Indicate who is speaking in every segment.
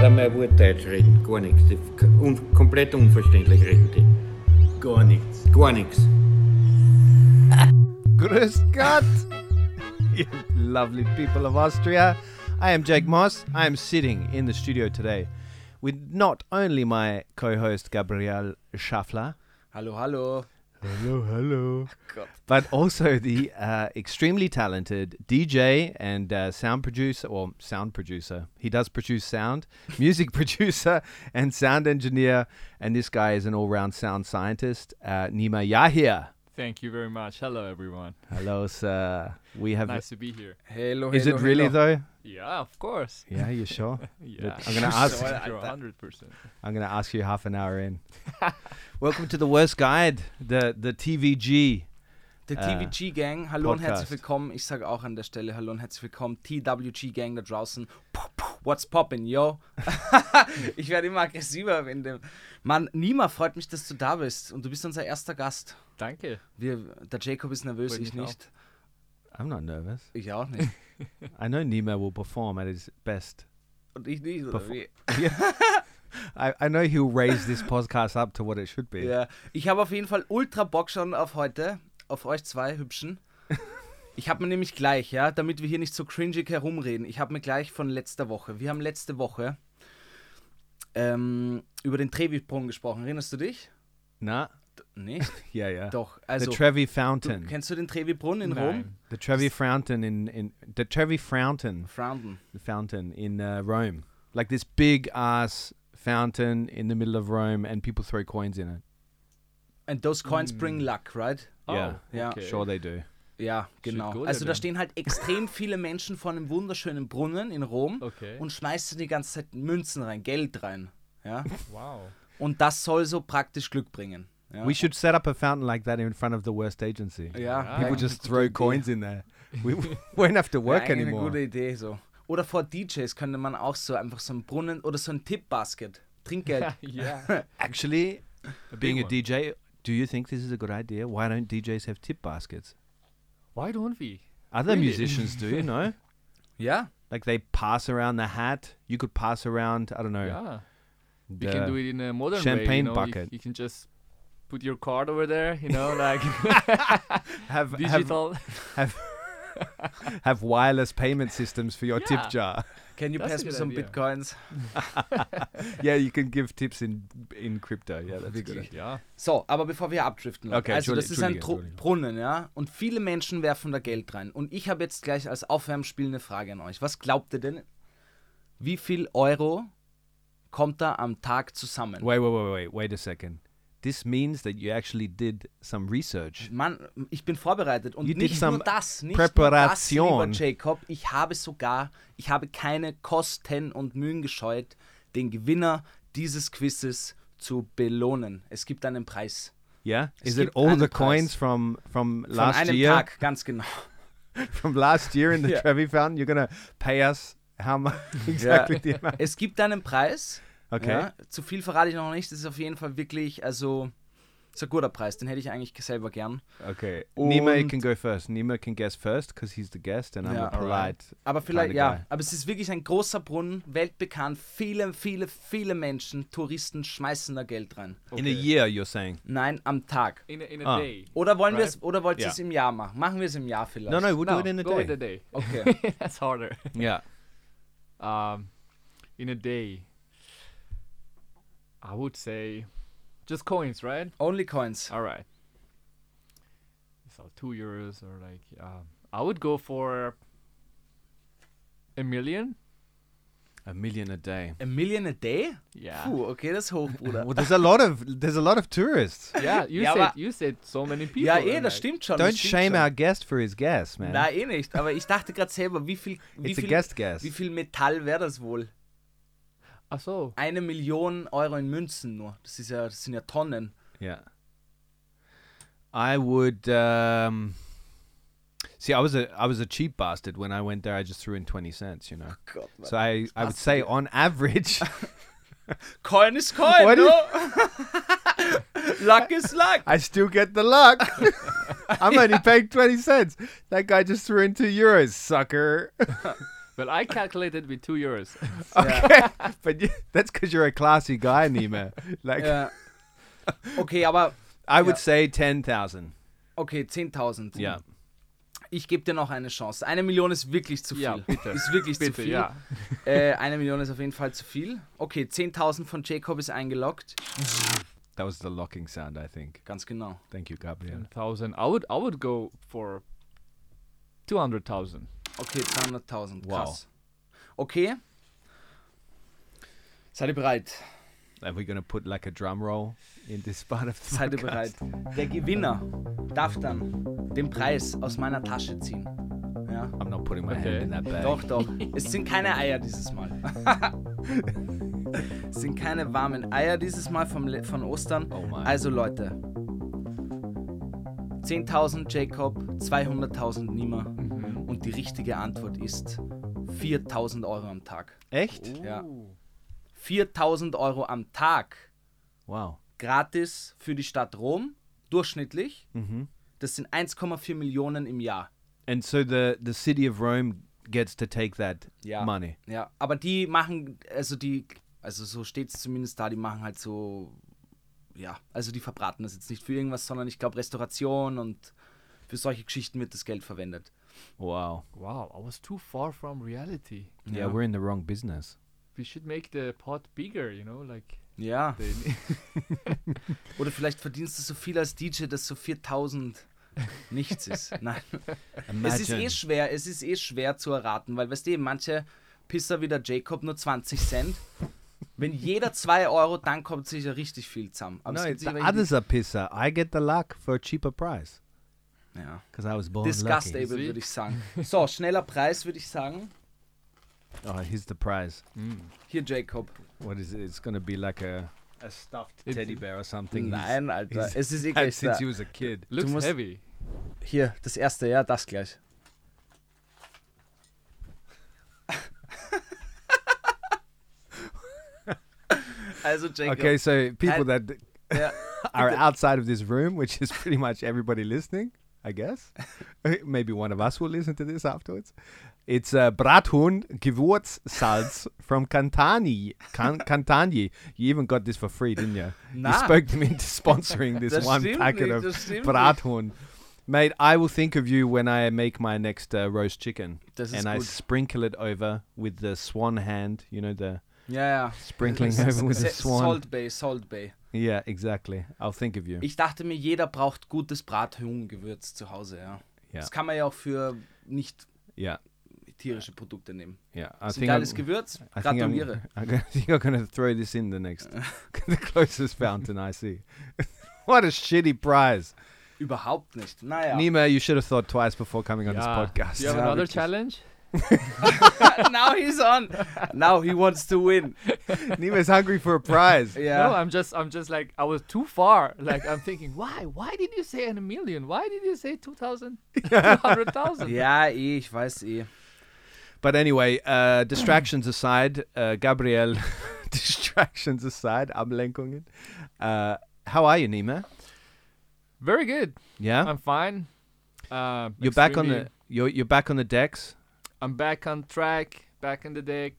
Speaker 1: Dann mein Wortdeutsch reden, gar nichts. Die- Un komplett unverständlich reden die.
Speaker 2: Gar nichts.
Speaker 1: Gar nichts.
Speaker 3: Grüß Gott! you lovely people of Austria. I am Jake Moss. I am sitting in the studio today with not only my co host Gabriel Schaffler,
Speaker 2: Hallo, hallo.
Speaker 3: hello, hello,
Speaker 2: Gott.
Speaker 3: but also the uh, extremely talented DJ and uh, sound producer, or sound producer. He does produce sound, music producer, and sound engineer. And this guy is an all round sound scientist, uh, Nima Yahia.
Speaker 4: Thank you very much. Hello, everyone.
Speaker 3: Hello, sir. We have.
Speaker 4: Nice to be here.
Speaker 2: Hello, hello.
Speaker 3: Is it really
Speaker 2: hello.
Speaker 3: though?
Speaker 4: Yeah, of course.
Speaker 3: Yeah, you sure?
Speaker 4: Yeah.
Speaker 3: I'm gonna
Speaker 4: So
Speaker 3: ask-
Speaker 4: I- You're 100%.
Speaker 3: I'm gonna ask you half an hour in. Welcome to the worst guide, the the TVG.
Speaker 2: Der
Speaker 3: Äh,
Speaker 2: TVG Gang, hallo und
Speaker 3: Podcast.
Speaker 2: herzlich willkommen. Ich sage auch an der Stelle Hallo und herzlich willkommen. TWG Gang da draußen. Puh, puh, What's poppin', yo? ich werde immer aggressiver in dem. Mann, Nima, freut mich, dass du da bist. Und du bist unser erster Gast.
Speaker 4: Danke.
Speaker 2: Wir, der Jacob ist nervös,
Speaker 4: Bin
Speaker 2: ich
Speaker 4: ich auch.
Speaker 2: nicht.
Speaker 3: I'm not nervous.
Speaker 2: Ich auch nicht.
Speaker 3: I know Nemo will perform at his best.
Speaker 2: Und ich nicht. Oder
Speaker 3: Bevor-
Speaker 2: wie?
Speaker 3: I, I know he'll raise this podcast up to what it should be.
Speaker 2: Ja, ich habe auf jeden Fall ultra Bock schon auf heute, auf euch zwei Hübschen. Ich habe mir nämlich gleich, ja, damit wir hier nicht so cringig herumreden, ich habe mir gleich von letzter Woche, wir haben letzte Woche ähm, über den Trevi-Brunnen gesprochen, erinnerst du dich?
Speaker 3: Nah?
Speaker 2: D- Nicht?
Speaker 3: Yeah, yeah.
Speaker 2: Doch, also,
Speaker 3: the Trevi
Speaker 2: du,
Speaker 3: Fountain.
Speaker 2: kennst du den Trevi-Brunnen in Rom?
Speaker 4: Nein.
Speaker 3: the Trevi Fountain in, in the Trevi Fountain,
Speaker 2: Fraunden.
Speaker 3: the fountain in uh, Rome. Like this big ass fountain in the middle of Rome, and people throw coins in it.
Speaker 2: And those coins
Speaker 4: Hm.
Speaker 2: bring luck, right?
Speaker 3: Yeah.
Speaker 4: Oh,
Speaker 2: Ja.
Speaker 4: okay.
Speaker 3: Sure, they do.
Speaker 2: Ja, genau.
Speaker 4: gut,
Speaker 2: Also da
Speaker 4: oder?
Speaker 2: stehen halt extrem viele Menschen vor einem wunderschönen Brunnen in Rom
Speaker 4: Okay.
Speaker 2: und schmeißen die ganze Zeit Münzen rein, Geld rein. Ja?
Speaker 4: wow.
Speaker 2: Und das soll so praktisch Glück bringen. Ja.
Speaker 3: We should set up a fountain like that in front of the worst agency.
Speaker 2: ja,
Speaker 4: People
Speaker 3: People
Speaker 2: eigentlich
Speaker 3: just
Speaker 2: eine
Speaker 3: throw
Speaker 2: gute
Speaker 3: coins in there. We we won't have to
Speaker 2: Idee.
Speaker 3: work
Speaker 2: ja, eigentlich Eine
Speaker 3: anymore.
Speaker 2: gute Idee so. Oder vor DJs könnte man auch so einfach so einen Brunnen oder so ein Tippbasket. Trinkgeld.
Speaker 4: yeah.
Speaker 3: Actually, being a
Speaker 4: one.
Speaker 3: DJ, do you think this is a good idea? Why don't DJs have tip baskets?
Speaker 4: Why don't we?
Speaker 3: Other
Speaker 4: Really?
Speaker 3: musicians do, you know?
Speaker 2: ja,
Speaker 3: Like they pass around the hat. You could pass around, I don't know.
Speaker 4: Yeah.
Speaker 3: The,
Speaker 4: We can do it in a modern way. you
Speaker 3: champagne
Speaker 4: know, you-
Speaker 3: bucket.
Speaker 4: You can just put your card over there, you know, like
Speaker 3: Have, have,
Speaker 4: digital.
Speaker 3: have wireless payment systems for your
Speaker 4: Yeah.
Speaker 3: tip jar.
Speaker 2: can you
Speaker 4: That's
Speaker 2: pass
Speaker 4: a
Speaker 2: me
Speaker 4: good
Speaker 2: some
Speaker 4: idea.
Speaker 2: Bitcoins?
Speaker 3: yeah, you can give tips in in crypto. Yeah, that's good.
Speaker 4: yeah.
Speaker 2: So, aber bevor wir abdriften, Leute.
Speaker 3: Okay,
Speaker 2: also das
Speaker 3: Entschuldi-
Speaker 2: ist ein
Speaker 3: Entschuldige,
Speaker 2: Tru-
Speaker 3: Entschuldige.
Speaker 2: Brunnen, ja, und viele Menschen werfen da Geld rein. Und ich habe jetzt gleich als Aufwärmspiel eine Frage an euch. Was glaubt ihr denn, wie viel Euro kommt da am Tag zusammen?
Speaker 3: Wait, wait, wait, wait, wait a second. This means that you actually did some research.
Speaker 2: Mann, ich bin vorbereitet und
Speaker 3: You did
Speaker 2: nicht
Speaker 3: some
Speaker 2: nur das, nicht nur
Speaker 3: preparation.
Speaker 2: das, lieber Jacob. Ich habe sogar, ich habe keine Kosten und Mühen gescheut, den Gewinner dieses Quizzes zu belohnen. Es gibt einen Preis.
Speaker 3: Yeah,
Speaker 2: Es
Speaker 3: is it
Speaker 2: gibt
Speaker 3: all
Speaker 2: einen
Speaker 3: the
Speaker 2: Preis.
Speaker 3: coins from from
Speaker 2: Von
Speaker 3: last
Speaker 2: einem
Speaker 3: year?
Speaker 2: Tag, ganz genau.
Speaker 3: from last year in the
Speaker 2: Yeah.
Speaker 3: Trevi Fountain. You're gonna pay us how much exactly the amount?
Speaker 2: Es gibt einen Preis.
Speaker 3: Okay.
Speaker 2: Ja, zu viel verrate ich noch nicht. Das ist auf jeden Fall wirklich, also, ist ein guter Preis. Den hätte ich eigentlich selber gern.
Speaker 3: Okay. Nima
Speaker 2: Und-
Speaker 3: can go first. Nima can guess first because he's the guest, and I'm
Speaker 2: Yeah.
Speaker 3: a polite.
Speaker 2: Aber vielleicht,
Speaker 3: Kleiner
Speaker 2: ja.
Speaker 3: Guy.
Speaker 2: Aber es ist wirklich ein großer Brunnen, weltbekannt. Viele, viele, viele Menschen, Touristen schmeißen da Geld rein.
Speaker 3: In a year, you're saying?
Speaker 2: Nein, am Tag.
Speaker 4: In a, in a
Speaker 3: Ah.
Speaker 4: day.
Speaker 2: Oder wollen wir
Speaker 4: Right?
Speaker 2: es, oder wollt ihr
Speaker 3: Ja.
Speaker 2: es im Jahr machen? Machen wir es im Jahr vielleicht.
Speaker 3: No, no, we'll do it in a
Speaker 4: go
Speaker 3: day.
Speaker 4: in a day.
Speaker 2: Okay.
Speaker 4: That's harder.
Speaker 3: yeah.
Speaker 4: Um, in a day. I would say just coins, right?
Speaker 2: Only Coins.
Speaker 4: All right. So two euros or like, um, I would go for a million.
Speaker 3: A million a day.
Speaker 2: A million a day?
Speaker 4: Yeah.
Speaker 2: Puh, okay, das ist hoch, Bruder.
Speaker 3: Well, there's a lot of there's a lot of tourists.
Speaker 4: Yeah, you
Speaker 2: Ja,
Speaker 4: said
Speaker 2: aber-
Speaker 4: you said so many people.
Speaker 2: ja, eh,
Speaker 4: and
Speaker 2: das
Speaker 4: like-
Speaker 2: stimmt schon.
Speaker 3: Don't
Speaker 2: das stimmt
Speaker 3: shame
Speaker 2: schon.
Speaker 3: our guest for his guess, man.
Speaker 2: Nein, eh nicht. Aber ich dachte gerade selber, wie viel, wie
Speaker 3: it's a
Speaker 2: viel,
Speaker 3: guest guess.
Speaker 2: wie viel Metall wäre das wohl?
Speaker 4: Ach uh, so.
Speaker 2: Eine Million Euro in Münzen nur. Das, ist ja, das sind ja Tonnen.
Speaker 3: Yeah. I would um, see. I was a I was a cheap bastard when I went there. I just threw in twenty cents. You know.
Speaker 2: Gott,
Speaker 3: So I, I would
Speaker 2: bastard.
Speaker 3: say on average,
Speaker 2: Coin is coin,
Speaker 3: What
Speaker 2: no? luck is luck.
Speaker 3: I still get the luck. I'm only paying 20 cents. That guy just threw in two euros, sucker.
Speaker 4: Well, I calculated with two euros.
Speaker 3: but you, that's because you're a classy guy, Nima. Like
Speaker 2: Ja. Okay, aber
Speaker 3: I would
Speaker 2: Yeah.
Speaker 3: say ten thousand.
Speaker 2: okay, 10.000.
Speaker 3: Yeah.
Speaker 2: Ich gebe dir noch eine Chance. Eine Million ist wirklich zu viel.
Speaker 4: Ja, bitte.
Speaker 2: Ist wirklich zu
Speaker 4: Bitte,
Speaker 2: viel.
Speaker 4: ja.
Speaker 2: Äh, eine Million ist auf jeden Fall zu viel. Okay, 10.000 von Jacob ist eingeloggt.
Speaker 3: That was the locking sound, I think.
Speaker 2: Ganz genau.
Speaker 3: Thank you, Gabriel.
Speaker 4: Thousand. I would I would go for two hundred thousand.
Speaker 2: Okay, 200.000.
Speaker 3: Wow.
Speaker 2: Krass. Okay. Seid ihr bereit?
Speaker 3: Are we gonna put like a drum roll in this part
Speaker 4: Oh
Speaker 3: of the
Speaker 2: Seid ihr
Speaker 3: podcast?
Speaker 2: bereit? Der Gewinner darf dann den Preis aus meiner Tasche ziehen. Ja.
Speaker 3: I'm not putting my hand
Speaker 4: Okay.
Speaker 3: in that bag.
Speaker 2: Doch, doch. Es sind keine Eier dieses Mal. es sind keine warmen Eier dieses Mal vom, Le- von Ostern.
Speaker 3: Oh mein.
Speaker 2: also Leute. 10.000 Jacob, 200.000 Nima.
Speaker 3: Mhm.
Speaker 2: Und die richtige Antwort ist 4.000 Euro am Tag.
Speaker 3: Echt?
Speaker 2: Ja.
Speaker 3: Oh.
Speaker 2: 4.000 Euro am Tag.
Speaker 3: Wow.
Speaker 2: gratis für die Stadt Rom, durchschnittlich.
Speaker 3: Mhm.
Speaker 2: Das sind 1,4 Millionen im Jahr.
Speaker 3: And so the the city of Rome gets to take that
Speaker 2: Ja.
Speaker 3: money.
Speaker 2: Ja, aber die machen, also die, also so steht es zumindest da, die machen halt so, ja, also die verbraten das jetzt nicht für irgendwas, sondern ich glaube Restauration und für solche Geschichten wird das Geld verwendet.
Speaker 3: Wow.
Speaker 4: Wow, I was too far from reality.
Speaker 3: Yeah, we're in the wrong business.
Speaker 4: We should make the pot bigger, you know, like
Speaker 2: Ja,
Speaker 4: the
Speaker 2: oder vielleicht verdienst du so viel als DJ, dass so 4000 nichts ist. Nein. Es ist eh schwer, es ist eh schwer zu erraten, weil weißt du, manche Pisser wie der Jacob nur 20 Cent. Wenn jeder 2 Euro, dann kommt sicher richtig viel zusammen. Aber
Speaker 3: no,
Speaker 2: es gibt
Speaker 3: it's
Speaker 2: sicher
Speaker 3: the
Speaker 2: welche,
Speaker 3: others are pisser. I get the luck for a cheaper price
Speaker 2: die- ja.
Speaker 3: because I was born
Speaker 2: Disgustable,
Speaker 4: Sie-
Speaker 2: würde ich sagen. So, schneller Preis, würde ich sagen.
Speaker 3: lucky. Oh, here's the prize.
Speaker 2: Hier, Jacob.
Speaker 3: What is it? It's gonna be like a a stuffed teddy bear or something. he's-
Speaker 2: Nein, Alter,
Speaker 3: he's
Speaker 2: es ist eh
Speaker 3: had
Speaker 2: gleich da.
Speaker 3: since he was a kid.
Speaker 4: looks
Speaker 2: musst-
Speaker 4: heavy.
Speaker 2: Hier, das erste, ja, das gleich. Also, Jacob.
Speaker 3: Okay, so people that
Speaker 2: Ja.
Speaker 3: are outside of this room, which is pretty much everybody listening, I guess. Maybe one of us will listen to this afterwards. It's uh, Brathuhn Gewürzsalz from Cantani. Can- Cantani. You even got this for free, didn't you? You
Speaker 2: Nah.
Speaker 3: spoke them into sponsoring this
Speaker 2: Das
Speaker 3: one
Speaker 2: stimmt
Speaker 3: packet
Speaker 2: nicht,
Speaker 3: of
Speaker 2: das stimmt
Speaker 3: Brathuhn. Mate, I will think of you when I make my next uh, roast chicken.
Speaker 2: Das ist
Speaker 3: and I
Speaker 2: gut.
Speaker 3: sprinkle it over with the swan hand, you know, the
Speaker 2: Ja, ja.
Speaker 3: sprinkling
Speaker 2: Das ist-
Speaker 3: over with the
Speaker 2: Se-
Speaker 3: swan.
Speaker 2: Salt Bay, Salt Bay.
Speaker 3: Yeah, exactly. I'll think of you.
Speaker 2: Ich dachte mir, jeder braucht gutes Brathuhngewürz zu Hause, ja.
Speaker 3: Ja.
Speaker 2: Das kann man ja auch für nicht
Speaker 3: Yeah,
Speaker 2: tierische Produkte nehmen.
Speaker 3: yeah. I
Speaker 2: Das ist ein
Speaker 3: think I'm,
Speaker 2: geiles Gewürz.
Speaker 3: I think I'm,
Speaker 2: Gratuliere.
Speaker 3: I'm gonna, I think I'm gonna throw this in the next, the closest fountain I see. what a shitty prize,
Speaker 2: Überhaupt nicht. Naja.
Speaker 3: Nima. You should have thought twice before coming on this podcast.
Speaker 4: Do you have
Speaker 2: Ja,
Speaker 4: another
Speaker 2: wirklich.
Speaker 4: challenge?
Speaker 2: Now he's on. Now he wants to win.
Speaker 3: Nima's hungry for a prize.
Speaker 4: No,
Speaker 2: Ja.
Speaker 4: I'm just I'm just like I was too far. Like I'm thinking, why? Why did you say a million? Why did you say two thousand? Two hundred thousand.
Speaker 2: Ja, eh, ich weiß eh.
Speaker 3: But anyway, uh, distractions aside, uh, Gabriel, distractions aside, Ablenkungen. Uh, how are you, Nima?
Speaker 4: Very good.
Speaker 3: Yeah,
Speaker 4: I'm fine. Uh,
Speaker 3: you're back on
Speaker 4: extremely-
Speaker 3: the you're you're back on the decks.
Speaker 4: I'm back on track, back in the deck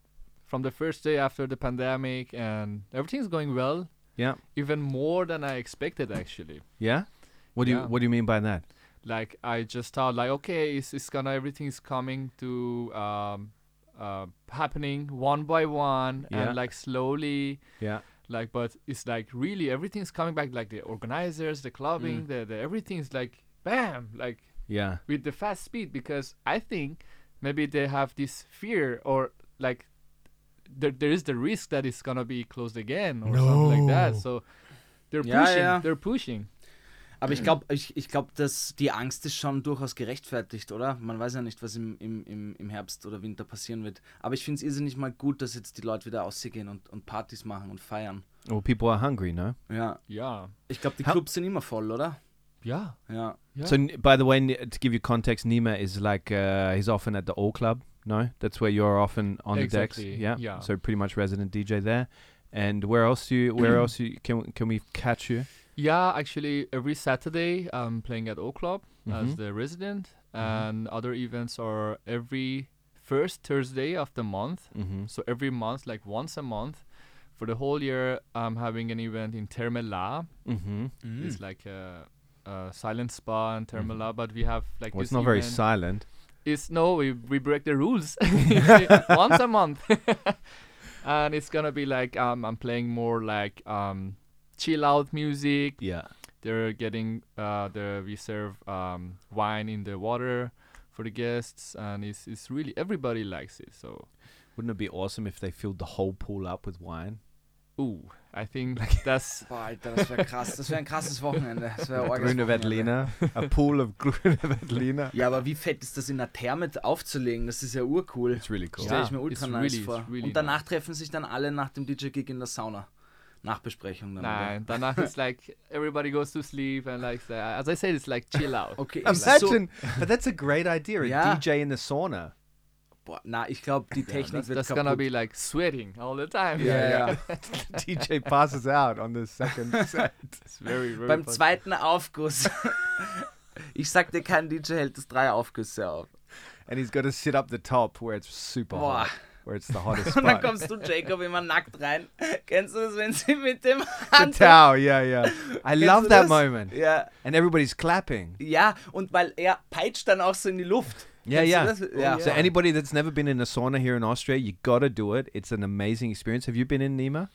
Speaker 4: from the first day after the pandemic, and everything's going well.
Speaker 3: Yeah,
Speaker 4: Even more than I expected, actually.
Speaker 3: yeah. What do you
Speaker 4: Yeah.
Speaker 3: what do you mean by that?
Speaker 4: Like I just thought, like okay, it's, it's gonna everything's coming to um, uh, happening one by one,
Speaker 3: Yeah.
Speaker 4: and like slowly,
Speaker 3: Yeah,
Speaker 4: like but it's like really everything's coming back. Like the organizers, the
Speaker 2: Mm.
Speaker 4: clubbing, the, the everything's like bam, like
Speaker 3: yeah.
Speaker 4: with the fast speed because I think maybe they have this fear or like there, there is the risk that it's gonna be closed again or something like that. So they're
Speaker 2: Yeah,
Speaker 4: pushing.
Speaker 2: yeah.
Speaker 4: They're pushing.
Speaker 2: Aber ich glaube, ich, ich glaub, dass die Angst ist schon durchaus gerechtfertigt, oder? Man weiß ja nicht, was im, im, im, im Herbst oder Winter passieren wird. Aber ich finde es irrsinnig mal gut, dass jetzt die Leute wieder aussehen und, und Partys machen und feiern.
Speaker 3: Well, people are hungry, no?
Speaker 2: Ja.
Speaker 4: Yeah.
Speaker 2: Ich glaube, die
Speaker 3: How-
Speaker 2: Clubs sind immer voll, oder?
Speaker 4: Yeah.
Speaker 2: Ja.
Speaker 4: Yeah.
Speaker 3: So, n- by the way, n- to give you context, Nima is like uh, he's often at the All Club. No, that's where you're often on the
Speaker 4: Exactly,
Speaker 3: decks. Yeah.
Speaker 4: yeah.
Speaker 3: So pretty much resident DJ there. And where else do you? Where else you, can can we catch you?
Speaker 4: Yeah. Actually, every Saturday
Speaker 2: Mm-hmm.
Speaker 4: I'm playing at O Club as
Speaker 3: Mhm.
Speaker 4: the resident, and other events are every first Thursday of the month.
Speaker 3: Mm-hmm.
Speaker 4: So every month, like once a month, for the whole year, I'm having an event in Termela.
Speaker 3: Mm-hmm.
Speaker 2: Mhm.
Speaker 4: It's like a, a silent spa in Termela, but we have like
Speaker 3: Mm-hmm. Well, it's
Speaker 4: this
Speaker 3: not very
Speaker 4: event.
Speaker 3: silent.
Speaker 4: It's no, we, we break the rules once a month, and it's gonna be like um, I'm playing more like um, chill out music.
Speaker 3: Yeah.
Speaker 4: They're getting uh, the we serve um, wine in the water for the guests, and it's it's really everybody likes it. So
Speaker 3: Wouldn't it be awesome if they filled the whole pool up with wine?
Speaker 4: ooh, I think that's
Speaker 2: Boah, Alter, das wäre krass. Das wäre ein krasses Wochenende. Das wäre
Speaker 3: Grüne Veltliner. A pool of Grüne Veltliner.
Speaker 2: Ja, aber wie fett ist das in der Therme aufzulegen? Das ist ja urcool.
Speaker 3: It's really cool.
Speaker 2: Stelle ich
Speaker 4: Ja,
Speaker 2: mir ultra
Speaker 4: ist
Speaker 2: nice
Speaker 4: really-
Speaker 2: vor.
Speaker 4: ist really
Speaker 2: Und danach treffen sich dann alle nach dem DJ-Gig in der Sauna. Nachbesprechung dann.
Speaker 4: Nein, danach it's like everybody goes to sleep and like the- as I said, it's like chill out.
Speaker 2: Oder? Okay, ist es so,
Speaker 3: Imagine, but that's a great idea. A
Speaker 2: Yeah.
Speaker 3: DJ in the sauna.
Speaker 2: boah, na, ich glaube, die Technik
Speaker 4: That's,
Speaker 2: wird
Speaker 4: that's
Speaker 2: kaputt.
Speaker 4: gonna be like sweating all the time.
Speaker 2: ja, ja.
Speaker 3: DJ passes out on the second set.
Speaker 4: It's very, very
Speaker 2: Beim
Speaker 4: fun.
Speaker 2: zweiten Aufguss. ich sag dir, kein DJ hält das drei Aufgüsse auf.
Speaker 3: and he's got to sit up the top where it's super
Speaker 2: Boah.
Speaker 3: hot, where it's the hottest
Speaker 2: Und dann
Speaker 3: spot.
Speaker 2: kommst du, Jacob, immer nackt rein. Kennst du das, wenn sie mit dem
Speaker 3: the
Speaker 2: Handtuch...
Speaker 3: towel, yeah, yeah. I
Speaker 2: Kennst
Speaker 3: love
Speaker 2: du
Speaker 3: that
Speaker 2: das?
Speaker 3: moment.
Speaker 2: Ja,
Speaker 3: And everybody's clapping.
Speaker 2: ja, und weil er peitscht dann auch so in die Luft.
Speaker 3: Yeah, yeah.
Speaker 2: Kennst du das? Ja.
Speaker 3: So anybody that's never been in a sauna here in Austria, you got to do it. It's an amazing experience. Have you been in Nima?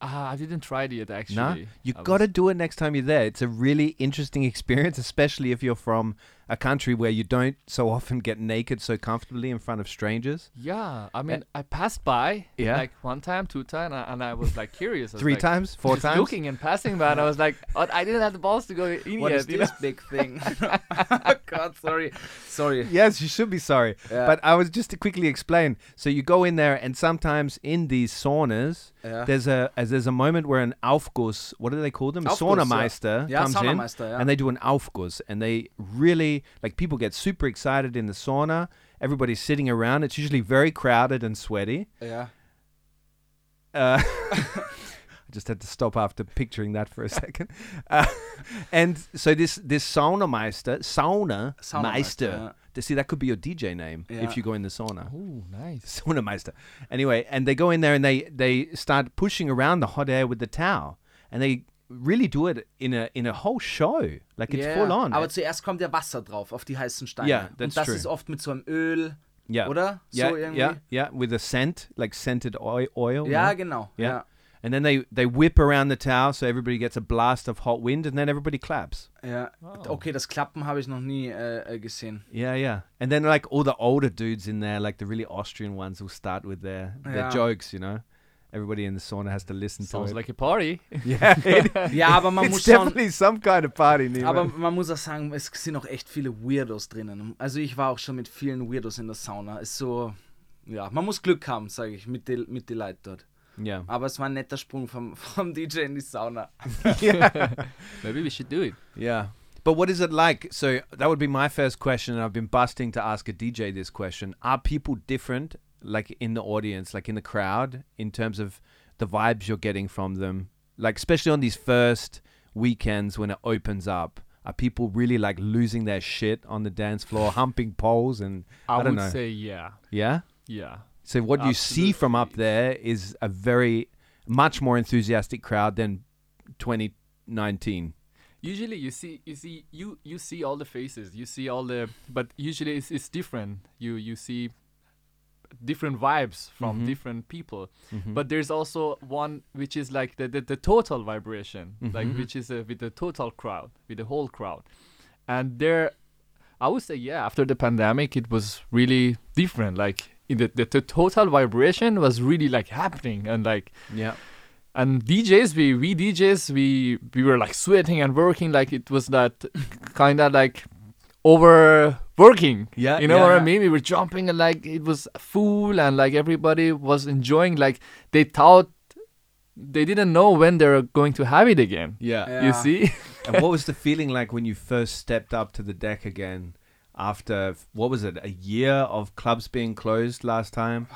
Speaker 4: Ah, I didn't try it yet actually.
Speaker 3: No. You
Speaker 4: I
Speaker 3: got to
Speaker 4: was-
Speaker 3: do it next time you're there. It's a really interesting experience, especially if you're from a country where you don't so often get naked so comfortably in front of strangers.
Speaker 4: Yeah, I mean, I passed by
Speaker 3: Yeah.
Speaker 4: like one time, two time, and I, and I was like curious. I was
Speaker 3: Three
Speaker 4: like,
Speaker 3: times, four
Speaker 4: just
Speaker 3: times.
Speaker 4: looking and passing by, and I was like, oh, I didn't have the balls to go in
Speaker 2: What
Speaker 4: yet.
Speaker 2: is
Speaker 4: you know?
Speaker 2: this big thing? oh Gott, sorry. Sorry.
Speaker 3: Yes, you should be sorry.
Speaker 2: Ja.
Speaker 3: But I was just to quickly explain. So you go in there, and sometimes in these saunas,
Speaker 2: Ja.
Speaker 3: there's a as there's a moment where an Aufguss, what do they call them? A
Speaker 2: Aufguss, ja.
Speaker 3: Saunameister
Speaker 2: Ja,
Speaker 3: comes
Speaker 2: Saunameister,
Speaker 3: in,
Speaker 2: ja.
Speaker 3: and they do an Aufguss, and they really like people get super excited in the sauna. Everybody's sitting around. It's usually very crowded and sweaty.
Speaker 2: Ja.
Speaker 3: Uh, I just had to stop after picturing that for a second. Uh, and so this this saunameister, sauna,
Speaker 2: Saunameister,
Speaker 3: meister. See, that could be your DJ name
Speaker 2: Yeah.
Speaker 3: if you go in the sauna.
Speaker 4: Ooh, nice.
Speaker 3: Saunameister. Anyway, and they go in there and they they start pushing around the hot air with the towel, and they really do it in a in a whole show, like it's
Speaker 2: Ja,
Speaker 3: full on.
Speaker 2: Aber zuerst kommt ja Wasser drauf, auf die heißen Steine.
Speaker 3: Ja, that's
Speaker 2: Und das
Speaker 3: true.
Speaker 2: ist oft mit so einem Öl,
Speaker 3: yeah,
Speaker 2: oder?
Speaker 3: yeah,
Speaker 2: so irgendwie.
Speaker 3: yeah, yeah, with a scent like scented oil. oil
Speaker 2: ja,
Speaker 3: yeah?
Speaker 2: genau.
Speaker 3: yeah.
Speaker 2: Ja.
Speaker 3: And then they they whip around the towel so everybody gets a blast of hot wind, and then everybody claps.
Speaker 2: Ja. Okay, das Klappen habe ich noch nie äh, äh, gesehen.
Speaker 3: Yeah, yeah. And then like all the older dudes in there, like the really Austrian ones, will start with their their
Speaker 2: Yeah.
Speaker 3: jokes. You know, everybody in the sauna has to listen
Speaker 4: Sounds
Speaker 3: to it.
Speaker 4: like a party.
Speaker 3: yeah, it-
Speaker 2: Ja, aber man
Speaker 3: it's
Speaker 2: muss schon.
Speaker 3: definitely some kind of party. Nima.
Speaker 2: Aber man muss auch sagen, es sind auch echt viele Weirdos drinnen. Also ich war auch schon mit vielen Weirdos in der Sauna. Ist so, ja, man muss Glück haben, sage ich, mit den mit die Leuten dort.
Speaker 3: yeah.
Speaker 2: Aber es war ein netter Sprung vom, vom DJ in die Sauna.
Speaker 4: Maybe we should do it.
Speaker 3: Yeah. But what is it like? So that would be my first question, and I've been busting to ask a DJ this question. Are people different, like in the audience, like in the crowd, in terms of the vibes you're getting from them? Like, especially on these first weekends when it opens up, are people really like losing their shit on the dance floor, humping poles? And I,
Speaker 4: I,
Speaker 3: don't
Speaker 4: would
Speaker 3: know.
Speaker 4: say yeah,
Speaker 3: yeah.
Speaker 4: yeah.
Speaker 3: So what you see from up
Speaker 4: Absolutely.
Speaker 3: there is a very much more enthusiastic crowd than 2019.
Speaker 4: Usually you see you see you you see all the faces, you see all the but usually it's, it's different. You you see different vibes from different people. But there's also one which is like the the, the total vibration, like which is uh, with the total crowd, with the whole crowd. And there I would say yeah, after the pandemic it was really different. Like in the, the, the total vibration was really like happening and like
Speaker 3: Yeah.
Speaker 4: and DJs, we we DJs, we we were like sweating and working, like it was that kind of like overworking.
Speaker 3: Yeah,
Speaker 4: you know
Speaker 3: yeah,
Speaker 4: what
Speaker 3: yeah.
Speaker 4: I mean. We were jumping and like it was full, and like everybody was enjoying. Like they thought they didn't know when they were going to have it again.
Speaker 3: Yeah.
Speaker 4: You
Speaker 2: Ja.
Speaker 4: see,
Speaker 3: and what was the feeling like when you first stepped up to the deck again after what was it a year of clubs being closed
Speaker 4: Ah,
Speaker 3: last time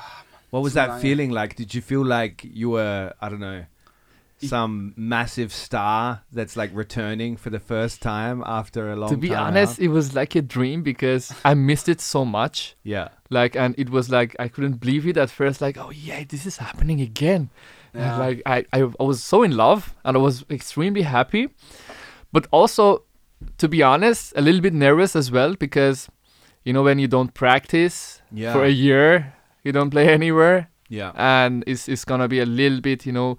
Speaker 3: what was
Speaker 2: too
Speaker 3: that
Speaker 2: long.
Speaker 3: feeling like did you feel like you were i don't know some massive star that's like returning for the first time after a long
Speaker 4: to
Speaker 3: time.
Speaker 4: be
Speaker 3: out.
Speaker 4: honest, it was like a dream because I missed it so much.
Speaker 3: yeah.
Speaker 4: Like, and it was like I couldn't believe it at first. Like, oh yeah, this is happening again. And,
Speaker 2: Ja.
Speaker 4: Like I, I, I was so in love and I was extremely happy, but also, to be honest, a little bit nervous as well because, you know, when you don't practice
Speaker 3: Yeah.
Speaker 4: for a year, you don't play anywhere,
Speaker 3: yeah.
Speaker 4: and it's it's gonna be a little bit, you know.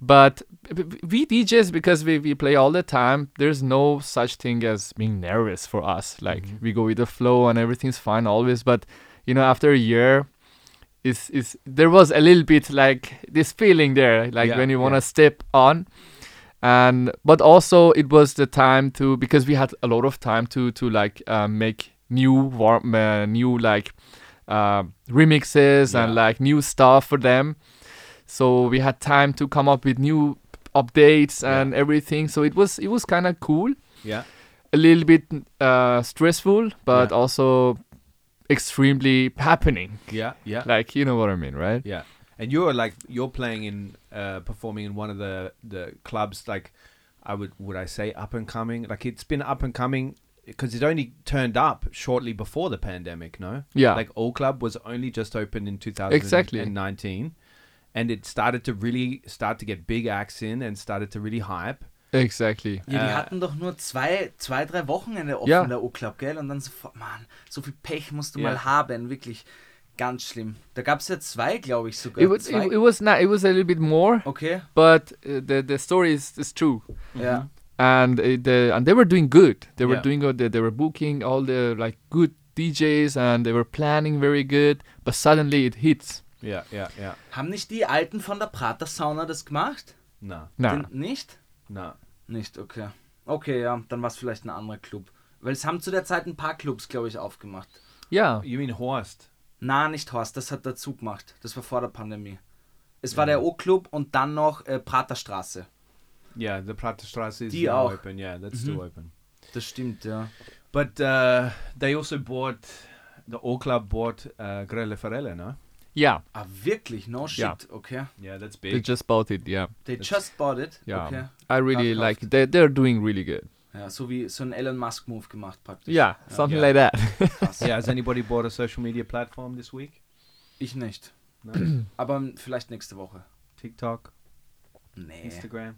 Speaker 4: But b- b- we DJs because we, we play all the time. There's no such thing as being nervous for us. Like
Speaker 3: Mm-hmm.
Speaker 4: we go with the flow and everything's fine always. But you know, after a year, is is there was a little bit like this feeling there, like
Speaker 3: Yeah,
Speaker 4: when you wanna
Speaker 3: yeah.
Speaker 4: step on. And but also it was the time to because we had a lot of time to to like uh, make new warm uh, new like uh, remixes and
Speaker 3: Yeah.
Speaker 4: like new stuff for them. So we had time to come up with new updates
Speaker 3: Yeah.
Speaker 4: and everything. So it was it was kind of cool,
Speaker 3: Yeah.
Speaker 4: a little bit uh, stressful, but
Speaker 3: Yeah.
Speaker 4: also extremely happening.
Speaker 3: Yeah. Yeah.
Speaker 4: Like you know what I mean, right?
Speaker 3: Yeah, and you're like you're playing in uh, performing in one of the the clubs like I would would I say up and coming like it's been up and coming because it only turned up shortly before the pandemic. No,
Speaker 4: Yeah.
Speaker 3: like All Club was only just opened in 2019, and it started to really start to get big acts in and started to really hype.
Speaker 4: Exactly.
Speaker 2: Ja, die
Speaker 3: Äh,
Speaker 2: hatten doch nur zwei, zwei drei Wochenende offen,
Speaker 4: Ja.
Speaker 2: der O-Club, gell? Und dann sofort, Mann, so viel Pech musst du
Speaker 3: Ja.
Speaker 2: mal haben, wirklich. Ganz schlimm. Da gab es ja zwei, glaube ich sogar.
Speaker 4: It was
Speaker 2: zwei.
Speaker 4: it, it was not it was a little bit more,
Speaker 2: okay,
Speaker 4: but uh, the the story is is true.
Speaker 2: ja.
Speaker 4: and uh, the and they were doing good. They were
Speaker 3: Yeah.
Speaker 4: doing good. They, they were booking all the like good DJs and they were planning very good. But suddenly it hits.
Speaker 3: Yeah, yeah, yeah.
Speaker 2: Haben nicht die Alten von der Prater Sauna das gemacht?
Speaker 3: No,
Speaker 4: Nah.
Speaker 2: Den, nicht?
Speaker 3: no.
Speaker 2: Nicht, okay. Okay, ja, dann war es vielleicht ein anderer Club. Weil es haben zu der Zeit ein paar Clubs, glaube ich, aufgemacht.
Speaker 4: Yeah.
Speaker 3: You mean Horst?
Speaker 2: Na, nicht Horst, das hat dazu gemacht. Das war vor der Pandemie. Es war der O-Club und dann noch äh, Praterstraße.
Speaker 3: Yeah, the Praterstrasse is
Speaker 2: Die
Speaker 3: now
Speaker 2: auch.
Speaker 3: open. Yeah, that's still open.
Speaker 2: Das stimmt, ja.
Speaker 3: But uh, they also bought the All Club bought uh, Grelle Farelle, no?
Speaker 4: Yeah.
Speaker 2: Ah, wirklich? No shit,
Speaker 4: Ja.
Speaker 2: okay.
Speaker 3: Yeah, that's
Speaker 4: They
Speaker 3: big.
Speaker 4: just bought it. Yeah.
Speaker 2: They just bought it.
Speaker 4: Yeah.
Speaker 2: Okay.
Speaker 4: I really
Speaker 2: Kraftkraft.
Speaker 4: like they they're doing really good.
Speaker 2: Ja, so wie so ein Elon Musk Move gemacht praktisch.
Speaker 4: Yeah. Something
Speaker 3: Yeah.
Speaker 4: like that.
Speaker 2: Krass.
Speaker 3: Yeah, has anybody bought a social media platform this week?
Speaker 2: Ich nicht.
Speaker 3: No?
Speaker 2: Aber vielleicht nächste Woche.
Speaker 3: TikTok,
Speaker 2: Nee.
Speaker 3: Instagram.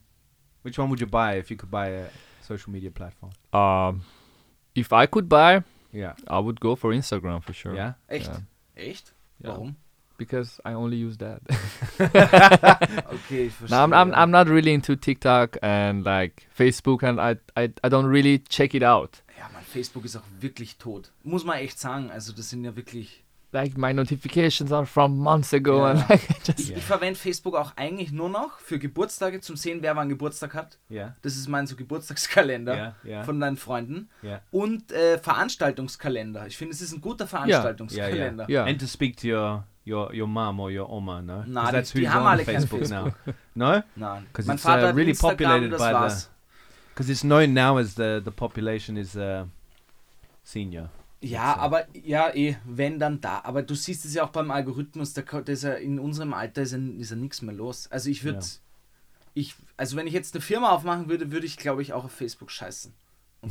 Speaker 3: Which one would you buy if you could buy a social media platform?
Speaker 4: um, if I could buy,
Speaker 3: Yeah.
Speaker 4: I would go for Instagram for sure.
Speaker 3: Yeah.
Speaker 2: Echt?
Speaker 4: Ja.
Speaker 2: Echt?
Speaker 4: Ja.
Speaker 2: Warum?
Speaker 4: Because I only use that.
Speaker 2: Okay, ich verstehe.
Speaker 4: No, I'm, I'm, I'm not really into TikTok and like Facebook, and I, I, I don't really check it out.
Speaker 2: ja, mein Facebook ist auch wirklich tot. Muss man echt sagen. Also das sind ja wirklich.
Speaker 4: Like my notifications are from months ago,
Speaker 2: Yeah.
Speaker 4: and like I just
Speaker 2: Ich, ich verwende Facebook auch eigentlich nur noch für Geburtstage, zum Sehen, wer wann Geburtstag hat.
Speaker 3: Yeah.
Speaker 2: Das ist mein so Geburtstagskalender
Speaker 3: Ja, ja.
Speaker 2: von deinen Freunden.
Speaker 3: Yeah.
Speaker 2: Und äh, Veranstaltungskalender. Ich finde, es ist ein guter
Speaker 3: Yeah, yeah,
Speaker 2: Veranstaltungskalender.
Speaker 4: Yeah.
Speaker 3: And to speak to your your your mom or your oma, no? 'Cause
Speaker 2: Nah, die-
Speaker 3: that's
Speaker 2: die
Speaker 3: who's
Speaker 2: haben
Speaker 3: on
Speaker 2: alle kein
Speaker 3: Facebook now. no?
Speaker 2: Nein.
Speaker 3: 'Cause
Speaker 2: Mein
Speaker 3: it's,
Speaker 2: Vater
Speaker 3: uh,
Speaker 2: hat
Speaker 3: really
Speaker 2: Instagram,
Speaker 3: populated
Speaker 2: das
Speaker 3: by the-
Speaker 2: war's.
Speaker 3: Because it's known now as the the population is uh, senior.
Speaker 2: Ja,
Speaker 3: So.
Speaker 2: aber ja, eh, wenn dann da. Aber du siehst es ja auch beim Algorithmus, da, ko- da ist ja in unserem Alter ist ja, ist ja nichts mehr los. Also ich würde,
Speaker 3: Ja.
Speaker 2: ich, also wenn ich jetzt eine Firma aufmachen würde, würde ich glaube ich auch auf Facebook scheißen und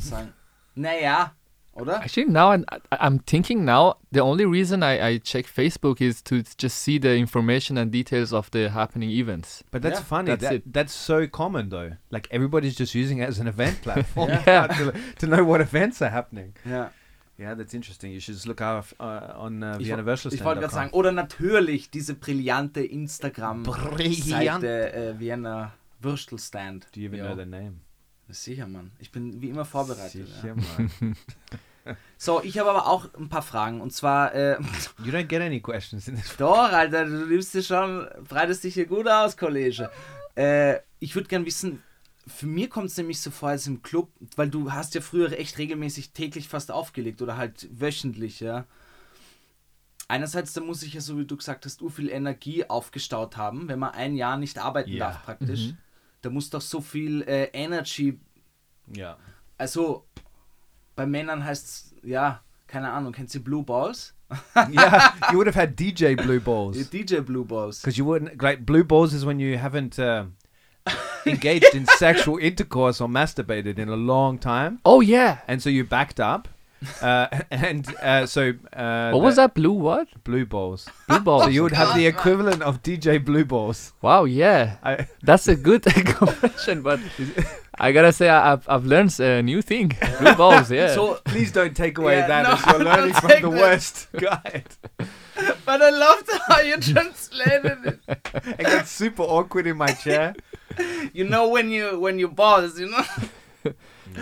Speaker 2: sagen, naja, oder?
Speaker 4: actually now I'm, I- I'm thinking now the only reason I, I check Facebook is to just see the information and details of the happening events.
Speaker 3: But that's
Speaker 2: Yeah,
Speaker 3: funny.
Speaker 4: that's
Speaker 3: that,
Speaker 4: it.
Speaker 3: That's so common though. Like everybody's just using it as an event platform
Speaker 4: Yeah.
Speaker 3: to, to know what events are happening.
Speaker 2: Ja.
Speaker 3: Yeah, that's interesting. You should just look out uh, on uh,
Speaker 2: Ich,
Speaker 3: the
Speaker 2: wo-
Speaker 3: anniversary.
Speaker 2: ich wollte gerade sagen, oder natürlich diese brillante
Speaker 3: Brillant.
Speaker 2: Instagram-Seite äh, Vienna Würstelstand.
Speaker 3: Do you even
Speaker 2: Ja.
Speaker 3: know their name?
Speaker 2: Sicher, Mann. Ich bin wie immer vorbereitet. Ja.
Speaker 3: Sicher, man.
Speaker 2: So, ich habe aber auch ein paar Fragen. Und zwar, äh,
Speaker 3: you don't get any questions in this.
Speaker 2: Doch, Alter, du nimmst dir schon, breitest dich hier gut aus, Kollege. Äh, ich würde gern wissen, für mir kommt es nämlich so vor, als im Club, weil du hast ja früher echt regelmäßig täglich fast aufgelegt oder halt wöchentlich, ja. Einerseits, da muss ich ja, so wie du gesagt hast, u viel Energie aufgestaut haben, wenn man ein Jahr nicht arbeiten
Speaker 3: Ja.
Speaker 2: darf praktisch. Da muss doch so viel äh, Energy,
Speaker 3: Yeah.
Speaker 2: also bei Männern heißt es, ja, keine Ahnung, kennst du Blue Balls?
Speaker 3: yeah. You would have had DJ Blue
Speaker 2: Die
Speaker 3: Balls
Speaker 2: DJ Blue Balls.
Speaker 3: because you wouldn't like Blue Balls is when you haven't. Um, engaged in sexual intercourse or masturbated in a long time,
Speaker 4: Oh yeah.
Speaker 3: and so you backed up. Uh, and uh, so, uh,
Speaker 4: What was that blue what?
Speaker 3: that? Blue balls.
Speaker 4: Blue balls.
Speaker 3: So you would have the equivalent of DJ Blue Balls.
Speaker 4: wow, yeah.
Speaker 3: I,
Speaker 4: That's a good compression, but I gotta say I, I've I've learned a new thing. Blue balls, yeah.
Speaker 2: So,
Speaker 3: please don't take away
Speaker 2: Yeah,
Speaker 3: that
Speaker 2: no,
Speaker 3: as you're learning
Speaker 2: don't
Speaker 3: from
Speaker 2: take
Speaker 3: the
Speaker 2: that.
Speaker 3: worst guide.
Speaker 2: but I loved how you translated it.
Speaker 3: I got super awkward in my chair.
Speaker 2: You know when you when you boss, you know.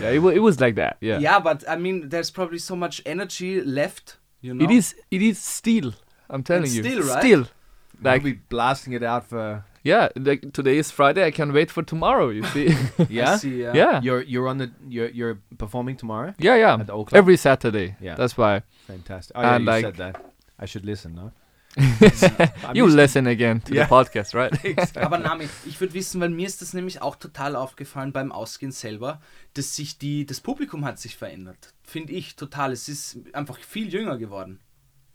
Speaker 4: yeah, it, wa- it was like that. Yeah.
Speaker 2: Yeah, but I mean, there's probably so much energy left. You know.
Speaker 4: It is it is steel. I'm telling
Speaker 2: It's
Speaker 4: you.
Speaker 2: steel, right?
Speaker 4: Steel.
Speaker 3: I'll
Speaker 4: Like
Speaker 3: be blasting it out for
Speaker 4: yeah, like today is Friday. I can't wait for tomorrow. You see?
Speaker 2: I
Speaker 3: yeah.
Speaker 2: see, yeah.
Speaker 4: yeah.
Speaker 3: You're you're on the you're you're performing tomorrow.
Speaker 4: Yeah, yeah.
Speaker 3: At the Oakland?
Speaker 4: Every Saturday.
Speaker 3: Yeah.
Speaker 4: That's why.
Speaker 3: Fantastic. Oh yeah,
Speaker 4: And,
Speaker 3: you
Speaker 4: like-
Speaker 3: said that. I should listen, no? I'm
Speaker 4: you
Speaker 3: used to-
Speaker 4: listen again to
Speaker 3: Yeah.
Speaker 4: the podcast, right?
Speaker 2: Aber Nami, ich würde wissen, weil mir ist das nämlich auch total aufgefallen beim Ausgehen selber, dass sich die, das Publikum hat sich verändert. Finde ich total. Es ist einfach viel jünger geworden.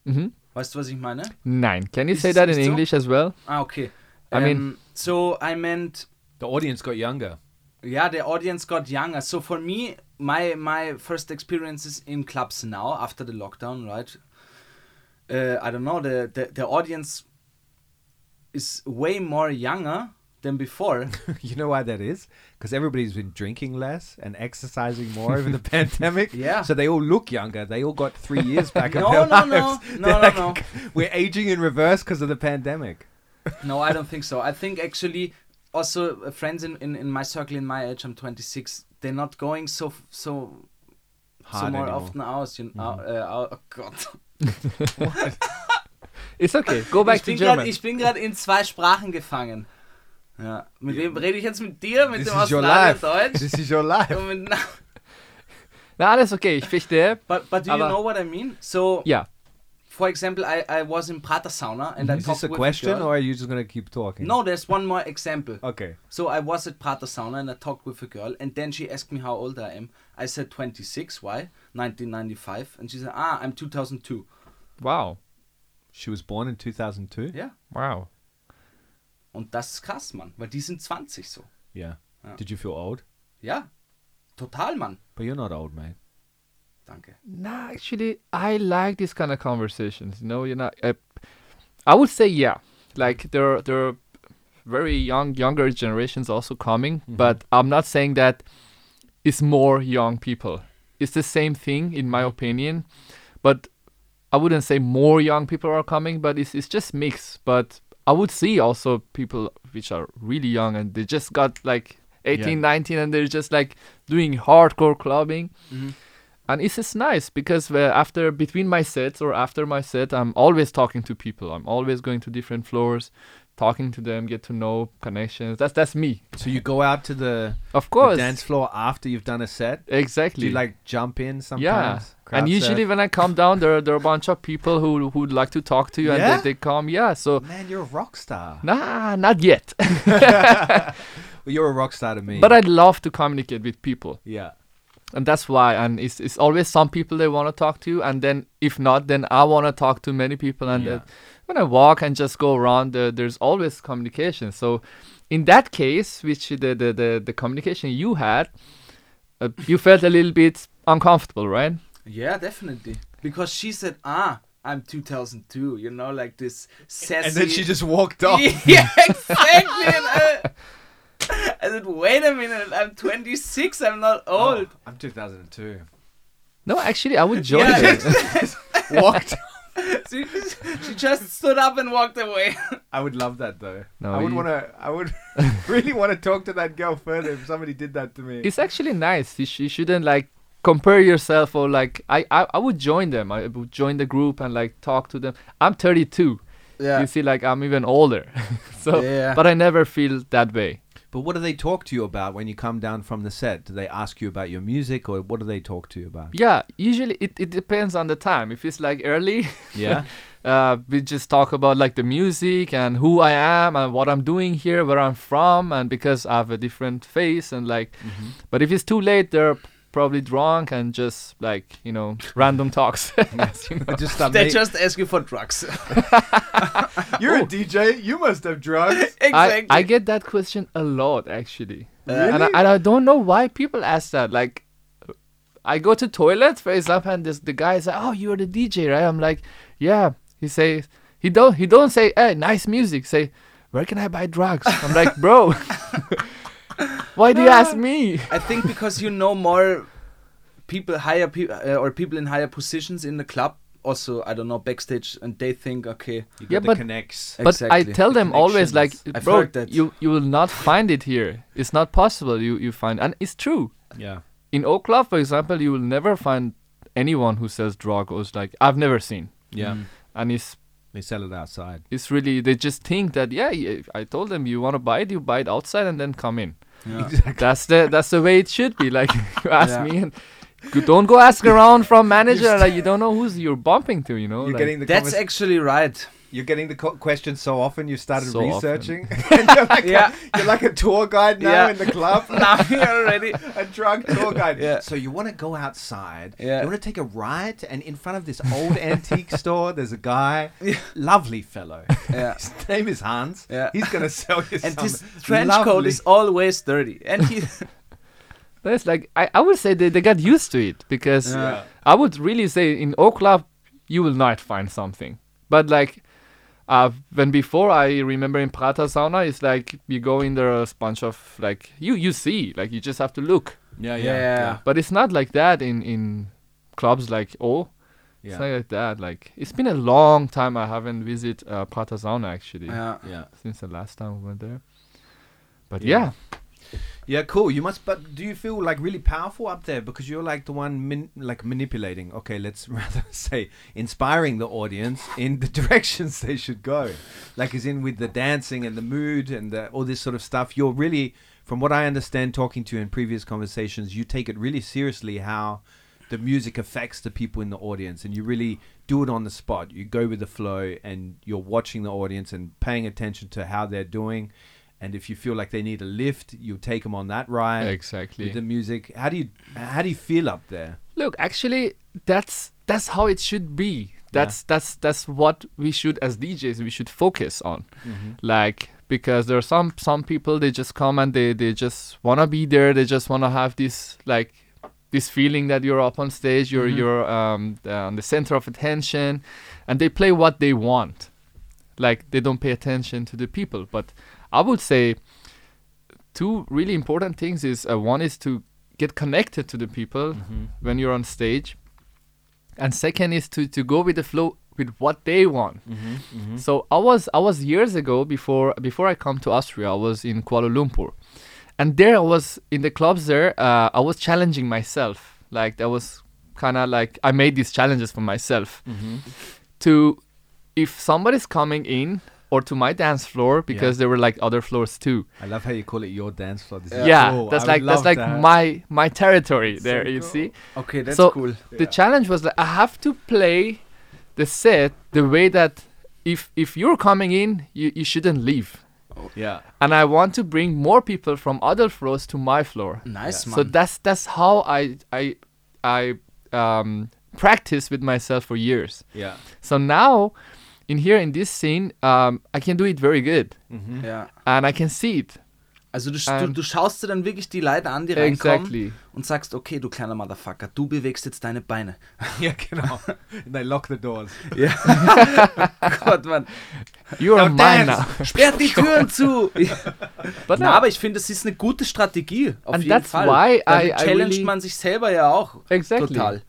Speaker 4: Mhm.
Speaker 2: Weißt du, was ich meine?
Speaker 4: Nine. Can you
Speaker 2: Is-
Speaker 4: say that in
Speaker 2: is so?
Speaker 4: English as well?
Speaker 2: Ah, okay. Ähm,
Speaker 4: I mean-
Speaker 2: so I meant
Speaker 3: The audience got younger.
Speaker 2: Yeah, the audience got younger. So for me, my my first experiences in clubs now after the lockdown, right? Uh, I don't know. The, the the audience is way more younger than before.
Speaker 3: you know why that is? Because everybody's been drinking less and exercising more over the pandemic.
Speaker 2: Yeah.
Speaker 3: So they all look younger. They all got three years back of
Speaker 2: no,
Speaker 3: their
Speaker 2: no,
Speaker 3: lives.
Speaker 2: no, no,
Speaker 3: They're
Speaker 2: no,
Speaker 3: like,
Speaker 2: no.
Speaker 3: We're aging in reverse because of the pandemic.
Speaker 2: No, I don't think so. I think actually, also uh, friends in, in, in my circle, in my age, I'm 26. They're not going so f- so so
Speaker 3: Hard
Speaker 2: more
Speaker 3: anymore. Mm-hmm.
Speaker 2: often out. You know, uh, uh, oh Gott.
Speaker 4: It's okay. Go back
Speaker 2: ich
Speaker 4: to
Speaker 2: bin grad-
Speaker 4: German.
Speaker 2: ich bin gerade in zwei Sprachen gefangen. Ja. Mit wem rede ich jetzt mit dir? Mit
Speaker 3: This
Speaker 2: dem
Speaker 3: is your life.
Speaker 2: Australier-Deutsch?
Speaker 3: This is your life.
Speaker 2: Und mit, na,
Speaker 4: Na, alles okay. Ich verstehe.
Speaker 2: but, but do you
Speaker 4: Aber-
Speaker 2: know what I mean? So,
Speaker 4: Yeah.
Speaker 2: for example, I, I was in Prater Sauna and I
Speaker 3: Is
Speaker 2: talked
Speaker 3: this a
Speaker 2: with
Speaker 3: question
Speaker 2: girl.
Speaker 3: or are you just going to keep talking?
Speaker 2: No, there's one more example.
Speaker 3: Okay.
Speaker 2: So I was at Prater Sauna and I talked with a girl, and then she asked me how old I am. I said 26. Why? 1995. And she said, Ah, I'm 2002.
Speaker 4: Wow.
Speaker 3: She was born in 2002?
Speaker 2: Ja.
Speaker 4: Wow.
Speaker 2: Und das ist krass, Mann, weil die sind 20 so.
Speaker 3: Yeah.
Speaker 2: Yeah.
Speaker 3: Did you feel old?
Speaker 2: Ja, total, Mann.
Speaker 3: But you're not old, mate.
Speaker 2: Danke.
Speaker 4: Nah, actually, I like this kind of conversations. You know, you know, I, I would say yeah. Like there, are, there are very young, younger generations also coming, but I'm not saying that it's more young people. It's the same thing, in
Speaker 3: Mm-hmm.
Speaker 4: my opinion, but I wouldn't say more young people are coming, but it's it's just mixed. But I would see also people which are really young and they just got like 18,
Speaker 3: Yeah.
Speaker 4: 19, and they're just like doing hardcore clubbing
Speaker 3: Mm-hmm.
Speaker 4: and it's just nice because uh, after between my sets or after my set i'm always talking to people i'm always going to different floors talking to them get to know connections that's that's me
Speaker 3: So you go out to the,
Speaker 4: of
Speaker 3: the
Speaker 4: course
Speaker 3: dance floor after you've done a set? Do
Speaker 4: exactly
Speaker 3: you like jump in sometimes?
Speaker 4: yeah
Speaker 3: Crowd
Speaker 4: and usually
Speaker 3: surf?
Speaker 4: when i come down there there are a bunch of people who who would like to talk to you
Speaker 3: Yeah?
Speaker 4: and they, they come yeah so
Speaker 3: Man, you're a rock star.
Speaker 4: nah not yet
Speaker 3: Well, you're a rock star to me.
Speaker 4: but i'd love to communicate with people
Speaker 3: Yeah.
Speaker 4: and that's why and it's, it's always some people they want to talk to and then if not then i want to talk to many people and
Speaker 3: Yeah.
Speaker 4: uh, when i walk and just go around uh, there's always communication so in that case which the the, the, the communication you had uh, you felt a little bit uncomfortable right
Speaker 2: Yeah, definitely. Because she said, "Ah, I'm 2002," you know, like this sassy.
Speaker 3: And then she just walked off.
Speaker 2: yeah, exactly. and I, I said, "Wait a minute, I'm 26. I'm not old."
Speaker 3: Oh, I'm 2002.
Speaker 4: no actually i would join
Speaker 2: Yeah.
Speaker 4: it
Speaker 3: walked.
Speaker 2: She, she just stood up and walked away.
Speaker 3: I would love that though.
Speaker 4: No,
Speaker 3: I would
Speaker 4: you-
Speaker 3: want to. I would really want to talk to that girl further if somebody did that to me.
Speaker 4: it's actually nice you, sh- you shouldn't like compare yourself or like I, I i would join them i would join the group and like talk to them i'm 32 you see like i'm even older so
Speaker 2: Yeah.
Speaker 4: but i never feel that way
Speaker 3: But what do they talk to you about when you come down from the set? Do they ask you about your music, or what do they talk to you about?
Speaker 4: yeah usually it, it depends on the time if it's like early
Speaker 3: Yeah.
Speaker 4: uh, we just talk about like the music and who i am and what i'm doing here where i'm from and because i have a different face and like but if it's too late they're probably drunk and just like you know random talks. as you know.
Speaker 3: I just start
Speaker 2: They
Speaker 3: ma-
Speaker 2: just ask you for drugs.
Speaker 3: You're a DJ. You must have drugs.
Speaker 4: I,
Speaker 2: exactly.
Speaker 4: I get that question a lot actually, Uh,
Speaker 2: Really?
Speaker 4: and, I, and I don't know why people ask that. Like, I go to toilet for example, and this, the guy is like, "Oh, you're the DJ, right?" I'm like, "Yeah." He says he don't he don't say, "Hey, nice music." Say, "Where can I buy drugs?" I'm like, "Bro, why do you ask me?"
Speaker 2: I think because you know more people, higher people, uh, or people in higher positions in the club. Also, I don't know backstage, and they think, okay,
Speaker 3: You
Speaker 4: Yeah,
Speaker 3: got the
Speaker 4: but- Uh,
Speaker 3: connects.
Speaker 4: But I
Speaker 2: exactly,
Speaker 4: tell
Speaker 2: the
Speaker 4: them always like,
Speaker 2: connections. I've
Speaker 4: "Bro,
Speaker 2: heard that.
Speaker 4: you you will not find it here. It's not possible. You you find and it's true."
Speaker 3: Yeah.
Speaker 4: in Oak Club, for example, you will never find anyone who sells drugs like I've never seen.
Speaker 3: Yeah.
Speaker 4: And it's
Speaker 3: They sell it outside.
Speaker 4: it's really they just think that yeah, y- I told them you want to buy it, you buy it outside and then come in.
Speaker 2: Yeah.
Speaker 4: That's the that's the way it should be. Like you ask
Speaker 2: Yeah.
Speaker 4: me and you don't go ask around from manager like you don't know who's you're bumping to. You know,
Speaker 3: You're
Speaker 4: like-
Speaker 3: getting the
Speaker 2: That's
Speaker 3: convers-
Speaker 2: actually right.
Speaker 3: you're getting the co- question so often you started
Speaker 4: So often.
Speaker 3: researching. and you're, like
Speaker 2: Yeah.
Speaker 3: a, you're like a tour guide now
Speaker 2: Yeah.
Speaker 3: in the club.
Speaker 2: now you're already.
Speaker 3: a drunk tour guide.
Speaker 2: Yeah.
Speaker 3: So you want to go outside.
Speaker 2: Yeah.
Speaker 3: You want to take a ride, and in front of this old antique store, there's a guy, lovely fellow.
Speaker 2: Yeah.
Speaker 3: His name is Hans.
Speaker 2: Yeah.
Speaker 3: He's gonna sell you
Speaker 2: And
Speaker 3: some
Speaker 2: his trench coat
Speaker 3: lovely-
Speaker 2: is always dirty. And he,
Speaker 4: That's like I, I would say they, they got used to it because
Speaker 3: Yeah.
Speaker 4: I would really say in O Club you will not find something. But like uh, when before I remember in Prata sauna it's like you go in there a bunch of like you you see like you just have to look.
Speaker 3: Yeah,
Speaker 2: yeah,
Speaker 4: But it's not like that in in clubs like O.
Speaker 3: yeah,
Speaker 4: It's not like that. Like it's been a long time I haven't visited uh, Prata sauna actually
Speaker 2: yeah.
Speaker 3: yeah,
Speaker 4: since the last time we went there. But
Speaker 3: Yeah.
Speaker 4: yeah.
Speaker 3: yeah. Cool. You must, but do you feel like really powerful up there because you're like the one min- like manipulating? Okay, let's rather say inspiring the audience in the directions they should go. Like, as in with the dancing and the mood and the, all this sort of stuff. You're really, from what I understand, talking to you in previous conversations, you take it really seriously how the music affects the people in the audience and you really do it on the spot you go with the flow and you're watching the audience and paying attention to how they're doing and if you feel like they need a lift you take them on that ride
Speaker 4: Exactly.
Speaker 3: with the music how do you how do you feel up there
Speaker 4: Look, actually, that's that's how it should be. That's that's that's what we should as DJs we should focus on. Like because there are some some people they just come and they they just wanna be there. They just wanna have this like this feeling that you're up on stage. You're you're um the, on the center of attention, and they play what they want. Like they don't pay attention to the people. But I would say two really important things is uh, one is to get connected to the people when you're on stage and second is to, to go with the flow with what they want so i was i was years ago before before i come to austria i was in kuala lumpur and there i was in the clubs there uh, i was challenging myself like i was kind of like i made these challenges for myself to if somebody's coming in or to my dance floor because there were like other floors too
Speaker 3: i love how you call it your dance floor this is
Speaker 4: yeah,
Speaker 3: cool.
Speaker 4: that's
Speaker 3: Oh, I would
Speaker 4: like that's
Speaker 3: love
Speaker 4: like
Speaker 3: that.
Speaker 4: my my territory there you see
Speaker 2: Okay, that's
Speaker 4: So-
Speaker 2: cool.
Speaker 4: the challenge was that i have to play the set the way that if if you're coming in you, you shouldn't leave
Speaker 3: yeah
Speaker 4: and i want to bring more people from other floors to my floor
Speaker 2: Nice, man.
Speaker 4: so that's that's how i i i um practice with myself for years
Speaker 3: yeah
Speaker 4: so now in here in this scene um i can do it very good
Speaker 2: ja.
Speaker 4: and i can see it
Speaker 2: Also du, sch- du,
Speaker 4: Ähm,
Speaker 2: du schaust dir dann wirklich die Leute an, die reinkommen
Speaker 4: exactly
Speaker 2: und sagst, okay, du kleiner Motherfucker, du bewegst jetzt deine Beine.
Speaker 3: yeah genau and they lock the doors
Speaker 2: Gott, Mann.
Speaker 4: you are
Speaker 3: Now dance.
Speaker 4: mine now
Speaker 2: Sperrt die Türen zu!
Speaker 4: but
Speaker 2: Na,
Speaker 4: no,
Speaker 2: aber ich finde, das ist eine gute Strategie. Auf
Speaker 4: And
Speaker 2: jeden
Speaker 4: that's
Speaker 2: Fall.
Speaker 4: why
Speaker 2: Damit
Speaker 4: I- I
Speaker 2: challenged
Speaker 4: really-
Speaker 2: man sich selber ja auch.
Speaker 4: Exactly.
Speaker 2: Total.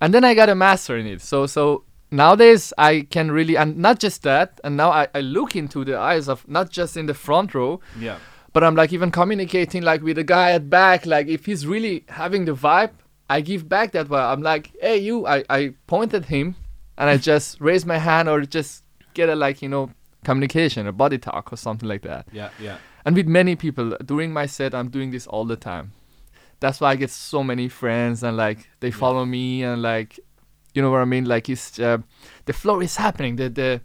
Speaker 4: and then I got a master in it. So so nowadays I can really and not just that, and now I, I look into the eyes of not just in the front row,
Speaker 3: yeah
Speaker 4: but I'm like even communicating like with the guy at back, like if he's really having the vibe, I give back that vibe. I'm like, hey you I, I point at him and I just raise my hand or just get a like, you know, communication or body talk or something like that.
Speaker 3: yeah yeah
Speaker 4: And with many people during my set, I'm doing this all the time. That's why I get so many friends and like they follow me and like, you know what I mean? Like it's uh, the flow is happening. The the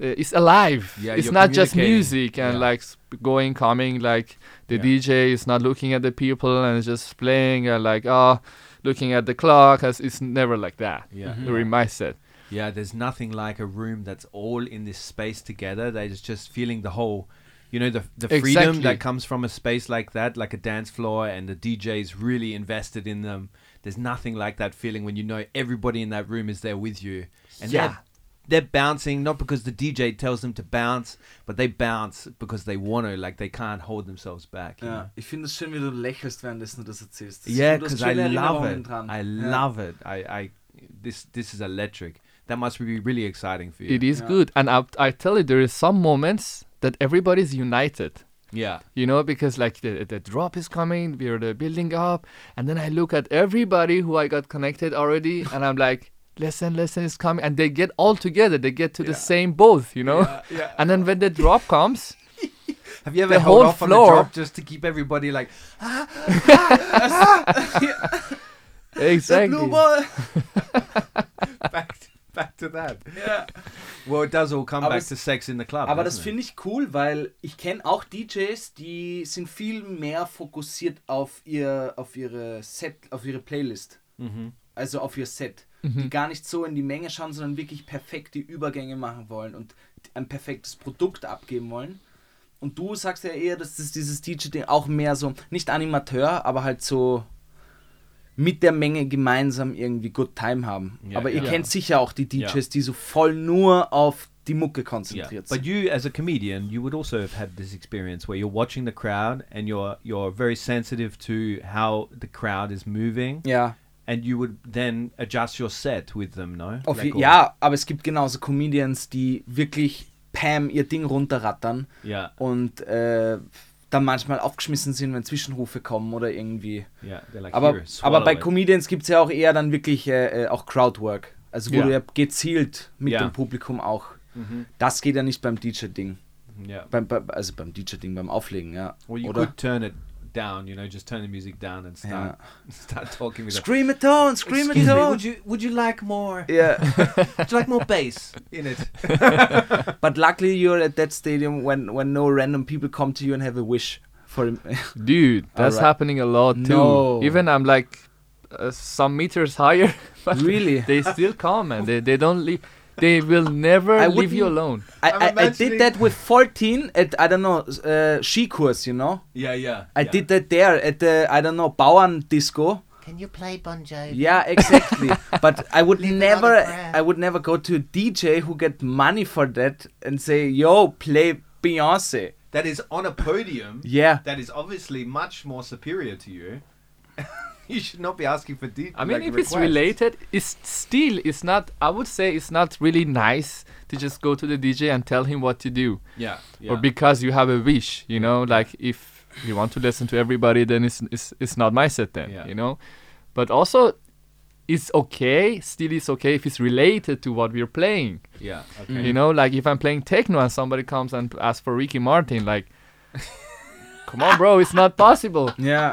Speaker 4: uh, is alive.
Speaker 1: Yeah,
Speaker 4: it's
Speaker 1: you're
Speaker 4: not just
Speaker 1: communicating.
Speaker 4: music and
Speaker 1: Yeah.
Speaker 4: like sp- going coming. Like the
Speaker 1: Yeah.
Speaker 4: DJ is not looking at the people and is just playing and like oh, looking at the clock. As it's never like that
Speaker 3: Yeah.
Speaker 4: during my set.
Speaker 3: Yeah, there's nothing like a room that's all in this space together. That is just feeling the whole, you know, the, the freedom
Speaker 4: Exactly.
Speaker 3: that comes from a space like that, like a dance floor, and the DJ's really invested in them. There's nothing like that feeling when you know everybody in that room is there with you. And
Speaker 4: Yeah.
Speaker 3: they're, they're bouncing, not because the DJ tells them to bounce, but they bounce because they want to, like they can't hold themselves back. you know?
Speaker 2: Ja, ich finde es schön, wie du lächelst, währenddessen du das erzählst. Das
Speaker 3: Yeah,
Speaker 2: du hast
Speaker 3: because I
Speaker 2: schöne
Speaker 3: love
Speaker 2: Erinnerungen
Speaker 3: it.
Speaker 2: Dran.
Speaker 3: I
Speaker 2: Ja.
Speaker 3: love it. I, I, this, this is electric. That must be really exciting for you.
Speaker 4: It is
Speaker 2: Yeah.
Speaker 4: good, and I, I tell you, there is some moments that everybody's united.
Speaker 3: Yeah.
Speaker 4: You know, because like the, the drop is coming, we're the building up, and then I look at everybody who I got connected already, and I'm like, listen, listen, it's coming, and they get all together, they get to the same boat, you know, and then when the drop comes,
Speaker 3: Uh, Have you ever
Speaker 4: The
Speaker 3: held
Speaker 4: whole
Speaker 3: off on
Speaker 4: floor.
Speaker 3: the drop just to keep everybody like?
Speaker 2: The
Speaker 4: exactly,
Speaker 2: Blue Ball.
Speaker 3: back, to, back to that.
Speaker 2: Ja.
Speaker 3: Well, it does all come
Speaker 2: Aber
Speaker 3: back
Speaker 2: es-
Speaker 3: to sex in the club.
Speaker 2: Aber das
Speaker 3: doesn't
Speaker 2: finde ich cool, weil ich kenne auch DJs, die sind viel mehr fokussiert auf ihr, auf ihre Set, auf ihre Playlist.
Speaker 3: Mhm.
Speaker 2: Also auf ihr Set. Die gar nicht so in die Menge schauen, sondern wirklich perfekt die Übergänge machen wollen und ein perfektes Produkt abgeben wollen. Und du sagst ja eher, dass das dieses DJ-Ding auch mehr so, nicht Animateur, aber halt so mit der Menge gemeinsam irgendwie Good Time haben.
Speaker 3: Ja,
Speaker 2: aber ihr
Speaker 4: ja.
Speaker 2: kennt sicher auch die DJs,
Speaker 3: Ja.
Speaker 2: die so voll nur auf die Mucke
Speaker 3: it? Yeah.
Speaker 2: konzentriert sind.
Speaker 3: But you, as a comedian, you would also have had this experience where you're watching the crowd and you're you're very sensitive to how the crowd is moving,
Speaker 2: Ja,
Speaker 3: and you would then adjust your set with them. No.
Speaker 2: auf
Speaker 3: Like,
Speaker 2: je,
Speaker 3: or-
Speaker 2: ja, aber es gibt genauso Comedians, die wirklich Pam ihr Ding runterrattern
Speaker 3: Yeah.
Speaker 2: und äh, dann manchmal aufgeschmissen sind, wenn Zwischenrufe kommen oder irgendwie.
Speaker 3: Yeah. They're like.
Speaker 2: Aber,
Speaker 3: "Here, swallow
Speaker 2: aber bei
Speaker 3: it."
Speaker 2: Comedians gibt es ja auch eher dann wirklich äh, äh, auch Crowdwork. Also wo
Speaker 3: Ja.
Speaker 2: du ja gezielt mit
Speaker 3: Ja.
Speaker 2: dem Publikum auch. Das geht ja nicht beim DJ-Ding.
Speaker 3: Mm-hmm. Yeah.
Speaker 2: Beim, beim, also beim DJ-Ding, beim Auflegen, ja.
Speaker 3: Well, you
Speaker 2: oder?
Speaker 3: could turn it down. You know, just turn the music down and start start talking with them.
Speaker 2: Scream it down, scream it
Speaker 3: Excuse me,
Speaker 2: down.
Speaker 3: would you would you like more?
Speaker 2: Yeah.
Speaker 3: Would you like more bass in it?
Speaker 2: But luckily you're at that stadium when, when no random people come to you and have a wish for him.
Speaker 4: dude, that's
Speaker 2: Alright.
Speaker 4: happening a lot too.
Speaker 2: No.
Speaker 4: Even I'm like uh, some meters higher, but
Speaker 2: really?
Speaker 4: they still come and they, they don't leave. They will never
Speaker 2: I
Speaker 4: leave you
Speaker 2: wouldn't-
Speaker 4: alone.
Speaker 2: I,
Speaker 3: I'm
Speaker 2: I, I
Speaker 3: imagining-
Speaker 2: did that with 14 at, I don't know, uh, Ski course, you know?
Speaker 3: Yeah, yeah.
Speaker 2: I did that there at the, I don't know, Bauern disco.
Speaker 5: Can you play Bon Jovi?
Speaker 2: Yeah, exactly. but I would
Speaker 5: Leave it on
Speaker 2: never,
Speaker 5: the ground.
Speaker 2: I would never go to a DJ who get money for that and say, yo, play Beyonce.
Speaker 3: That is on a podium.
Speaker 2: Yeah.
Speaker 3: That is obviously much more superior to you. you should not be asking for deep.
Speaker 4: I mean, if it's related, it's still it's not. I would say it's not really nice to just go to the DJ and tell him what to do,
Speaker 3: Yeah.
Speaker 4: or because you have a wish. You know, like if you want to listen to everybody, then it's it's, it's not my set then.
Speaker 3: Yeah.
Speaker 4: You know, but also it's okay. Still, it's okay if it's related to what we're playing.
Speaker 3: yeah.
Speaker 4: You know, like if I'm playing techno and somebody comes and asks for Ricky Martin, like. Come on, bro! It's not possible.
Speaker 2: Yeah.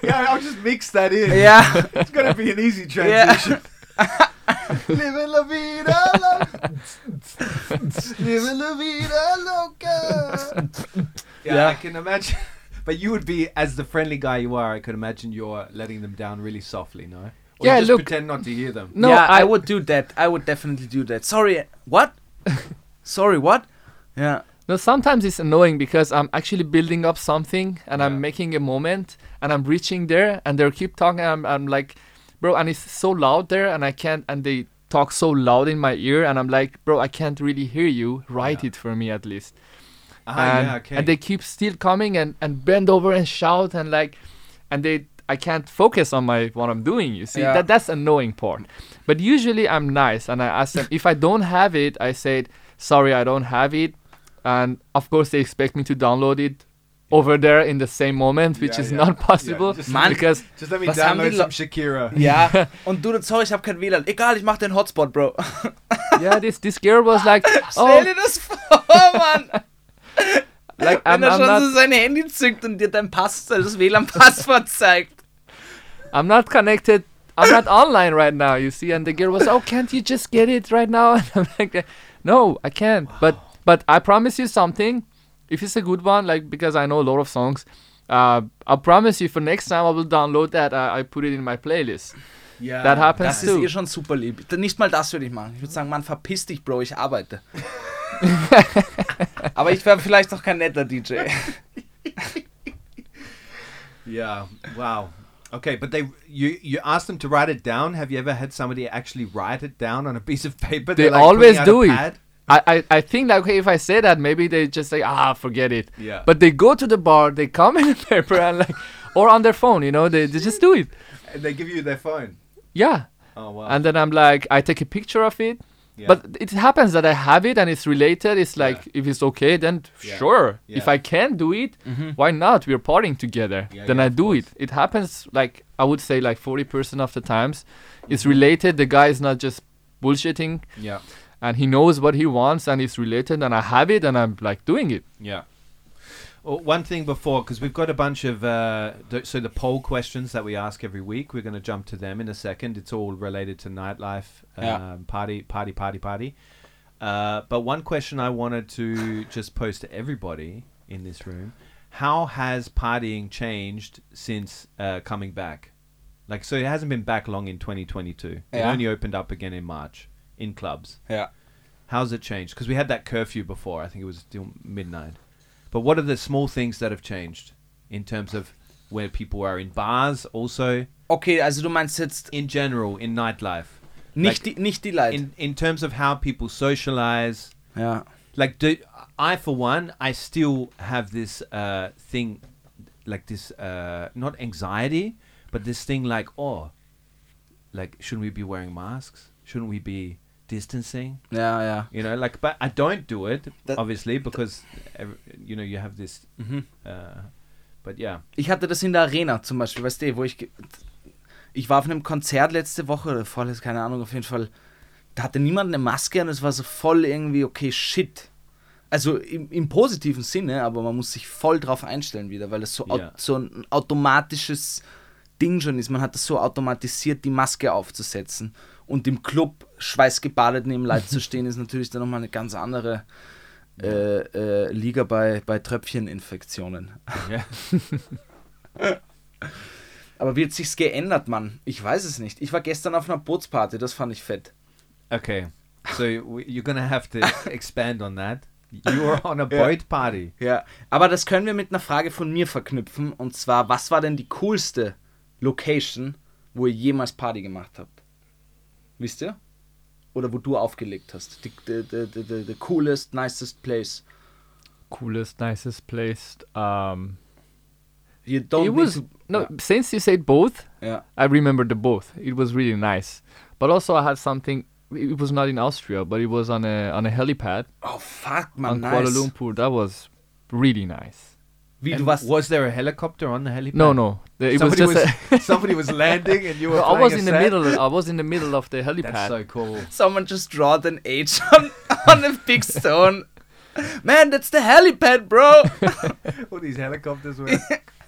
Speaker 3: yeah, I'll just mix that in.
Speaker 2: yeah.
Speaker 3: It's gonna be an easy
Speaker 2: Yeah.
Speaker 3: transition. Living la vida loca. Living la vida loca. Yeah,
Speaker 2: Yeah.
Speaker 3: I can imagine. But you would be, as the friendly guy you are, I could imagine you're letting them down really softly, no? Or
Speaker 4: Yeah,
Speaker 3: just
Speaker 4: look-
Speaker 3: pretend not to hear them.
Speaker 4: No,
Speaker 2: yeah, I,
Speaker 4: I-
Speaker 2: would do that. I would definitely do that. Sorry, what? Sorry, what? Yeah.
Speaker 4: No, sometimes it's annoying because I'm actually building up something and
Speaker 3: Yeah.
Speaker 4: I'm making a moment and I'm reaching there and they keep talking. And I'm, I'm like, bro, and it's so loud there and I can't, and they talk so loud in my ear and I'm like, bro, I can't really hear you. Write
Speaker 3: Yeah.
Speaker 4: it for me at least.
Speaker 3: Ah,
Speaker 4: and,
Speaker 3: yeah, okay.
Speaker 4: and they keep still coming and, and bend over and shout and like, and they, I can't focus on my what I'm doing. You see,
Speaker 2: Yeah.
Speaker 4: that that's annoying part. But usually I'm nice and I ask them if I don't have it, I said sorry, I don't have it, and of course they expect me to download it over there in the same moment, which
Speaker 3: Yeah,
Speaker 4: is
Speaker 3: yeah.
Speaker 4: not possible
Speaker 3: just-
Speaker 2: Man-
Speaker 4: because
Speaker 3: just let me
Speaker 2: Was haben
Speaker 3: download
Speaker 2: die
Speaker 3: some
Speaker 2: Lo-
Speaker 3: Shakira.
Speaker 2: Ja. Und du, sorry, ich habe kein WLAN. Egal, ich mach den Hotspot, Bro.
Speaker 4: yeah, this this girl was like,
Speaker 2: Stell
Speaker 4: oh,
Speaker 2: dir das vor, Mann.
Speaker 4: like
Speaker 2: Wenn
Speaker 4: I'm,
Speaker 2: er
Speaker 4: I'm
Speaker 2: schon
Speaker 4: not
Speaker 2: so sein Handy zückt und dir dein Pass, äh, das WLAN-Passwort zeigt.
Speaker 4: I'm not connected. I'm not online right now, you see. And the girl was, oh, can't you just get it right now? And I'm like, No, I can't. But but I promise you something. If it's a good one, like because I know a lot of songs, uh, I promise you for next time I will download that. uh, I, I put it in my playlist.
Speaker 2: Ja,
Speaker 4: That happens
Speaker 2: das ist
Speaker 4: too.
Speaker 2: ihr schon super lieb. Nicht mal das würde ich machen. Ich würde sagen, Mann, verpiss dich, Bro, ich arbeite. Aber ich wäre vielleicht auch kein netter DJ.
Speaker 3: Yeah. Wow. Okay, but they you you asked them to write it down. Have you ever had somebody actually write it down on a piece of paper?
Speaker 4: They
Speaker 3: They're, like,
Speaker 4: always
Speaker 3: pulling out a
Speaker 4: do it.
Speaker 3: pad?
Speaker 4: I, I, I think that okay, if I say that, maybe they just say, ah, forget it.
Speaker 3: Yeah.
Speaker 4: But they go to the bar, they come in the paper and like, or on their phone, you know, they, they just do it.
Speaker 3: And they give you their phone.
Speaker 4: Yeah.
Speaker 3: Oh wow.
Speaker 4: And then I'm like, I take a picture of it.
Speaker 3: Yeah.
Speaker 4: But it happens that I have it and it's related. It's like, if it's okay, then
Speaker 3: Yeah.
Speaker 4: sure. If
Speaker 3: Yeah. Mm-hmm.
Speaker 4: I can do it, why not? We're partying together.
Speaker 3: Yeah,
Speaker 4: then
Speaker 3: yeah,
Speaker 4: I
Speaker 3: of
Speaker 4: do it. It happens like, I would say, like 40% of the times.
Speaker 3: Mm-hmm.
Speaker 4: It's related. The guy is not just bullshitting
Speaker 3: yeah.
Speaker 4: and he knows what he wants and it's related and I have it and I'm like doing it.
Speaker 3: Yeah. Well, one thing before, because we've got a bunch of uh, th- so the poll questions that we ask every week. We're going to jump to them in a second. It's all related to nightlife, um,
Speaker 2: Yeah.
Speaker 3: party, party, party, party. Uh, but one question I wanted to just pose to everybody in this room: How has partying changed since uh, coming back? Like, so it hasn't been back long in 2022. It
Speaker 2: Yeah.
Speaker 3: only opened up again in March in clubs.
Speaker 2: Ja.
Speaker 3: How's it changed? Because we had that curfew before. I think it was still midnight. But what are the small things that have changed in terms of where people are in bars, also
Speaker 2: Okay, also du meinst jetzt
Speaker 3: in general in nightlife?
Speaker 2: nicht,
Speaker 3: Like,
Speaker 2: die, nicht die Leute.
Speaker 3: in in terms of how people socialize.
Speaker 2: ja.
Speaker 3: Like, do I for one, I still have this uh, thing, like this uh, not anxiety, but this thing like, oh, like shouldn't we be wearing masks? Shouldn't we be distancing?
Speaker 2: Ja, ja.
Speaker 3: You know, like, but I don't do it
Speaker 2: That-
Speaker 3: obviously because ev- you know you have this.
Speaker 4: Mm-hmm.
Speaker 3: Uh, but yeah,
Speaker 2: Ich hatte das in der Arena zum Beispiel, weißt du, wo ich. ge- Ich war auf einem Konzert letzte Woche oder vorletzte, keine Ahnung, auf jeden Fall. Da hatte niemand eine Maske und es war so voll irgendwie, okay, shit. Also im, im positiven Sinne, aber man muss sich voll drauf einstellen wieder, weil das so, au-
Speaker 3: Ja.
Speaker 2: so ein automatisches Ding schon ist. Man hat das so automatisiert, die Maske aufzusetzen. Und im Club schweißgebadet neben Leid zu stehen, ist natürlich dann nochmal eine ganz andere äh, äh, Liga bei, bei Tröpfcheninfektionen.
Speaker 3: yeah,
Speaker 2: Aber wird sich's geändert, Mann? Ich weiß es nicht. Ich war gestern auf einer Bootsparty, das fand ich fett.
Speaker 3: okay. So w- you're gonna have to expand on that. You were on a boat party.
Speaker 2: Ja. Aber das können wir mit einer Frage von mir verknüpfen. Und zwar, was war denn die coolste Location, wo ihr jemals Party gemacht habt? Wisst ihr? Oder wo du aufgelegt hast? Die, the, the, the, the, the coolest, nicest place.
Speaker 4: Coolest, nicest place. Um,
Speaker 2: You don't
Speaker 4: it
Speaker 2: need
Speaker 4: was
Speaker 2: to-
Speaker 4: no. Since you said both,
Speaker 2: Ja.
Speaker 4: I remember the both. It was really nice. But also I had something. It was not in Austria, but it was on a on a helipad
Speaker 2: Oh fuck, man,
Speaker 4: on Kuala
Speaker 2: nice.
Speaker 4: Lumpur. That was really nice.
Speaker 2: Wie, du
Speaker 3: And
Speaker 2: warst...
Speaker 3: was there a helicopter on the helipad?
Speaker 4: No, no, the- it
Speaker 3: somebody
Speaker 4: was just.
Speaker 3: somebody was landing and you
Speaker 4: a,
Speaker 3: were.
Speaker 4: No, I was
Speaker 3: playing
Speaker 4: in
Speaker 3: a
Speaker 4: the
Speaker 3: set?
Speaker 4: middle. I was in the middle of the helipad.
Speaker 3: That's so cool.
Speaker 2: Someone just drawed an H on, on a big stone. Man, that's the helipad, bro.
Speaker 3: All these helicopters were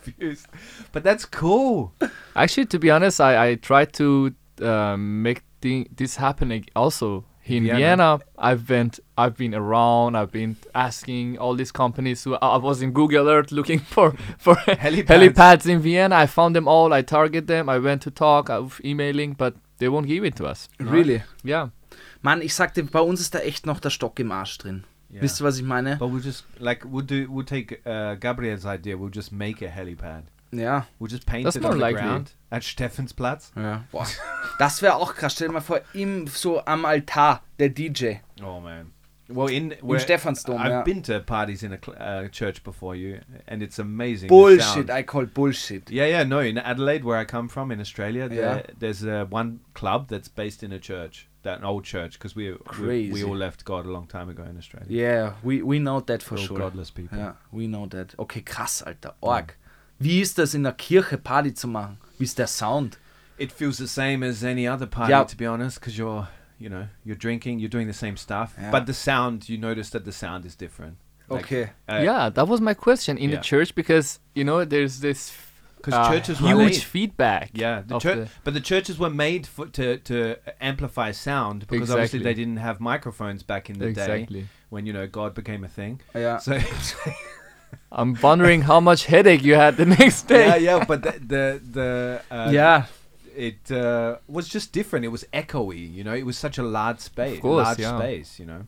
Speaker 3: confused, but that's cool.
Speaker 4: Actually, to be honest, I, I tried to um, make thi- this happen ag- also in
Speaker 3: Vienna.
Speaker 4: Vienna. I've been I've been around. I've been asking all these companies. Who, I I was in Google Earth looking for for
Speaker 3: Helipads.
Speaker 4: helipads in Vienna. I found them all. I target them. I went to talk. I was emailing, but they won't give it to us.
Speaker 2: really?
Speaker 4: Yeah.
Speaker 2: Mann, ich sagte, bei uns ist da echt noch der Stock im Arsch drin.
Speaker 3: Yeah.
Speaker 2: Wisst ihr, was ich meine?
Speaker 3: But we'll just like we'll do. We'll take uh, Gabriel's idea. We'll just make a helipad.
Speaker 2: Ja.
Speaker 3: We'll just paint
Speaker 4: That's
Speaker 3: it
Speaker 4: more
Speaker 3: on the
Speaker 4: likely.
Speaker 3: ground at Steffensplatz.
Speaker 2: ja. Boah. Das wäre auch krass. Stell dir mal vor, im, so am Altar, der DJ.
Speaker 3: Oh man. Well, in where-
Speaker 2: Stephansdom,
Speaker 3: I've
Speaker 2: yeah.
Speaker 3: been to parties in a cl- uh, church before you, and it's amazing. the
Speaker 2: Bullshit,
Speaker 3: sound.
Speaker 2: I call Bullshit.
Speaker 3: yeah, yeah, no. In Adelaide, where I come from, in Australia, there,
Speaker 2: Yeah.
Speaker 3: there's uh, one club that's based in a church, that an old church, because we, we we
Speaker 2: Crazy.
Speaker 3: all left God a long time ago in Australia.
Speaker 2: Yeah, we, we know that for
Speaker 3: We're all
Speaker 2: sure.
Speaker 3: godless people.
Speaker 2: Ja, we know that. Okay, krass, Alter. Org. Wie ist das in der Kirche Party zu machen? Wie ist der Sound?
Speaker 3: It feels the same as any other party,
Speaker 2: Yeah.
Speaker 3: to be honest, because you're you know you're drinking, you're doing the same stuff,
Speaker 2: Yeah.
Speaker 3: but the sound you notice that the sound is different. Like,
Speaker 2: Okay.
Speaker 3: uh,
Speaker 4: yeah, that was my question in
Speaker 3: yeah.
Speaker 4: the church because you know there's this
Speaker 3: because
Speaker 4: uh,
Speaker 3: churches were
Speaker 4: huge
Speaker 3: made.
Speaker 4: feedback.
Speaker 3: Yeah, the
Speaker 4: of
Speaker 3: chur-
Speaker 4: the-
Speaker 3: but the churches were made for, to to amplify sound because obviously
Speaker 4: Exactly.
Speaker 3: they didn't have microphones back in the day
Speaker 4: exactly.
Speaker 3: when you know God became a thing.
Speaker 2: Ja.
Speaker 3: So
Speaker 4: I'm wondering how much headache you had the next day.
Speaker 3: yeah, yeah, but the the, the uh,
Speaker 2: ja,
Speaker 3: it uh, was just different. It was echoey, you know. It was such a large space,
Speaker 4: course,
Speaker 3: large
Speaker 4: yeah.
Speaker 3: space, you know.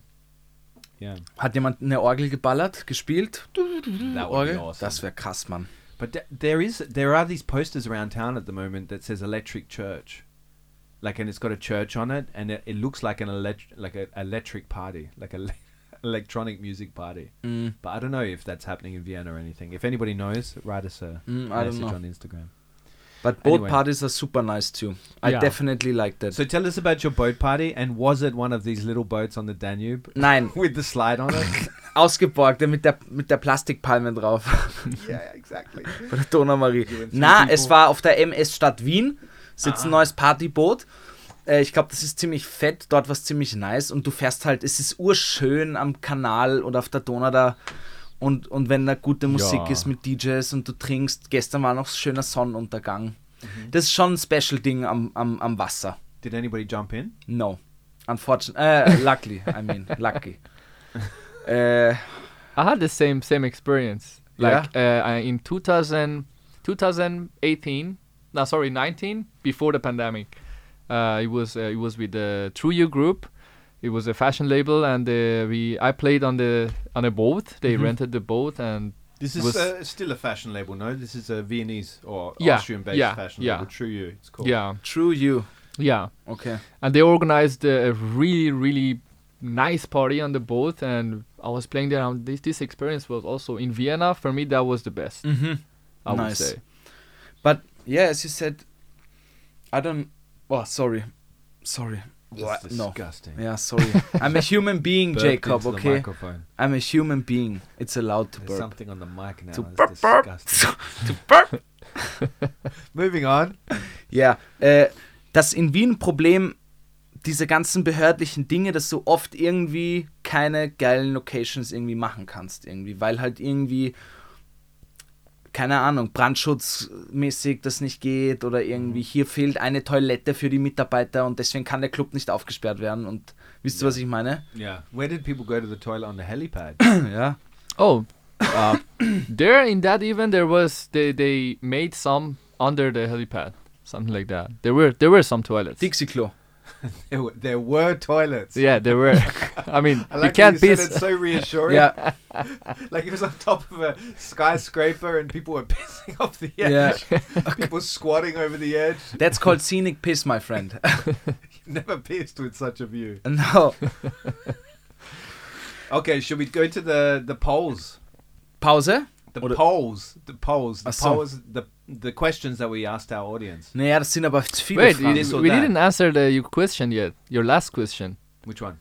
Speaker 3: Yeah,
Speaker 2: hat jemand eine Orgel geballert, gespielt? Mm-hmm.
Speaker 3: that would be
Speaker 2: Orgel?
Speaker 3: awesome.
Speaker 2: Das wäre krass, Mann.
Speaker 3: But th- there is there are these posters around town at the moment that says electric church, like, and it's got a church on it, and it, it looks like an elect- like a electric party, like a le- electronic music party.
Speaker 2: Mm.
Speaker 3: But I don't know if that's happening in Vienna or anything. If anybody knows, write us a
Speaker 2: Mm, I don't
Speaker 3: message
Speaker 2: know.
Speaker 3: on Instagram.
Speaker 2: But both
Speaker 3: Anyway.
Speaker 2: parties are super nice too. I
Speaker 4: Ja.
Speaker 2: definitely like that.
Speaker 3: So tell us about your boat party, and was it one of these little boats on the Danube
Speaker 2: Nein,
Speaker 3: with the slide on it?
Speaker 2: ausgeborgt, mit der, mit der Plastikpalme drauf.
Speaker 3: yeah, exactly.
Speaker 2: Bei der Donaumarie.
Speaker 3: and three
Speaker 2: Na,
Speaker 3: people.
Speaker 2: es war auf der MS Stadt Wien, sitzt ein neues Partyboot. Äh, Ich glaube, das ist ziemlich fett, dort war es ziemlich nice und du fährst halt, es ist urschön am Kanal oder auf der Donau da und, und wenn da gute Musik ist mit DJs und du trinkst, gestern war noch schöner Sonnenuntergang. Das ist schon ein Special-Ding am, am, am Wasser.
Speaker 3: Did anybody jump in?
Speaker 2: No. Unfortunately. Äh, luckily, I mean, lucky. äh,
Speaker 4: I had the same same experience. Like uh, I, in 2000, 2018, no sorry 19 before the pandemic. Uh, it was uh, it was with the True You group. It was a fashion label, and uh, we I played on the on a boat. They rented the boat, and
Speaker 3: This is
Speaker 4: was-
Speaker 3: uh, still a fashion label, no? This is a Viennese or
Speaker 4: Yeah,
Speaker 3: Austrian-based
Speaker 4: yeah,
Speaker 3: fashion
Speaker 4: yeah.
Speaker 3: label. True You, it's called.
Speaker 4: yeah,
Speaker 2: true you.
Speaker 4: yeah.
Speaker 2: Okay.
Speaker 4: and they organized a a really really nice party on the boat and i was playing there and this, this experience was also in vienna for me that was the best i
Speaker 2: Nice.
Speaker 4: would say
Speaker 2: But yeah, as you said, I don't. Oh, sorry, sorry.
Speaker 3: That's
Speaker 2: No.
Speaker 3: disgusting.
Speaker 2: Yeah, sorry. I'm a human being,
Speaker 3: Burped
Speaker 2: Jacob.
Speaker 3: into the
Speaker 2: Okay,
Speaker 3: microphone.
Speaker 2: I'm a human being. It's allowed to
Speaker 3: There's
Speaker 2: burp.
Speaker 3: something on the mic now.
Speaker 2: To
Speaker 3: That's
Speaker 2: burp, burp.
Speaker 3: disgusting. Moving on.
Speaker 2: Ja, äh, das in Wien Problem, diese ganzen behördlichen Dinge, dass du oft irgendwie keine geilen Locations irgendwie machen kannst, irgendwie, weil halt irgendwie, keine Ahnung, brandschutzmäßig das nicht geht oder irgendwie hier fehlt eine Toilette für die Mitarbeiter und deswegen kann der Club nicht aufgesperrt werden und wisst ihr, was ich meine?
Speaker 3: Yeah. Where did people go to the toilet on the helipad?
Speaker 2: ja.
Speaker 4: oh uh, there in that event there was they they made some under the helipad something like that there were there were some toilets
Speaker 2: Dixie-Klo.
Speaker 3: there, were, there were toilets.
Speaker 4: yeah there were i mean
Speaker 3: I like
Speaker 4: you can't
Speaker 3: how you
Speaker 4: be
Speaker 3: said it's so reassuring.
Speaker 2: Ja,
Speaker 3: Like it was on top of a skyscraper and people were pissing off the edge.
Speaker 2: ja.
Speaker 3: People squatting over the edge.
Speaker 2: That's called scenic piss, my friend.
Speaker 3: Never pissed with such a view.
Speaker 2: no.
Speaker 3: Okay, should we go to the, the polls?
Speaker 2: Pause?
Speaker 3: The
Speaker 2: Oder-
Speaker 3: polls, the polls, the
Speaker 2: Ach so.
Speaker 3: polls, the the questions that we asked our audience.
Speaker 2: Naja, das sind aber viele
Speaker 4: wait
Speaker 2: Fragen.
Speaker 4: we
Speaker 3: This or that.
Speaker 4: didn't answer the your question yet your last question
Speaker 3: Which one?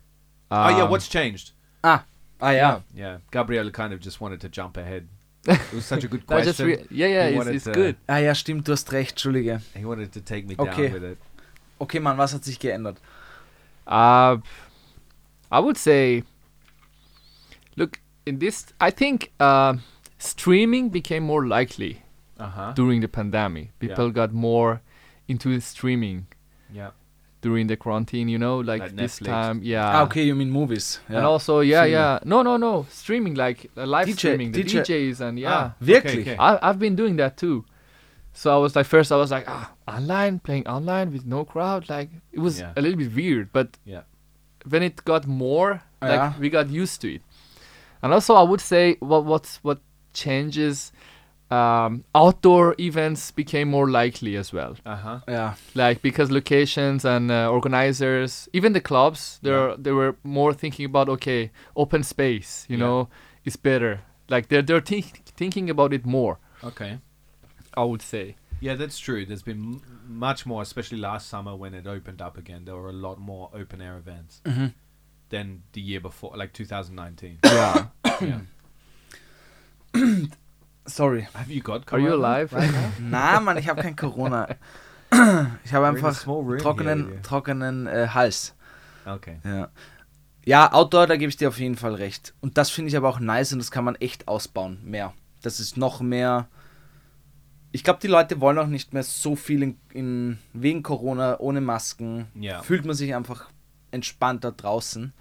Speaker 3: oh yeah,
Speaker 4: Um,
Speaker 3: what's changed?
Speaker 2: Ah, ah ja.
Speaker 3: Yeah, Gabrielle kind of just wanted to jump ahead. It was such a good
Speaker 4: I
Speaker 3: question.
Speaker 4: just re- yeah yeah
Speaker 3: He
Speaker 4: it's,
Speaker 3: wanted
Speaker 4: it's
Speaker 3: to-
Speaker 4: good
Speaker 2: Ah ja, stimmt, du hast recht, Entschuldige.
Speaker 3: he wanted to take me
Speaker 2: Okay.
Speaker 3: down with it.
Speaker 2: Okay, Mann, was hat sich geändert?
Speaker 4: Uh, I would say, look, in this, I think uh, streaming became more likely
Speaker 3: Uh huh.
Speaker 4: during the pandemic.
Speaker 3: Yeah.
Speaker 4: People got more into streaming
Speaker 3: Yeah.
Speaker 4: during the quarantine, you know, like,
Speaker 3: Like
Speaker 4: this
Speaker 3: Netflix.
Speaker 4: time. Yeah.
Speaker 2: Ah, okay, you mean movies.
Speaker 4: And
Speaker 2: Ja.
Speaker 4: also, yeah,
Speaker 2: Streaming.
Speaker 4: yeah. No, no, no. Streaming, like uh, live
Speaker 2: DJ,
Speaker 4: streaming, the
Speaker 2: DJ.
Speaker 4: DJs, and yeah.
Speaker 3: Ah,
Speaker 2: Wirklich?
Speaker 3: okay, okay.
Speaker 4: I, I've been doing that too. So I was like, first I was like, ah, online playing online with no crowd, like it was
Speaker 3: Yeah.
Speaker 4: a little bit weird. But
Speaker 3: Yeah.
Speaker 4: when it got more, like
Speaker 2: Yeah.
Speaker 4: we got used to it. And also, I would say what what's what changes. Um, outdoor events became more likely as well,
Speaker 3: Uh huh.
Speaker 2: Ja,
Speaker 4: like because locations and uh, organizers, even the clubs, they are they were more thinking about okay, open space, you
Speaker 3: Yeah.
Speaker 4: know, is better. Like they're they're think thinking about it more.
Speaker 3: Okay.
Speaker 4: I would say.
Speaker 3: Yeah, that's true. There's been m- much more, especially last summer when it opened up again. There were a lot more open air events
Speaker 4: Mm-hmm.
Speaker 3: than the year before, like 2019.
Speaker 4: Yeah.
Speaker 3: yeah.
Speaker 2: sorry.
Speaker 3: Have you got?
Speaker 4: Are you
Speaker 3: corona?
Speaker 4: alive?
Speaker 2: Na, Mann, ich habe kein Corona. Ich habe
Speaker 3: in a
Speaker 2: einfach
Speaker 3: small room
Speaker 2: trockenen,
Speaker 3: here.
Speaker 2: trockenen äh, Hals.
Speaker 3: Okay.
Speaker 2: Ja. ja, Outdoor, da gebe ich dir auf jeden Fall recht. Und das finde ich aber auch nice und das kann man echt ausbauen, mehr. Das ist noch mehr ich glaube, die Leute wollen auch nicht mehr so viel in, in wegen Corona, ohne Masken.
Speaker 3: Ja.
Speaker 2: Fühlt man sich einfach entspannter draußen.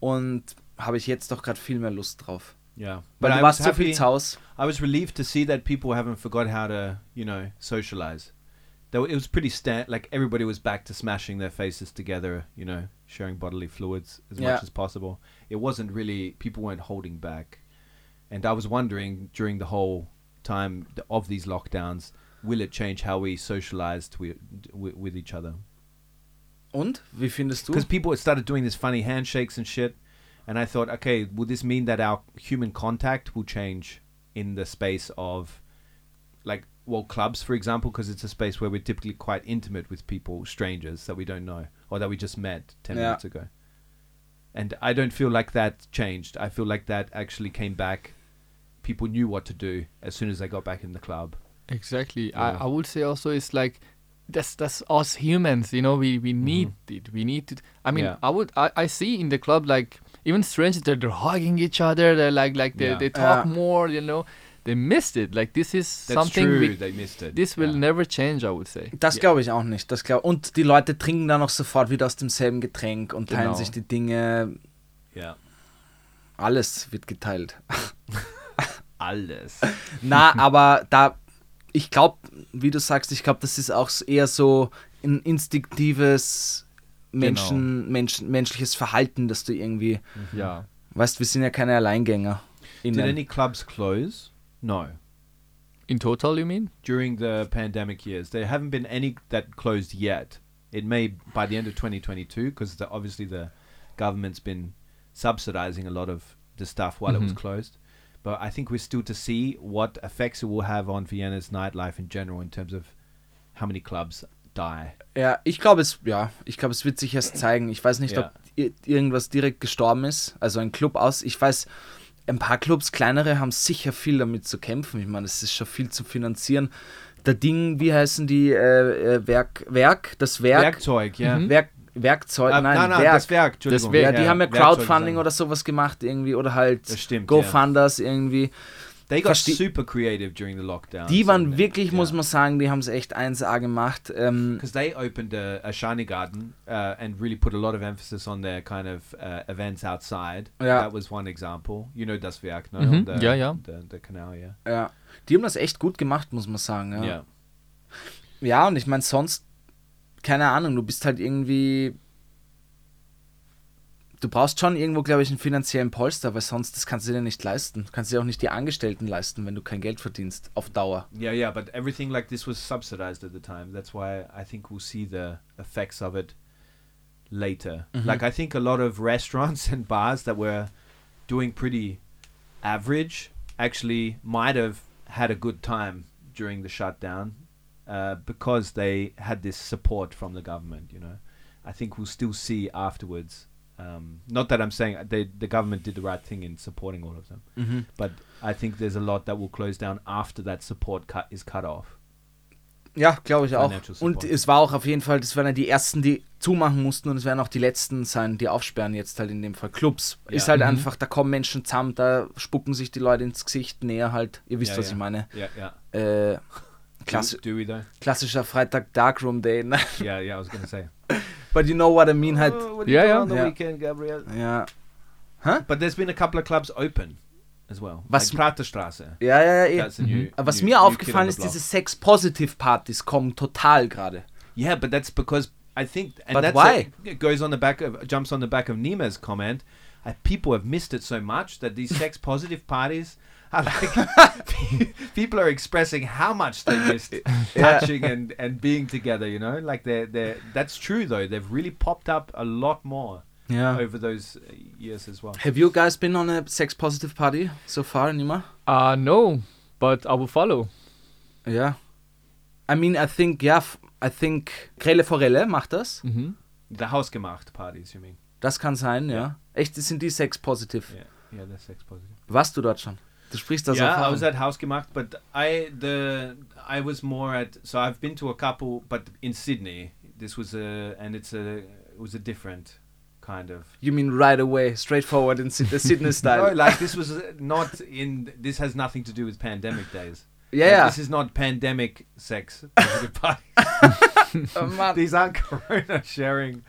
Speaker 2: Und habe ich jetzt doch gerade viel mehr Lust drauf.
Speaker 3: Yeah.
Speaker 2: Weil
Speaker 3: I
Speaker 2: du warst
Speaker 3: was
Speaker 2: so viel
Speaker 3: happy-
Speaker 2: zu Hause.
Speaker 3: I was relieved to see that people haven't forgot how to, you know, socialize. Though it was pretty sta- like everybody was back to smashing their faces together, you know, sharing bodily fluids as
Speaker 2: Yeah.
Speaker 3: much as possible. It wasn't really people weren't holding back, and I was wondering during the whole time th- of these lockdowns, will it change how we socialized wi- d- wi- with each other?
Speaker 2: Und? Wie findest du?
Speaker 3: because people started doing this funny handshakes and shit and i thought okay will this mean that our human contact will change in the space of like well clubs for example because it's a space where we're typically quite intimate with people strangers that we don't know or that we just met 10
Speaker 2: Yeah.
Speaker 3: minutes ago and i don't feel like that changed i feel like that actually came back people knew what to do as soon as they got back in the club
Speaker 4: Exactly.
Speaker 3: Yeah.
Speaker 4: I, I would say also it's like that's that's us humans, you know, we, we need it. We need it. I mean
Speaker 3: Mm-hmm. Yeah.
Speaker 4: I would I, I see in the club like even strangers that they're hugging each other, they're like like they,
Speaker 3: Yeah.
Speaker 4: they talk
Speaker 2: Yeah.
Speaker 4: more, you know. They missed it. Like this is
Speaker 3: that's
Speaker 4: something
Speaker 3: true
Speaker 4: we,
Speaker 3: they missed it
Speaker 4: this will
Speaker 3: Yeah.
Speaker 4: never change, I would say.
Speaker 2: Das glaube ich auch nicht. Das glaub, und die Leute trinken dann auch sofort wieder aus demselben Getränk und teilen
Speaker 4: Genau.
Speaker 2: sich die Dinge.
Speaker 3: yeah
Speaker 2: Alles wird geteilt.
Speaker 3: alles
Speaker 2: Na, aber da, ich glaube, wie du sagst, ich glaube, das ist auch s- eher so ein instinktives Menschen, Menschen, menschliches Verhalten, dass du irgendwie,
Speaker 4: Yeah.
Speaker 2: weißt, wir sind ja keine Alleingänger.
Speaker 3: did any clubs close no
Speaker 4: In total you mean?
Speaker 3: during the pandemic years. There haven't been any that closed yet. It may by the end of 2022 because the, obviously the government's been subsidizing a lot of the stuff while it was closed. But I think we're still to see what effects it will have on Vienna's nightlife in general in terms of how many clubs die.
Speaker 2: Ja, ich glaube es, ja, ich glaube es wird sich erst zeigen. Ich weiß nicht,
Speaker 3: Ja.
Speaker 2: ob i- irgendwas direkt gestorben ist, also ein Club aus. Ich weiß, ein paar Clubs, kleinere, haben sicher viel damit zu kämpfen. Ich meine, es ist schon viel zu finanzieren. Der Ding, wie heißen die äh, äh, Werk, Werk, das Werk,
Speaker 3: Werkzeug, yeah.
Speaker 2: Werk Werkzeug,
Speaker 3: Hm? Ah,
Speaker 2: nein,
Speaker 3: nein, nein,
Speaker 2: Werk.
Speaker 3: das Werk, Entschuldigung.
Speaker 2: Ja, die
Speaker 3: Ja,
Speaker 2: haben ja
Speaker 3: Werkzeug
Speaker 2: Crowdfunding
Speaker 3: sagen.
Speaker 2: oder sowas gemacht irgendwie oder halt
Speaker 3: Das stimmt,
Speaker 2: GoFunders irgendwie.
Speaker 3: They got
Speaker 2: Verste-
Speaker 3: super creative during the lockdown.
Speaker 2: Die
Speaker 3: so-
Speaker 2: waren wirklich, muss
Speaker 3: yeah.
Speaker 2: man sagen, die haben es echt 1A gemacht. Ähm,
Speaker 3: because they opened a, a shiny garden uh, and really put a lot of emphasis on their kind of uh, events outside.
Speaker 2: Yeah.
Speaker 3: That was one example. You know Das Werk, no?
Speaker 4: Mhm.
Speaker 3: The,
Speaker 4: Yeah, yeah.
Speaker 3: The, the canal, yeah.
Speaker 2: ja. Die haben das echt gut gemacht, muss man sagen.
Speaker 3: Yeah.
Speaker 2: Ja, und ich meine, sonst, keine Ahnung, du bist halt irgendwie. Du brauchst schon irgendwo, glaube ich, einen finanziellen Polster, weil sonst das kannst du dir nicht leisten. Du kannst dir auch nicht die Angestellten leisten, wenn du kein Geld verdienst, auf Dauer.
Speaker 3: Yeah, yeah, but everything like this was subsidized at the time. That's why I think we'll see the effects of it later. Like I think a lot of restaurants and bars that were doing pretty average actually might have had a good time during the shutdown uh, because they had this support from the government. You know, I think we'll still see afterwards. Um, not that I'm saying they, the government did the right thing in supporting all of them,
Speaker 4: Mm-hmm.
Speaker 3: but I think there's a lot that will close down after that support cut is cut off.
Speaker 2: Ja, glaube ich auch.
Speaker 3: Financial support.
Speaker 2: Und es war auch auf jeden Fall, das waren ja die ersten, die zumachen mussten und es werden auch die letzten sein, die aufsperren jetzt halt in dem Fall. Clubs.
Speaker 3: Ja. Mhm.
Speaker 2: Ist halt einfach, da kommen Menschen zusammen, da spucken sich die Leute ins Gesicht näher halt. Ihr wisst,
Speaker 3: Ja,
Speaker 2: was
Speaker 3: ja.
Speaker 2: ich meine.
Speaker 3: Yeah, yeah.
Speaker 2: Äh,
Speaker 3: Class-
Speaker 2: klassi
Speaker 3: do, we though?
Speaker 2: klassischer Freitag Darkroom Day. Ne?
Speaker 3: Yeah, yeah. I was gonna say.
Speaker 2: But you know Oh, what I mean halt.
Speaker 4: you Yeah, doing yeah. on
Speaker 2: the Yeah. Ja.
Speaker 3: But there's been a couple of clubs open as well.
Speaker 2: Was-
Speaker 3: like Praterstraße.
Speaker 2: Ja, ja, ja, eh.
Speaker 3: That's a new.
Speaker 2: Aber was
Speaker 3: new-
Speaker 2: mir
Speaker 3: new
Speaker 2: aufgefallen
Speaker 3: kid
Speaker 2: ist,
Speaker 3: on the block.
Speaker 2: diese Sex-Positive-Partys kommen total gerade.
Speaker 3: Yeah, but that's because I think. And
Speaker 2: But
Speaker 3: that's
Speaker 2: why?
Speaker 3: It, it goes on the back of jumps on the back of Nima's comment. Uh, people have missed it so much that these sex positive parties are like people are expressing how much they missed touching and, and being together. You know, like they're they are that's true though. They've really popped up a lot more
Speaker 2: Ja.
Speaker 3: over those uh, years as well.
Speaker 2: Have you guys been on a Sex-Positive-Party so far, Nima?
Speaker 4: Uh no, but I will follow.
Speaker 2: Ja. I mean, I think, ja, f- I think Grelle Forelle macht das.
Speaker 4: Mhm.
Speaker 3: The hausgemacht parties, you mean?
Speaker 2: Das kann sein, ja. Echt, das sind die Sex-Positive.
Speaker 3: Yeah, yeah, that's sex positive.
Speaker 2: Warst du dort schon? Du sprichst das
Speaker 3: yeah, I
Speaker 2: auch
Speaker 3: was at Hausgemacht, but I the I was more at so I've been to a couple, but in Sydney this was a and it's a it was a different kind of.
Speaker 2: You mean right away, straightforward in Syd- Sydney-Style.
Speaker 3: uh, No, like this was not in. This has nothing to do with pandemic days.
Speaker 2: Ja,
Speaker 3: Like,
Speaker 2: ja.
Speaker 3: This is not pandemic sex. positive party.
Speaker 2: Oh Mann.
Speaker 3: These aren't corona sharing.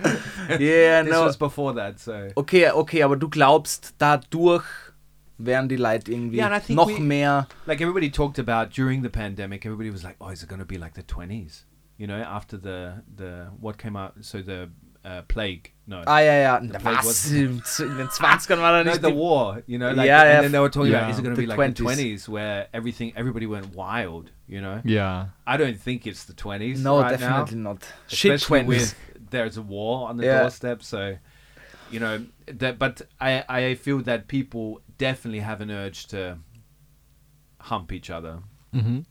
Speaker 2: Yeah,
Speaker 3: This
Speaker 2: no.
Speaker 3: was before that, so.
Speaker 2: Okay, okay, aber du glaubst, dadurch werden die Leute irgendwie
Speaker 3: Yeah, and I think
Speaker 2: noch
Speaker 3: we-
Speaker 2: mehr.
Speaker 3: Like everybody talked about during the pandemic, everybody was like, "Oh, is it going to be like the 20s?" You know, after the the what came out, so the uh, plague. No,
Speaker 2: Ah, ja, ja.
Speaker 3: The plague
Speaker 2: Was?
Speaker 3: was-
Speaker 2: In den 20ern war da
Speaker 3: no,
Speaker 2: nicht.
Speaker 3: the
Speaker 2: die-
Speaker 3: war. You know, like,
Speaker 2: Yeah,
Speaker 3: and
Speaker 2: yeah,
Speaker 3: then they were talking about
Speaker 4: yeah.
Speaker 3: is it going to be
Speaker 2: The
Speaker 3: like
Speaker 2: 20s.
Speaker 3: the 20s where everything everybody went wild. You know,
Speaker 4: Yeah.
Speaker 3: I don't think it's the 20s.
Speaker 2: no,
Speaker 3: right now.
Speaker 2: definitely not. Shit
Speaker 3: Especially
Speaker 2: 20s.
Speaker 3: with- there's a war on the
Speaker 2: Yeah.
Speaker 3: doorstep, so you know that. But I I feel that people definitely have an urge to hump each other,
Speaker 4: Mm-hmm.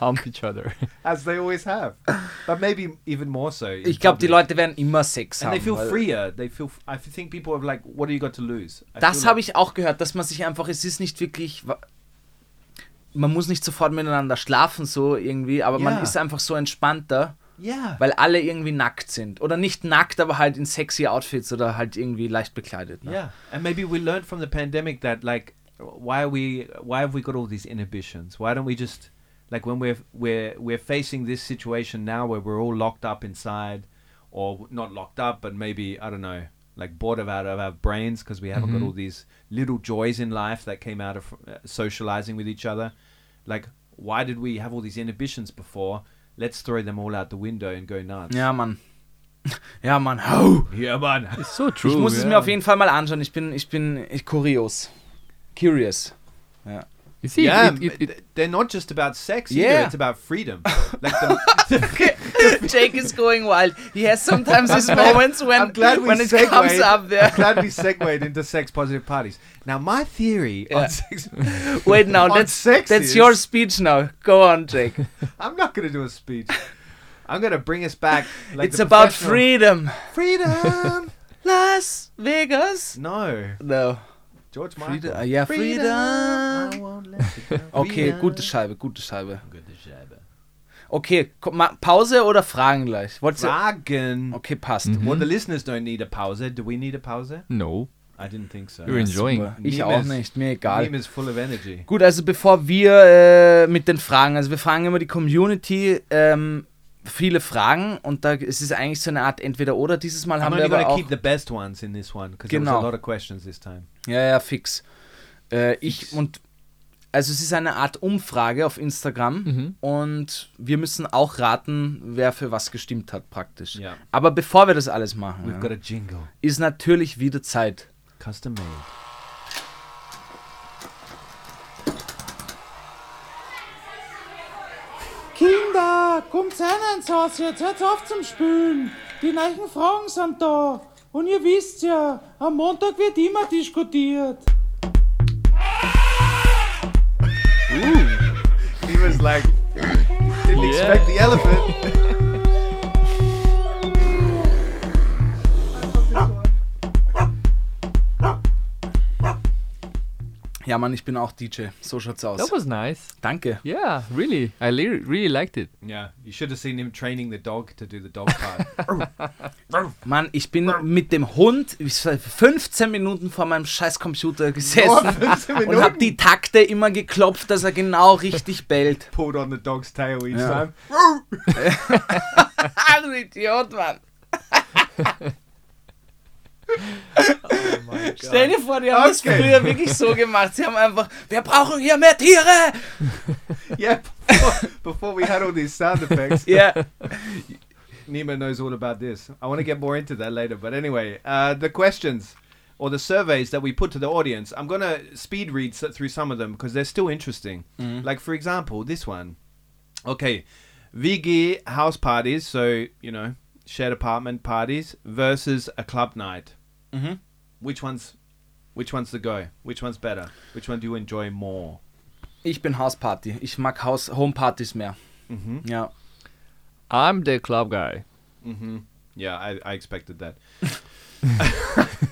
Speaker 4: Hump each other.
Speaker 3: as they always have, but maybe even more so. in
Speaker 2: Ich glaube, die
Speaker 3: public.
Speaker 2: Leute werden immer Sex
Speaker 3: And
Speaker 2: haben.
Speaker 3: they feel
Speaker 2: weil-
Speaker 3: freer. They feel. f- I think people are like, what do you got to lose? I
Speaker 2: Das
Speaker 3: feel
Speaker 2: habe ich auch gehört, dass man sich einfach, es ist nicht wirklich, wa- man muss nicht sofort miteinander schlafen, so irgendwie, aber man
Speaker 3: Ja.
Speaker 2: ist einfach so entspannter,
Speaker 3: like- Yeah.
Speaker 2: weil alle irgendwie nackt sind. Oder nicht nackt, aber halt in sexy Outfits oder halt irgendwie leicht bekleidet. Ne?
Speaker 3: Yeah, and maybe we learned from the pandemic that like, why are we why have we got all these inhibitions? Why don't we just like when we're we're we're facing this situation now where we're all locked up inside, or not locked up, but maybe I don't know, like bored of out of our brains because we haven't got all these little joys in life that came out of uh, socializing with each other. Like, why did we have all these inhibitions before? Let's throw them all out the window and go nuts.
Speaker 2: Ja, Mann. Ja, Mann. Hau!
Speaker 3: yeah, man.
Speaker 4: It's so true.
Speaker 2: Ich
Speaker 3: Oh,
Speaker 2: muss es
Speaker 4: yeah.
Speaker 2: mir auf jeden Fall mal anschauen. Ich bin, ich bin ich, kurios. Curious.
Speaker 4: You see,
Speaker 3: yeah,
Speaker 4: it, it, it,
Speaker 3: they're not just about sex.
Speaker 2: Yeah.
Speaker 3: either. it's about freedom. Like the,
Speaker 2: Jake is going wild. He has sometimes his moments when,
Speaker 3: I'm glad we
Speaker 2: when it
Speaker 3: segued.
Speaker 2: comes up there.
Speaker 3: I'm glad we segued into sex positive parties. Now, my theory
Speaker 2: Yeah.
Speaker 3: on sex,
Speaker 2: Wait now,
Speaker 3: on
Speaker 2: that's,
Speaker 3: sex
Speaker 2: that's
Speaker 3: is-
Speaker 2: your speech now. Go on, Jake.
Speaker 3: I'm not going to do a speech. I'm going to bring us back. Like
Speaker 2: it's
Speaker 3: the
Speaker 2: about
Speaker 3: professional-
Speaker 2: freedom.
Speaker 3: freedom.
Speaker 2: Las Vegas.
Speaker 3: no,
Speaker 2: No.
Speaker 3: George Michael.
Speaker 2: Freedom. Ah, Ja, freedom.
Speaker 3: I won't let it go.
Speaker 2: Okay,
Speaker 3: Freedom.
Speaker 2: gute Scheibe, gute Scheibe.
Speaker 3: Gute Scheibe.
Speaker 2: Okay, komm, ma- Pause oder Fragen gleich? Wollt's ihr-
Speaker 3: Fragen.
Speaker 2: Okay, Hmm? passt.
Speaker 3: Well, the listeners don't need a pause. Do we need a pause?
Speaker 4: no,
Speaker 3: I didn't think so.
Speaker 4: you're enjoying.
Speaker 2: Super. Ich
Speaker 3: Neem
Speaker 2: auch
Speaker 3: ist-
Speaker 2: nicht, mir egal.
Speaker 3: Team is full of energy.
Speaker 2: Gut, also bevor wir äh, mit den Fragen, also wir fragen immer die Community ähm, viele Fragen und da es ist eigentlich so eine Art Entweder-Oder. Dieses Mal
Speaker 3: I'm
Speaker 2: haben wir
Speaker 3: only
Speaker 2: aber
Speaker 3: gonna
Speaker 2: auch,
Speaker 3: keep the best ones in this one because there was
Speaker 2: Genau.
Speaker 3: a lot of questions this time.
Speaker 2: ja, ja, fix. Äh, ich und also es ist eine Art Umfrage auf Instagram
Speaker 3: Mhm.
Speaker 2: und wir müssen auch raten, wer für was gestimmt hat praktisch.
Speaker 3: Ja.
Speaker 2: Aber bevor wir das alles machen,
Speaker 3: We've
Speaker 2: ja,
Speaker 3: got a jingle,
Speaker 2: ist natürlich wieder Zeit.
Speaker 3: custom made.
Speaker 5: Kinder, kommt rein ins Haus jetzt, hört auf zum Spülen. Die neuen Fragen sind da. Und ihr wisst ja, am Montag wird immer diskutiert.
Speaker 3: He was like, didn't expect the elephant.
Speaker 2: Ja, Mann, ich bin auch DJ. So schaut's aus.
Speaker 4: That was nice.
Speaker 2: Danke.
Speaker 4: Yeah, really. I le- really liked it.
Speaker 3: Yeah, you should have seen him training the dog to do the dog part.
Speaker 2: Mann, ich bin mit dem Hund ich war 15 Minuten vor meinem scheiß Computer gesessen und hab die Takte immer geklopft, dass er genau richtig bellt.
Speaker 3: pulled on the dog's tail each
Speaker 2: Yeah.
Speaker 3: time.
Speaker 2: Ah, du Idiot, Mann. Stell dir vor, die haben das
Speaker 3: Oh Okay.
Speaker 2: früher wirklich so gemacht. Sie haben einfach, wir brauchen hier mehr Tiere.
Speaker 3: Yeah, before, before we had all these sound effects.
Speaker 2: Ja,
Speaker 3: Nima knows all about this. I want to get more into that later. But anyway, uh, the questions or the surveys that we put to the audience, I'm going to speed read s- through some of them because they're still interesting. Like, for example, this one. Okay, VG house parties, so, you know, shared apartment parties versus a club night.
Speaker 2: Mhm.
Speaker 3: Which one's. Which one's the go? Which one's better? Which one do you enjoy more?
Speaker 2: ich bin Hausparty. Ich mag Haus Homepartys mehr.
Speaker 3: Mhm.
Speaker 2: Ja.
Speaker 4: I'm the club guy.
Speaker 3: Mm-hmm. Yeah, I, I expected that.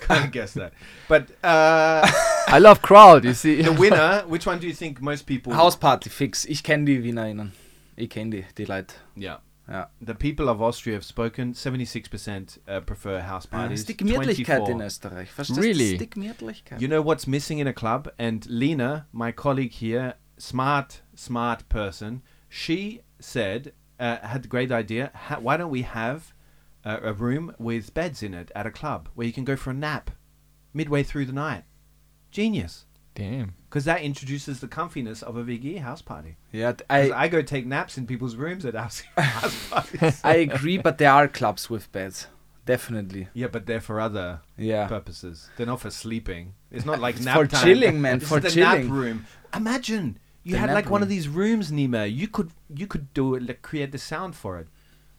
Speaker 3: kind of guessed that. But uh,
Speaker 4: I love crowd. You see.
Speaker 3: the winner, which one do you think most people?
Speaker 2: Hausparty fix. Ich kenne die WienerInnen. Ich kenne die, die Leute.
Speaker 3: Yeah.
Speaker 2: Ja.
Speaker 3: The people of Austria have spoken. Seventy-six percent uh, prefer house
Speaker 2: Ah, Das
Speaker 3: parties.
Speaker 2: ist die Gemütlichkeit
Speaker 3: 24.
Speaker 2: in Österreich. Verstehst du? Das
Speaker 4: Really?
Speaker 2: ist die Gemütlichkeit.
Speaker 3: You know what's missing in a club? And Lena, my colleague here, smart, smart person, she said, uh, had a great idea. Ha- why don't we have uh, a room with beds in it at a club where you can go for a nap midway through the night? Genius.
Speaker 4: Damn.
Speaker 3: Because that introduces the comfiness of a VGE house party.
Speaker 2: Yeah, d-
Speaker 3: 'Cause
Speaker 2: I,
Speaker 3: I go take naps in people's rooms at house, house parties.
Speaker 2: I agree, but there are clubs with beds. Definitely.
Speaker 3: yeah, but they're for other
Speaker 2: Yeah.
Speaker 3: purposes. They're not for sleeping. It's not like
Speaker 2: It's
Speaker 3: nap
Speaker 2: for
Speaker 3: time.
Speaker 2: chilling, man,
Speaker 3: This
Speaker 2: for
Speaker 3: is the
Speaker 2: chilling.
Speaker 3: nap room. Imagine you
Speaker 2: The
Speaker 3: had
Speaker 2: nap
Speaker 3: like one of
Speaker 2: room.
Speaker 3: these rooms, Nima. You could you could do it, like, create the sound for it.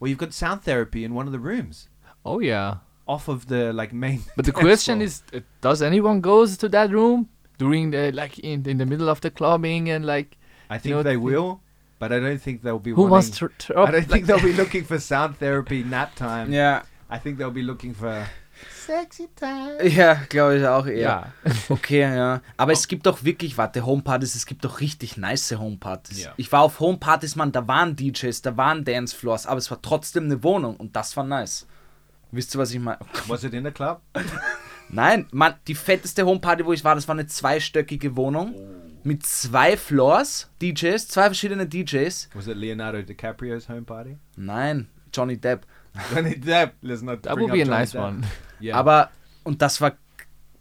Speaker 3: Well, you've got sound therapy in one of the rooms
Speaker 4: Oh yeah.
Speaker 3: off of the like main.
Speaker 4: But the
Speaker 3: dance
Speaker 4: question
Speaker 3: floor.
Speaker 4: is, uh, does anyone goes to that room during the like in in the middle of the clubbing and like
Speaker 3: I think
Speaker 4: you know,
Speaker 3: they
Speaker 4: the-
Speaker 3: will, but I don't think they'll be.
Speaker 4: who wants
Speaker 3: wanting-
Speaker 4: to? to oh,
Speaker 3: I don't think they'll be looking for sound therapy nap time.
Speaker 2: Ja,
Speaker 3: I think they'll be looking for.
Speaker 5: Sexy time.
Speaker 2: ja glaube ich auch eher.
Speaker 4: yeah.
Speaker 2: Okay, ja. Aber es gibt auch wirklich, warte, Homepartys, es gibt auch richtig nice Homepartys.
Speaker 3: Ja.
Speaker 2: Ich war auf Homepartys, man, da waren DJs, da waren Dancefloors, aber es war trotzdem eine Wohnung und das war nice. Wisst ihr, was ich meine?
Speaker 3: Was it in the club?
Speaker 2: Nein, Mann, die fetteste Homeparty, wo ich war, das war eine zweistöckige Wohnung mit zwei Floors, DJs, zwei verschiedene DJs.
Speaker 3: Was it Leonardo DiCaprio's home party?
Speaker 2: Nein, Johnny Depp.
Speaker 3: Johnny Depp. Let's not.
Speaker 4: That
Speaker 3: bring
Speaker 4: would be a
Speaker 3: up Johnny
Speaker 4: nice
Speaker 3: Depp.
Speaker 4: one.
Speaker 3: Yeah.
Speaker 2: Aber, und das war,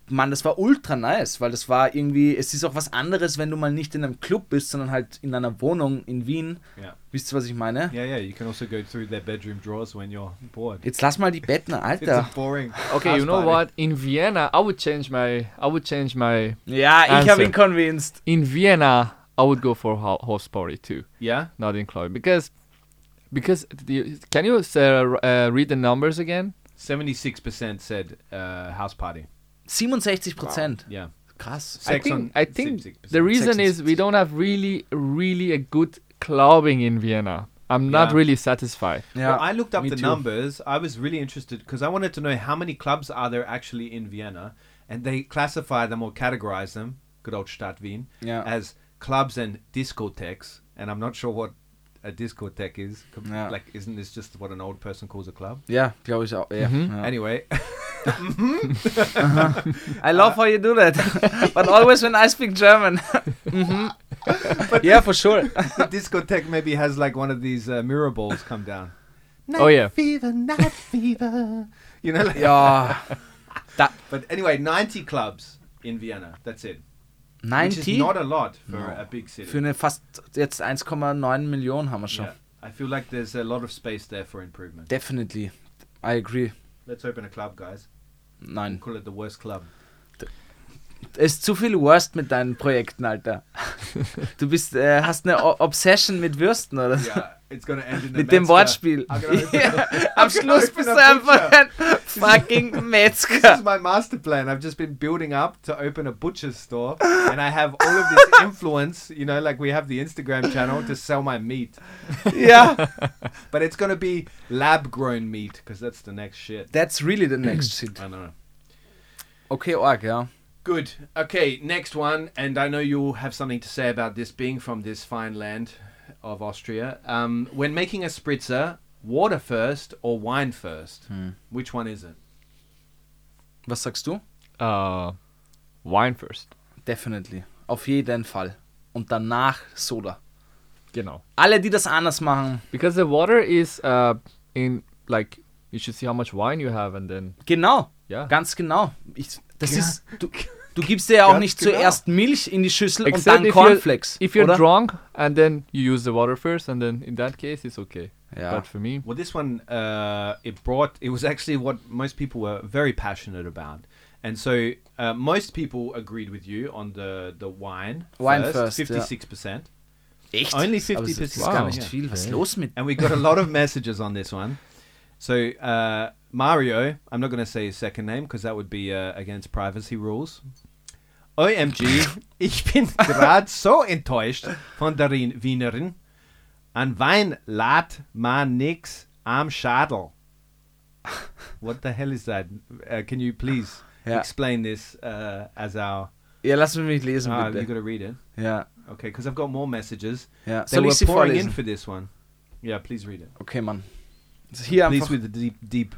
Speaker 2: Mann, das war ultra nice, weil das war irgendwie, es ist auch was anderes, wenn du mal nicht in einem Club bist, sondern halt in einer Wohnung in Wien.
Speaker 3: Yeah.
Speaker 2: Wisst ihr, was ich meine?
Speaker 3: Yeah, yeah. You can also go through their bedroom drawers when you're bored.
Speaker 2: Jetzt lass mal die Betten,
Speaker 3: It's a
Speaker 2: Alter.
Speaker 3: boring.
Speaker 4: Okay, you
Speaker 3: house
Speaker 4: know
Speaker 3: party.
Speaker 4: what? In Vienna, I would change my. I would change my.
Speaker 2: Ja, ich
Speaker 4: Answer.
Speaker 2: habe ihn convinced.
Speaker 4: In Vienna, I would go for ho- house party too,
Speaker 3: Yeah.
Speaker 4: not in club, because, because the, can you uh, uh, read the numbers again?
Speaker 3: Seventy-six percent said uh, house party.
Speaker 2: 67 Prozent.
Speaker 3: Yeah.
Speaker 2: Krass.
Speaker 4: I
Speaker 3: Sex
Speaker 4: think
Speaker 3: on-
Speaker 4: I think
Speaker 3: 66%.
Speaker 4: the reason
Speaker 2: Sex
Speaker 4: is we don't have really really a good clubbing in Vienna. I'm not
Speaker 3: Yeah.
Speaker 4: really satisfied.
Speaker 3: well, I looked up
Speaker 2: me
Speaker 3: the
Speaker 2: too.
Speaker 3: numbers. I was really interested because I wanted to know how many clubs are there actually in Vienna, and they classify them or categorize them. Good old Stadt Wien
Speaker 2: Yeah.
Speaker 3: as clubs and discotheques, and I'm not sure what a discotheque is. Com-
Speaker 2: Yeah.
Speaker 3: Like, isn't this just what an old person calls a club?
Speaker 2: Ja, glaube ich auch. Ja. ja.
Speaker 3: Anyway,
Speaker 2: I love how you do that. But always when I speak German. Mhm. yeah, for sure.
Speaker 3: the discotheque maybe has like one of these uh, mirror balls come down.
Speaker 4: Oh, yeah.
Speaker 3: fever, night fever. You know, like,
Speaker 2: Ja. Da,
Speaker 3: but anyway, 90 clubs in Vienna. That's it. Which is
Speaker 2: 90
Speaker 3: not a lot for
Speaker 2: No.
Speaker 3: a big city.
Speaker 2: für eine fast jetzt 1,9 Millionen haben wir schon.
Speaker 3: Yeah. I feel like there's a lot of space there for improvement.
Speaker 2: Definitely. I agree.
Speaker 3: Let's open a club, guys.
Speaker 2: Nein.
Speaker 3: Call it the worst club.
Speaker 2: Es ist zu viel Worst mit deinen Projekten, Alter. Du bist, äh, hast eine O- Obsession mit Würsten, oder? so.
Speaker 3: Yeah, it's gonna end in a
Speaker 2: Mit dem
Speaker 3: Metzger.
Speaker 2: genau, Wortspiel. Ah,
Speaker 3: I'm gonna open
Speaker 2: Ja, Am Schluss
Speaker 3: open
Speaker 2: bist
Speaker 3: a
Speaker 2: du einfach
Speaker 3: butcher.
Speaker 2: ein fucking
Speaker 3: This is
Speaker 2: Metzger.
Speaker 3: my master plan. I've just been building up to open a butcher's store, and I have all of this influence. You know, like we have the Instagram channel to sell my meat,
Speaker 2: Ja.
Speaker 3: but it's gonna be lab-grown meat because that's the next shit.
Speaker 2: That's really the next shit.
Speaker 3: I know.
Speaker 2: Okay, Org, ja.
Speaker 3: Good. Okay, next one, and I know you'll have something to say about this being from this fine land of Austria. Um, when making a spritzer, water first or wine first? Which one is it?
Speaker 2: Was sagst du?
Speaker 4: Uh, wine first.
Speaker 2: Definitely. Auf jeden Fall. Und danach Soda.
Speaker 4: You know,
Speaker 2: Alle, die das anders machen,
Speaker 4: because the water is uh in like you should see how much wine you have and then
Speaker 2: genau.
Speaker 4: yeah.
Speaker 2: Ganz genau. Ich, das ist. Du, du gibst dir ja auch
Speaker 3: Ganz
Speaker 2: nicht
Speaker 3: genau.
Speaker 2: zuerst Milch in die Schüssel und
Speaker 4: Except
Speaker 2: dann
Speaker 4: if you're,
Speaker 2: Cornflakes.
Speaker 4: if you're
Speaker 2: oder?
Speaker 4: drunk and then you use the water first and then in that case it's okay.
Speaker 2: Ja.
Speaker 4: But for me,
Speaker 3: Well, this one uh, it brought it was actually what most people were very passionate about, and so uh, most people agreed with you on the the wine.
Speaker 2: Wine first, yeah.
Speaker 3: fifty six percent,
Speaker 2: Echt?
Speaker 3: only
Speaker 2: Aber
Speaker 3: fifty
Speaker 2: es ist
Speaker 3: percent.
Speaker 4: Wow.
Speaker 2: gar nicht viel. Was ist los mit.
Speaker 3: And we got a lot of messages on this one. So uh, Mario, I'm not going to say his second name because that would be uh, against privacy rules. OMG, ich bin gerade so enttäuscht von der Rien- Wienerin. An Wein lad man nix am Schadel. What the hell is that? Uh, can you please
Speaker 2: Yeah.
Speaker 3: explain this uh, as our...
Speaker 2: Ja, lass mich lesen,
Speaker 3: Ah, you
Speaker 2: bitte.
Speaker 3: got to read it.
Speaker 2: Ja,
Speaker 3: Okay, because I've got more messages.
Speaker 2: ja.
Speaker 3: They
Speaker 2: Soll
Speaker 3: were
Speaker 2: ich sie
Speaker 3: pouring in
Speaker 2: vorlesen?
Speaker 3: for this one. Yeah, please read it.
Speaker 2: Okay, Mann. Hier
Speaker 3: Please
Speaker 2: einfach.
Speaker 3: with the deep, deep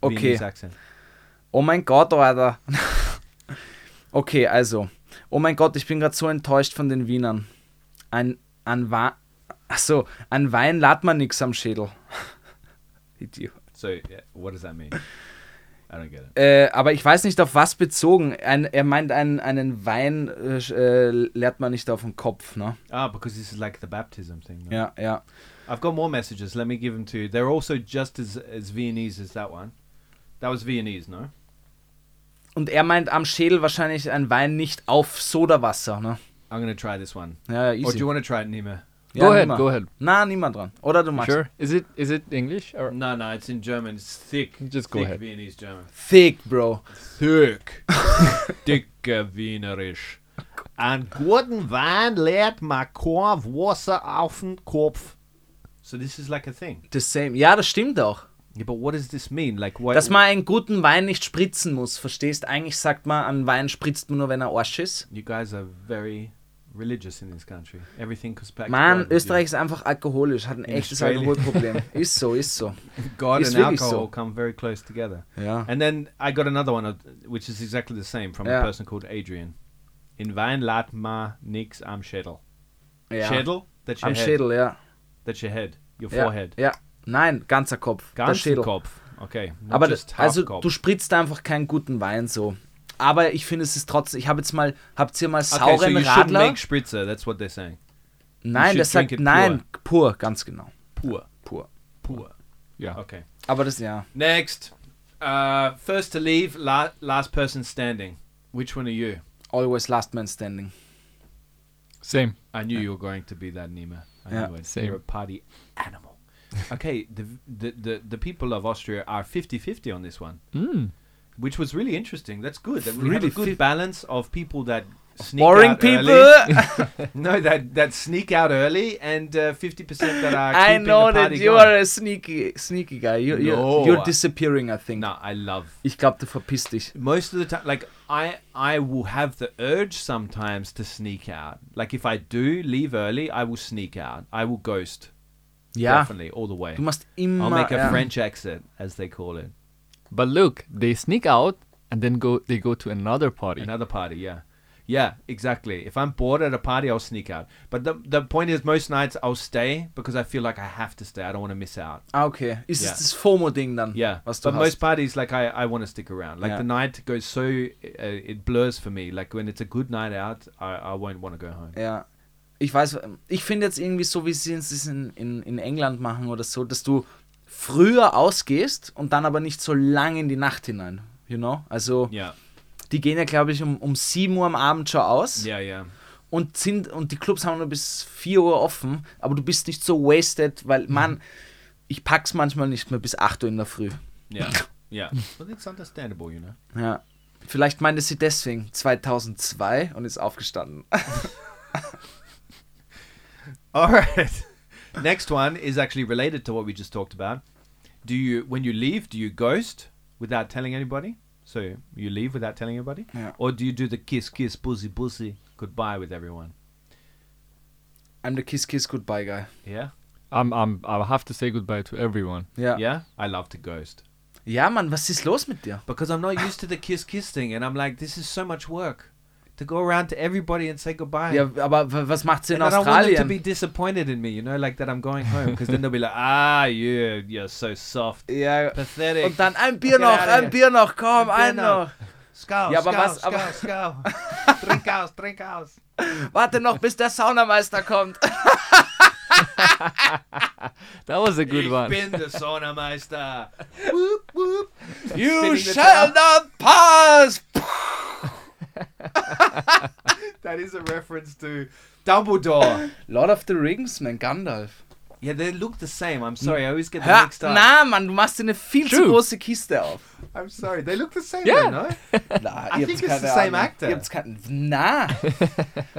Speaker 2: Okay.
Speaker 3: Viennese accent.
Speaker 2: Oh mein Gott, Alter. okay, also. Oh mein Gott, ich bin gerade so enttäuscht von den Wienern. Ein, an Wa Ach so, an Wein lad man nix am Schädel. Idiot.
Speaker 3: So, yeah, what does that mean? I don't get it.
Speaker 2: Äh, aber ich weiß nicht, auf was bezogen. Ein, er meint, einen, einen Wein äh, sch- äh, leert man nicht auf den Kopf, ne?
Speaker 3: Ah, because this is like the baptism thing. no?
Speaker 2: Ja, ja.
Speaker 3: I've got more messages. Let me give them to you. They're also just as, as Viennese as that one. That was Viennese, no?
Speaker 2: Und er meint am Schädel wahrscheinlich einen Wein nicht auf Sodawasser, ne?
Speaker 3: I'm going to try this one.
Speaker 2: Ja, ja,
Speaker 3: Or do you
Speaker 2: easy.
Speaker 3: want to try it, Nima?
Speaker 2: Ja,
Speaker 4: Oh, Go ahead,
Speaker 2: nimm mal.
Speaker 4: go ahead.
Speaker 2: Na, niemand dran. Oder du machst.
Speaker 4: Sure. Is it is it English or
Speaker 3: No, no, it's in German. It's thick.
Speaker 4: Just go
Speaker 3: thick
Speaker 4: ahead.
Speaker 3: Viennese German.
Speaker 2: Thick, Bro.
Speaker 3: Thick. Dicker Wienerisch. An guten Wein leert ma Korb Wasser auf den Kopf. So this is like a thing.
Speaker 2: The same. Ja, das stimmt auch.
Speaker 3: Yeah, but what does this mean? Like why?
Speaker 2: Dass man einen guten Wein nicht spritzen muss, verstehst? Eigentlich sagt man, an Wein spritzt man nur, wenn er Arsch ist.
Speaker 3: you guys are very religious in this country. Everything goes back. to God
Speaker 2: Mann,
Speaker 3: with you.
Speaker 2: Österreich ist einfach alkoholisch, hat ein
Speaker 3: In
Speaker 2: echtes
Speaker 3: Australia.
Speaker 2: Alkoholproblem. Ist so, ist so.
Speaker 3: God
Speaker 2: It's
Speaker 3: and
Speaker 2: really
Speaker 3: alcohol
Speaker 2: so.
Speaker 3: come very close together.
Speaker 2: Ja.
Speaker 3: And then I got another one, uh, which is exactly the same from
Speaker 2: Yeah.
Speaker 3: a person called Adrian. In Wein lat ma nix am Schädel.
Speaker 2: ja.
Speaker 3: Schädel? That's your
Speaker 2: Am
Speaker 3: head.
Speaker 2: Schädel, ja.
Speaker 3: That's your head. Your
Speaker 2: ja.
Speaker 3: forehead.
Speaker 2: Ja. Nein, ganzer Kopf. der
Speaker 3: Ganzen
Speaker 2: Schädel.
Speaker 3: Kopf. Okay. not
Speaker 2: Aber
Speaker 3: just
Speaker 2: d-
Speaker 3: half
Speaker 2: also
Speaker 3: Kopf.
Speaker 2: du spritzt einfach keinen guten Wein so. Aber ich finde, es ist trotzdem. Ich habe jetzt mal, habt ihr mal
Speaker 3: okay, so
Speaker 2: sauren
Speaker 3: you shouldn't
Speaker 2: Radler?
Speaker 3: make Spritzer. That's what they're saying.
Speaker 2: Nein,
Speaker 3: should
Speaker 2: das sagt
Speaker 3: drink it
Speaker 2: nein, pur, ganz genau,
Speaker 3: Pur.
Speaker 2: pur.
Speaker 3: Pur.
Speaker 4: yeah?
Speaker 3: Okay.
Speaker 2: Aber das ja.
Speaker 3: Next. Uh, first to leave, la- last person standing. Which one are you?
Speaker 2: Always last man standing.
Speaker 4: Same.
Speaker 3: I knew you were going to be that, Nima. I
Speaker 2: Yeah.
Speaker 3: knew it.
Speaker 4: Same.
Speaker 3: You're a party animal. okay, the, the, the, the people of Austria are 50-50 on this one,
Speaker 4: Mm.
Speaker 3: which was really interesting. That's good. That we have
Speaker 2: Hmm. Really
Speaker 3: a good
Speaker 2: fif-
Speaker 3: balance of people that sneak
Speaker 2: Boring
Speaker 3: out early.
Speaker 2: people.
Speaker 3: No, that that sneak out early and uh, fifty percent that are.
Speaker 2: I
Speaker 3: keeping
Speaker 2: know
Speaker 3: the
Speaker 2: that
Speaker 3: party
Speaker 2: you
Speaker 3: going.
Speaker 2: are a sneaky, sneaky guy. You, you,
Speaker 3: No.
Speaker 2: You're disappearing, I think.
Speaker 3: No, I love.
Speaker 2: Ich glaube, du verpisst dich.
Speaker 3: Most of the time, like I, I will have the urge sometimes to sneak out. Like if I do leave early, I will sneak out. I will ghost.
Speaker 2: Ja,
Speaker 3: definitely all the way.
Speaker 2: du machst immer.
Speaker 3: I'll make a
Speaker 2: ja.
Speaker 3: French accent, as they call it.
Speaker 4: But look, they sneak out and then go. They go to another party.
Speaker 3: Another party, yeah, yeah, exactly. If I'm bored at a party, I'll sneak out. But the the point is, most nights I'll stay because I feel like I have to stay. I don't want to miss out.
Speaker 2: Ah, okay. Ist
Speaker 3: Ja.
Speaker 2: es das FOMO-Ding dann?
Speaker 3: Yeah,
Speaker 2: Was du
Speaker 3: but
Speaker 2: hast?
Speaker 3: most parties, like I, I want to stick around. Like
Speaker 2: Yeah.
Speaker 3: the night goes so, uh, it blurs for me. Like when it's a good night out, I, I won't want to go home.
Speaker 2: Ja. Ich weiß, ich finde jetzt irgendwie so, wie sie es in, in, in England machen oder so, dass du früher ausgehst und dann aber nicht so lang in die Nacht hinein. You know? Also,
Speaker 3: Yeah,
Speaker 2: die gehen ja, glaube ich, um, um 7 Uhr am Abend schon aus
Speaker 3: yeah, yeah.
Speaker 2: und sind und die Clubs haben nur bis 4 Uhr offen, aber du bist nicht so wasted, weil, Mann, ich pack's manchmal nicht mehr bis 8 Uhr in der Früh.
Speaker 3: Yeah, yeah. But it's understandable, you know.
Speaker 2: Ja. Vielleicht meinte sie deswegen 2002 und ist aufgestanden.
Speaker 3: All right. Next one is actually related to what we just talked about. Do you, when you leave, do you ghost without telling anybody? So you leave without telling anybody,
Speaker 2: Yeah.
Speaker 3: or do you do the kiss, kiss, pussy, pussy, goodbye with everyone?
Speaker 2: I'm the Kiss Kiss Goodbye Guy.
Speaker 3: Yeah,
Speaker 4: I'm. I'm. I have to say goodbye to everyone.
Speaker 2: Ja. Ja,
Speaker 3: yeah. I love to ghost.
Speaker 2: ja Mann, was ist los mit dir?
Speaker 3: because I'm not used to the kiss kiss thing, and I'm like, this is so much work to go around to everybody and say goodbye.
Speaker 2: Ja, aber w- was macht sie in
Speaker 3: and I don't want them to be
Speaker 2: Australien?
Speaker 3: disappointed in me, you know, like that I'm going home, because then they'll be like, ah, you, you're so soft,
Speaker 2: Ja,
Speaker 3: pathetic.
Speaker 2: und dann ein Bier
Speaker 3: Get
Speaker 2: noch,
Speaker 3: out of
Speaker 2: ein
Speaker 3: here.
Speaker 2: Bier noch,
Speaker 3: Ein
Speaker 2: komm, ein
Speaker 3: Bier
Speaker 2: noch.
Speaker 3: Scouse,
Speaker 2: Ja, aber
Speaker 3: scouse,
Speaker 2: was- aber-
Speaker 3: scouse, scouse. trink aus, trink aus.
Speaker 2: Warte noch, bis der Saunameister kommt.
Speaker 4: That was a good
Speaker 3: Ich
Speaker 4: one.
Speaker 3: bin der Saunameister. Whoop, whoop.
Speaker 2: You
Speaker 3: Spinning the
Speaker 2: shall not pass.
Speaker 3: That is a reference to Dumbledore.
Speaker 2: Lord of the Rings, mein Gandalf.
Speaker 3: yeah, they look the same. I'm sorry, I always get them
Speaker 2: Hör,
Speaker 3: mixed up.
Speaker 2: na, Mann, du machst dir eine viel zu
Speaker 4: True.
Speaker 2: große Kiste auf.
Speaker 3: I'm sorry, they look the same, though,
Speaker 4: Yeah.
Speaker 3: no?
Speaker 2: Na,
Speaker 3: I
Speaker 2: ihr
Speaker 3: think it's
Speaker 2: habt keine
Speaker 3: the same
Speaker 2: Ahnung.
Speaker 3: actor.
Speaker 2: Ihr habt keinen. Na.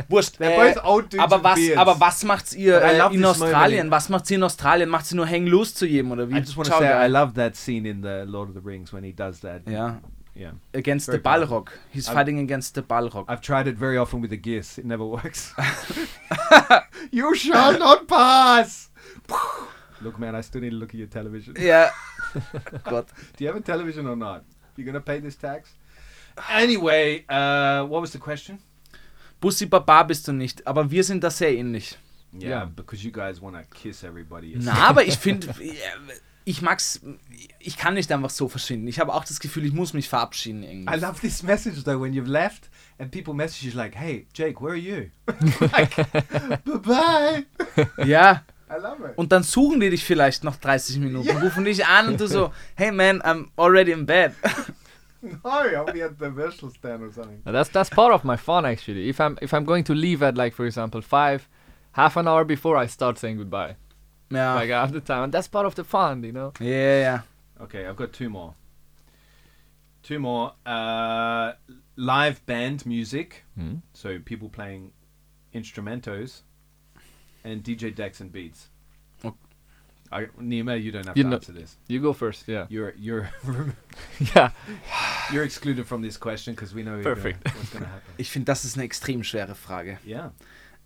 Speaker 2: Wurscht.
Speaker 3: They're both old dudes
Speaker 2: aber
Speaker 3: with
Speaker 2: was,
Speaker 3: beards.
Speaker 2: aber was macht's ihr
Speaker 3: But I
Speaker 2: äh,
Speaker 3: love
Speaker 2: in
Speaker 3: this
Speaker 2: Australien?
Speaker 3: moment.
Speaker 2: Was macht sie in Australien? Macht sie nur hängen los zu jedem oder wie?
Speaker 3: I just want to
Speaker 2: Ciao,
Speaker 3: say
Speaker 2: geil.
Speaker 3: I love that scene in the Lord of the Rings when he does that.
Speaker 2: Ja,
Speaker 3: Yeah.
Speaker 2: against
Speaker 3: Very
Speaker 2: the Balrog. He's fighting against the Balrog.
Speaker 3: I've tried it very often with the gears. It never works. you shall not pass. look, man, I still need to look at your television.
Speaker 2: Ja. Gott.
Speaker 3: Do you have a television or not? You gonna pay this tax? Anyway, uh, what was the question?
Speaker 2: Bussi Baba bist du nicht, aber wir sind da sehr ähnlich.
Speaker 3: Yeah, because you guys want to kiss everybody.
Speaker 2: Na, aber ich finde, ich mag's, ich kann nicht einfach so verschwinden. Ich habe auch das Gefühl, ich muss mich verabschieden
Speaker 3: I
Speaker 2: irgendwie.
Speaker 3: love this message though when you've left and people message you like, "Hey, Jake, where are you?" like, bye bye.
Speaker 2: Ja.
Speaker 3: I love it.
Speaker 2: Und dann suchen die dich vielleicht noch 30 Minuten, rufen dich an und du so, hey man, I'm already in bed.
Speaker 3: No, I'll be at the virtual stand or something.
Speaker 4: Now, that's that's part of my fun actually. If I'm if I'm going to leave at like for example five, half an hour before I start saying goodbye.
Speaker 2: Ja,
Speaker 4: Like I have the time. That's part of the fun, you know.
Speaker 2: ja, ja.
Speaker 3: Okay, I've got two more. Two more. Uh, live band music.
Speaker 4: Mm.
Speaker 3: So people playing instrumentos and DJ decks and beats.
Speaker 2: Ok.
Speaker 3: I, Nima, you don't have
Speaker 4: You
Speaker 3: to
Speaker 4: know-
Speaker 3: answer this.
Speaker 4: You go first. Yeah.
Speaker 3: You're you're
Speaker 4: Yeah.
Speaker 3: you're excluded from this question because we know you're gonna-
Speaker 4: Perfect.
Speaker 3: what's going to happen.
Speaker 2: Ich finde, das ist eine extrem schwere Frage.
Speaker 3: Yeah.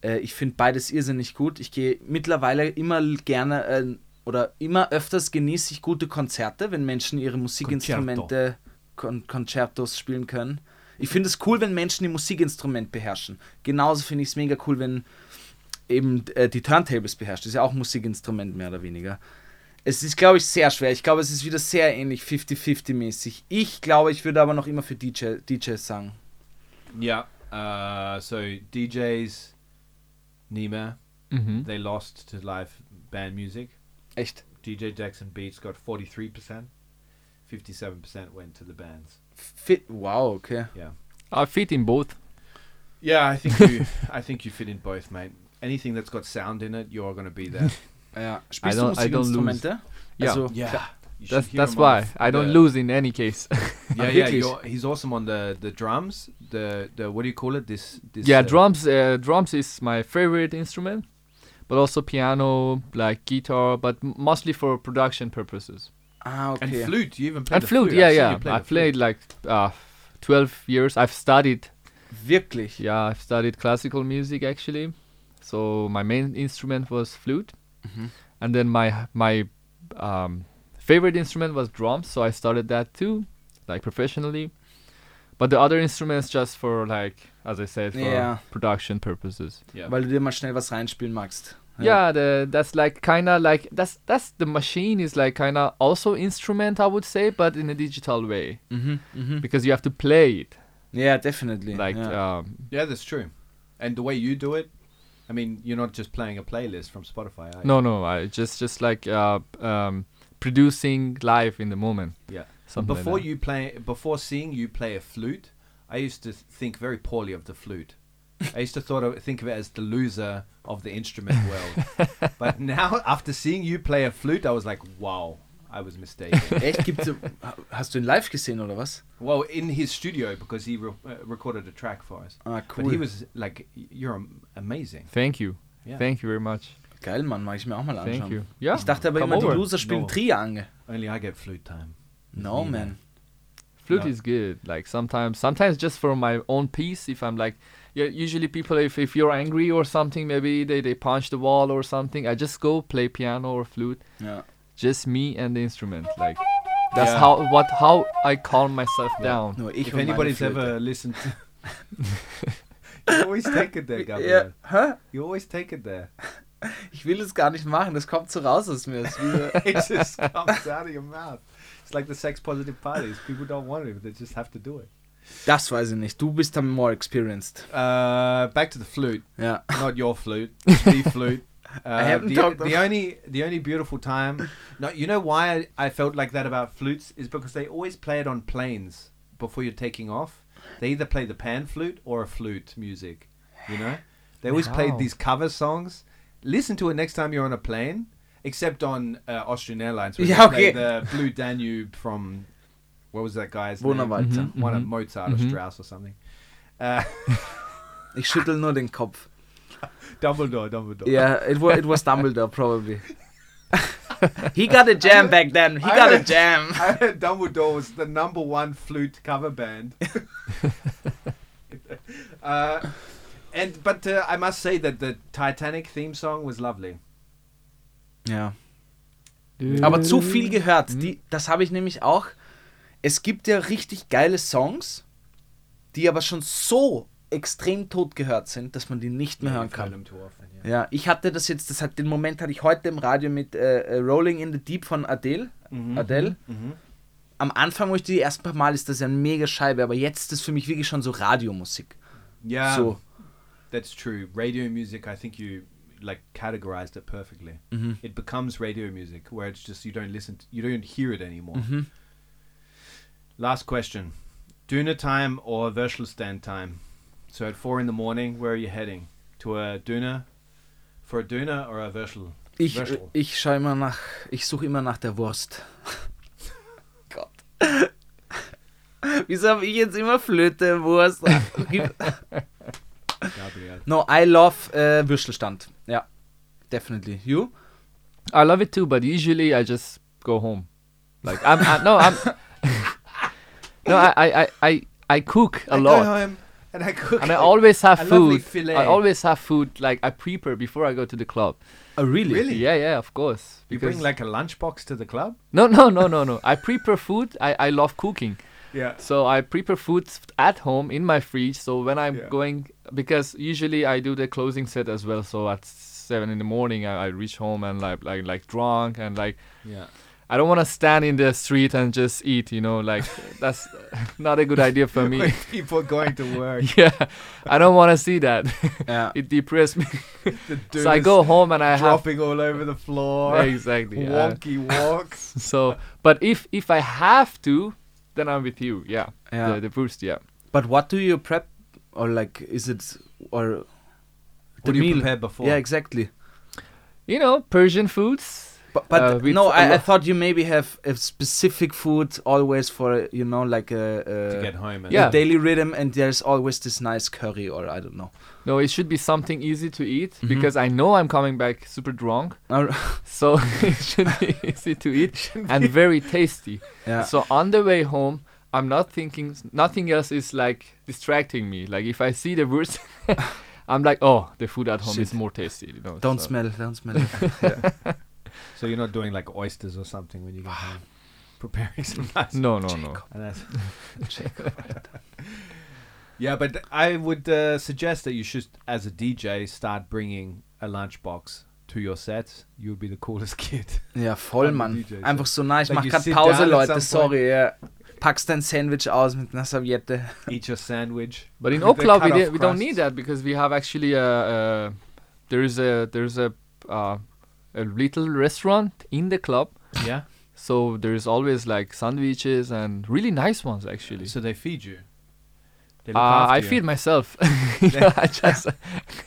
Speaker 2: Äh, ich finde beides irrsinnig gut. Ich gehe mittlerweile immer l- gerne äh, oder immer öfters genieße ich gute Konzerte, wenn Menschen ihre Musikinstrumente, Kon Concertos spielen können. Ich finde es cool, wenn Menschen die Musikinstrument beherrschen. Genauso finde ich es mega cool, wenn eben äh, die Turntables beherrscht. Das ist ja auch ein Musikinstrument mehr oder weniger. Es ist, glaube ich, sehr schwer. Ich glaube, es ist wieder sehr ähnlich 50-50-mäßig. Ich glaube, ich würde aber noch immer für DJ, DJs sagen.
Speaker 3: Yeah. Uh, so DJs, Nima,
Speaker 4: Mm-hmm.
Speaker 3: they lost to live band music.
Speaker 2: Echt?
Speaker 3: DJ decks and beats got forty three percent. Fifty seven percent went to the bands.
Speaker 2: Fit. Wow, okay.
Speaker 4: I fit in both.
Speaker 3: Yeah, I think you. I think you fit in both, mate. Anything that's got sound in it, you're going to be there.
Speaker 2: Ja. Spielst
Speaker 4: I
Speaker 2: du
Speaker 4: don't- I don't lose.
Speaker 2: Musikinstrumente?
Speaker 4: Yeah.
Speaker 2: Also,
Speaker 3: yeah. You should
Speaker 4: That's
Speaker 3: hear
Speaker 4: that's
Speaker 3: him on
Speaker 4: why
Speaker 3: the f-
Speaker 4: I don't
Speaker 3: the-
Speaker 4: lose in any case.
Speaker 3: Yeah, yeah.
Speaker 2: Wirklich?
Speaker 3: You're, he's awesome on the the drums. The the what do you call it? This this.
Speaker 4: yeah,
Speaker 3: uh,
Speaker 4: drums. Uh, drums is my favorite instrument, but also piano, like guitar, but m- mostly for production purposes.
Speaker 2: ah,
Speaker 3: and
Speaker 2: okay.
Speaker 3: flute. You even played
Speaker 4: And
Speaker 3: the
Speaker 4: flute,
Speaker 3: I've
Speaker 4: yeah,
Speaker 3: seen
Speaker 4: yeah.
Speaker 3: you play
Speaker 4: I
Speaker 3: the
Speaker 4: played like uh, 12 years. I've studied,
Speaker 2: Wirklich?
Speaker 4: yeah, I've studied classical music actually. So my main instrument was flute,
Speaker 2: Mhm.
Speaker 4: and then my my um, favorite instrument was drums. So I started that too, like professionally. But the other instruments just for like, as I said, for
Speaker 2: Yeah.
Speaker 4: production purposes.
Speaker 3: Yeah.
Speaker 2: Weil du dir mal schnell was reinspielen magst.
Speaker 4: Yeah, the that's like kind of like that's that's the machine is like kind of also instrument I would say, but in a digital way
Speaker 2: Mhm, mhm.
Speaker 4: because you have to play it.
Speaker 2: Yeah, definitely.
Speaker 4: Like
Speaker 2: ja.
Speaker 4: um,
Speaker 3: Yeah, that's true. And the way you do it, I mean, you're not just playing a playlist from Spotify. Are you?
Speaker 4: no, no, I just just like uh, um, producing live in the moment.
Speaker 3: Yeah.
Speaker 4: Something like
Speaker 3: Before
Speaker 4: that.
Speaker 3: you play, before seeing you play a flute, I used to think very poorly of the flute. I used to thought of, think of it as the loser of the instrument world. but now, after seeing you play a flute, I was like, wow, I was mistaken.
Speaker 2: Echt? Gibt's, ha- hast du ihn live gesehen oder was?
Speaker 3: well, in his studio because he re- uh, recorded a track for us.
Speaker 2: Ah,
Speaker 3: But he
Speaker 2: cool.
Speaker 3: was like, y- "You're am- amazing."
Speaker 4: Thank you.
Speaker 3: Yeah.
Speaker 4: Thank you very much.
Speaker 2: Geil, Mann, mag ich mir auch mal
Speaker 4: Thank you.
Speaker 2: anschauen.
Speaker 4: Yeah.
Speaker 2: Ich dachte aber
Speaker 4: Come
Speaker 2: immer, die
Speaker 4: over.
Speaker 2: Loser spielen
Speaker 3: No.
Speaker 2: Triangle.
Speaker 3: Only I get flute time.
Speaker 2: No,
Speaker 3: Nie,
Speaker 2: man.
Speaker 4: Flute
Speaker 3: No.
Speaker 4: is good. Like sometimes, sometimes just for my own peace. If I'm like, yeah, usually people, if, if you're angry or something, maybe they, they punch the wall or something. I just go play piano or flute,
Speaker 2: Ja.
Speaker 4: just me and the instrument. Like that's
Speaker 3: Yeah.
Speaker 4: how what how I calm myself down.
Speaker 2: Nur ich
Speaker 3: if
Speaker 2: und meine
Speaker 3: anybody's
Speaker 2: Flöte.
Speaker 3: ever listened to you always take it there
Speaker 2: Ja,
Speaker 3: Gabriel.
Speaker 2: hä?
Speaker 3: you always take it there
Speaker 2: Ich will es gar nicht machen, das kommt so raus aus mir. Das ist wie-
Speaker 3: it just comes out of your mouth it's like the sex positive parties people don't want it they just have to do it
Speaker 2: Das weiß ich nicht, du bist dann more experienced.
Speaker 3: uh, back to the flute
Speaker 2: Ja.
Speaker 3: not your flute the flute uh,
Speaker 2: haven't
Speaker 3: the,
Speaker 2: talked
Speaker 3: the
Speaker 2: about-
Speaker 3: only the only beautiful time no you know why I, I felt like that about flutes is because they always play it on planes before you're taking off they either play the pan flute or a flute music you know they always played
Speaker 4: Wow.
Speaker 3: these cover songs listen to it next time you're on a plane except on uh, Austrian Airlines where
Speaker 2: Yeah,
Speaker 3: they
Speaker 2: okay.
Speaker 3: play the Blue Danube from what was that guy's
Speaker 2: Wunderwalzer.
Speaker 3: name one of
Speaker 2: Mm-hmm.
Speaker 4: mhm.
Speaker 3: Mozart or
Speaker 4: Mhm.
Speaker 3: Strauss or something uh,
Speaker 2: Ich schüttel nur den Kopf.
Speaker 3: Dumbledore Dumbledore
Speaker 2: Ja, it, wa it was Dumbledore, probably. He got a jam back then, he got a jam.
Speaker 3: I heard Dumbledore was the number one flute cover band. uh, and but uh, I must say that the Titanic theme song was lovely.
Speaker 2: Ja. Aber zu viel gehört. Die, das habe ich nämlich auch. Es gibt ja richtig geile Songs, die aber schon so extrem tot gehört sind, dass man die nicht mehr hören kann.
Speaker 6: im Tor. offen, ja.
Speaker 2: Ja, ich hatte das jetzt, das hat, den Moment hatte ich heute im Radio mit äh, äh, Rolling in the Deep von Adele. Adele. Am Anfang, wo ich die ersten paar Mal, ist das ja eine mega Scheibe, aber jetzt ist für mich wirklich schon so Radiomusik.
Speaker 3: Yeah,
Speaker 2: So.
Speaker 3: that's true. Radio music, I think you like categorized it perfectly.
Speaker 4: Mm-hmm.
Speaker 3: It becomes radio music where it's just you don't listen, to, you don't hear it anymore.
Speaker 4: Mm-hmm.
Speaker 3: Last question: Duna time or Verschlussstand time? So at four in the morning, where are you heading to a Duna for a Duna or a Verschl?
Speaker 2: Ich,
Speaker 3: Verschl?
Speaker 2: ich schaue immer nach, ich suche immer nach der Wurst. Gott. Wieso habe ich jetzt immer Flöte, Wurst?
Speaker 3: Gabriel.
Speaker 2: no, I love äh, Würstelstand. Ja, definitely. You?
Speaker 4: I love it too, but usually I just go home. Like I'm, I, no, I'm, no, I, I, I- I, I cook a lot,
Speaker 3: home and I cook.
Speaker 4: and I always have
Speaker 3: A lovely
Speaker 4: food.
Speaker 3: fillet.
Speaker 4: I always have food. Like I prepare before I go to the club.
Speaker 2: Oh, really?
Speaker 3: Really?
Speaker 4: Yeah, yeah, of course.
Speaker 3: you
Speaker 4: Because
Speaker 3: bring like a lunchbox to the club.
Speaker 4: no, no, no, no, no. I prepare food. I, I love cooking.
Speaker 3: Yeah.
Speaker 4: So I prepare food at home in my fridge. So when I'm
Speaker 3: Yeah.
Speaker 4: going, because usually I do the closing set as well. So at seven in the morning, I, I reach home and like like like drunk and like
Speaker 3: Yeah.
Speaker 4: I don't want to stand in the street and just eat. You know, like that's not a good idea for me.
Speaker 3: People going to work.
Speaker 4: yeah, I don't want to see that.
Speaker 2: Ja.
Speaker 4: it depressed me.
Speaker 3: The
Speaker 4: so I
Speaker 3: Dunas
Speaker 4: go home and I have
Speaker 3: dropping all over the floor.
Speaker 4: exactly. uh,
Speaker 3: Wonky walks.
Speaker 4: so, but if if I have to, then I'm with you. Yeah.
Speaker 2: Yeah.
Speaker 4: The, the boost. Yeah.
Speaker 2: But what do you prep? Or like, is it, or the
Speaker 3: What do you
Speaker 2: meal?
Speaker 3: prepare before?
Speaker 2: Yeah, exactly.
Speaker 4: You know, Persian foods.
Speaker 2: But, but
Speaker 4: Uh, with
Speaker 2: no,
Speaker 4: a
Speaker 2: I, I
Speaker 4: lot-
Speaker 2: thought you maybe have a specific food always for you know like
Speaker 3: to
Speaker 2: a,
Speaker 3: get home. And
Speaker 2: a,
Speaker 4: Yeah.
Speaker 2: a daily rhythm, and there's always this nice curry or I don't know.
Speaker 4: No, it should be something easy to eat because I know I'm coming back super drunk.
Speaker 2: Or-
Speaker 4: So it should be easy to eat and very tasty.
Speaker 2: yeah.
Speaker 4: So on the way home, I'm not thinking, s- nothing else is like distracting me. Like if I see the worst, I'm like, oh, the food at home is
Speaker 2: Shit.
Speaker 4: more tasty. You know,
Speaker 2: don't
Speaker 4: so-
Speaker 2: smell, don't smell. it.
Speaker 3: So you're not doing like oysters or something when you get home. Preparing some nice.
Speaker 4: No, no, no.
Speaker 3: And that's- yeah, but I would uh, suggest that you should, as a DJ, start bringing a lunchbox to your sets. You would be the coolest kid.
Speaker 2: ja,
Speaker 3: I'm
Speaker 2: voll,
Speaker 3: a
Speaker 2: Mann.
Speaker 3: DJ, so-
Speaker 2: Einfach so nah. Ich
Speaker 3: Like
Speaker 2: mach
Speaker 3: you
Speaker 2: grad
Speaker 3: sit
Speaker 2: Pause,
Speaker 3: down at
Speaker 2: Leute.
Speaker 3: some
Speaker 2: Sorry. Ja. Packst dein Sandwich aus mit einer Serviette.
Speaker 3: Eat your sandwich.
Speaker 4: But in
Speaker 3: With the
Speaker 4: Okla,
Speaker 3: cut-off
Speaker 4: we, di- we don't
Speaker 3: crusts.
Speaker 4: need that because we have actually a, uh there is a there is a uh, a little restaurant in the club
Speaker 3: Yeah.
Speaker 4: So there's always like sandwiches and really nice ones actually.
Speaker 3: So they feed you. They look
Speaker 4: Uh,
Speaker 3: after
Speaker 4: I
Speaker 3: you.
Speaker 4: feed myself. You know, I just,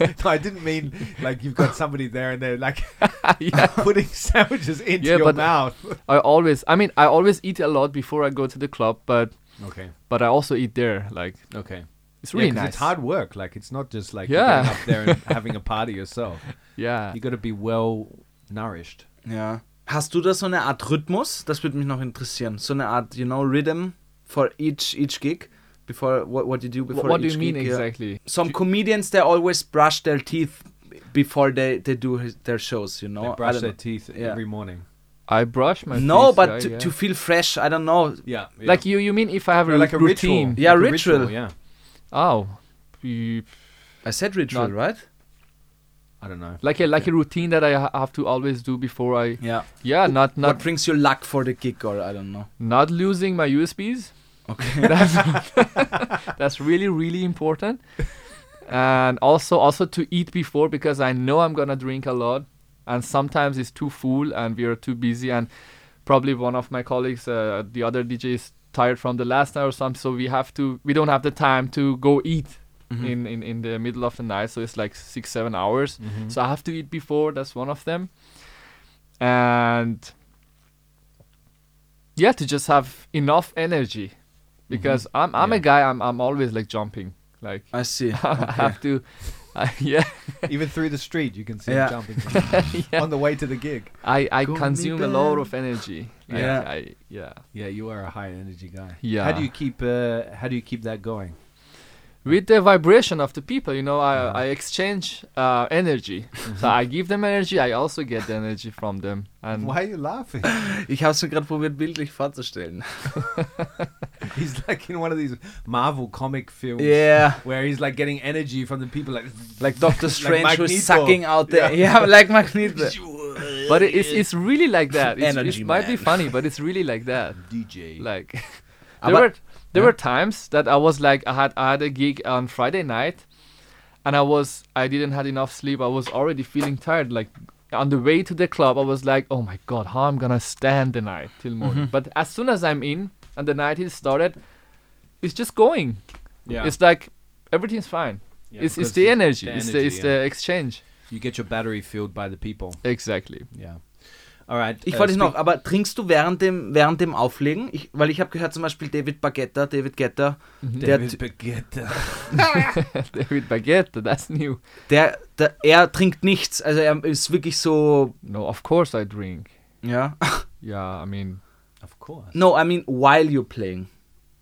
Speaker 3: No, I didn't mean like you've got somebody there and they're like
Speaker 4: yeah,
Speaker 3: putting sandwiches into
Speaker 4: Yeah,
Speaker 3: your
Speaker 4: but-
Speaker 3: mouth.
Speaker 4: I always. I mean, I always eat a lot before I go to the club, but
Speaker 3: Okay.
Speaker 4: but I also eat there. Like
Speaker 3: Okay.
Speaker 4: it's really
Speaker 3: 'cause
Speaker 4: nice.
Speaker 3: It's hard work. Like it's not just like
Speaker 4: Yeah.
Speaker 3: yeah. getting up there and having a party yourself.
Speaker 4: Yeah.
Speaker 3: You got to be well nourished.
Speaker 2: Ja. Hast du da so eine Art Rhythmus? Das würde mich noch interessieren. So eine Art, you know, rhythm for each each gig. Before what what you do
Speaker 4: Wh-
Speaker 2: before
Speaker 4: what do
Speaker 2: each
Speaker 4: you mean
Speaker 2: gig? ja.
Speaker 4: exactly?
Speaker 2: some comedians they always brush their teeth before they they do his, their shows you know
Speaker 3: they
Speaker 2: Oh, I
Speaker 3: brush
Speaker 2: don't
Speaker 3: their
Speaker 2: know.
Speaker 3: teeth
Speaker 2: Yeah.
Speaker 3: every morning.
Speaker 4: I brush my.
Speaker 2: no
Speaker 4: teeth,
Speaker 2: but
Speaker 4: yeah,
Speaker 2: to,
Speaker 4: yeah.
Speaker 2: to feel fresh i don't know
Speaker 3: Yeah. yeah.
Speaker 4: like you, you mean if I have
Speaker 3: No,
Speaker 4: a
Speaker 3: like a
Speaker 4: routine?
Speaker 3: ritual.
Speaker 2: Yeah,
Speaker 3: Like a
Speaker 2: ritual.
Speaker 3: Yeah.
Speaker 4: Oh, You-
Speaker 2: i said ritual
Speaker 4: Not-
Speaker 2: right
Speaker 3: I don't know.
Speaker 4: like a like a routine that I ha- have to always do before I.
Speaker 2: yeah
Speaker 4: Yeah, not
Speaker 2: what
Speaker 4: not
Speaker 2: brings you luck for the gig or i don't know
Speaker 4: not losing my USBs.
Speaker 2: okay
Speaker 4: that's, that's really really important and also also to eat before because i know i'm gonna drink a lot and sometimes it's too full and we are too busy and probably one of my colleagues uh, the other dj is tired from the last night or something so we have to we don't have the time to go eat in, in in the middle of the night so it's like six seven hours so i have to eat before that's one of them and yeah to just have enough energy because I'm I'm a
Speaker 3: Yeah.
Speaker 4: guy I'm I'm always like jumping like
Speaker 2: i see
Speaker 4: I have to I yeah
Speaker 3: Even through the street, you can see
Speaker 2: Yeah.
Speaker 3: them jumping on the way to the gig.
Speaker 4: I I
Speaker 2: Gummy
Speaker 4: consume a lot
Speaker 2: bear.
Speaker 4: of energy Like,
Speaker 2: Yeah.
Speaker 4: I, yeah
Speaker 3: Yeah, you are a high energy guy.
Speaker 4: Yeah.
Speaker 3: How do you keep uh, How do you keep that going?
Speaker 4: with the vibration of the people you know I I exchange uh, energy so I give them energy I also get the energy from them and
Speaker 3: Why are you laughing?
Speaker 2: ich habe es mir gerade probiert bildlich vorzustellen
Speaker 3: he's like in one of these Marvel comic films.
Speaker 2: Yeah.
Speaker 3: Where he's like getting energy from the people, like
Speaker 2: Like Doctor Strange
Speaker 3: Magneto.
Speaker 2: who's sucking out the.
Speaker 3: Yeah.
Speaker 2: Yeah, like Magneto.
Speaker 4: But it, it's, it's really like that. It's,
Speaker 2: Energy
Speaker 4: it might be
Speaker 2: man.
Speaker 4: funny, but it's really like that.
Speaker 3: DJ.
Speaker 4: Like there
Speaker 3: Ah,
Speaker 2: Aber-
Speaker 4: were there were times that I was like I had I had a gig on Friday night, and I was I didn't had enough sleep. I was already feeling tired. Like on the way to the club, I was like, oh my god, how I'm gonna stand the night till
Speaker 3: Mm-hmm.
Speaker 4: morning. But as soon as I'm in and the night is started, it's just going.
Speaker 3: yeah.
Speaker 4: It's like everything's fine.
Speaker 3: Yeah,
Speaker 4: it's,
Speaker 3: because
Speaker 4: it's the energy. It's the
Speaker 3: energy,
Speaker 4: it's
Speaker 3: yeah.
Speaker 4: the exchange.
Speaker 3: you get your battery filled by the people.
Speaker 4: Exactly.
Speaker 3: Yeah. All right.
Speaker 2: Ich
Speaker 3: uh,
Speaker 2: wollte es
Speaker 3: speak-
Speaker 2: noch, aber trinkst du während dem, während dem Auflegen? Ich, weil ich habe gehört, zum Beispiel David Baguetta, David Guetta, der,
Speaker 3: David Baguette.
Speaker 4: David Baguette, that's new.
Speaker 2: der, der, er trinkt nichts. Also er ist wirklich so,
Speaker 4: No, of course I drink.
Speaker 2: ja.
Speaker 4: Yeah, I mean,
Speaker 3: Of course.
Speaker 2: No, I mean, while you're playing.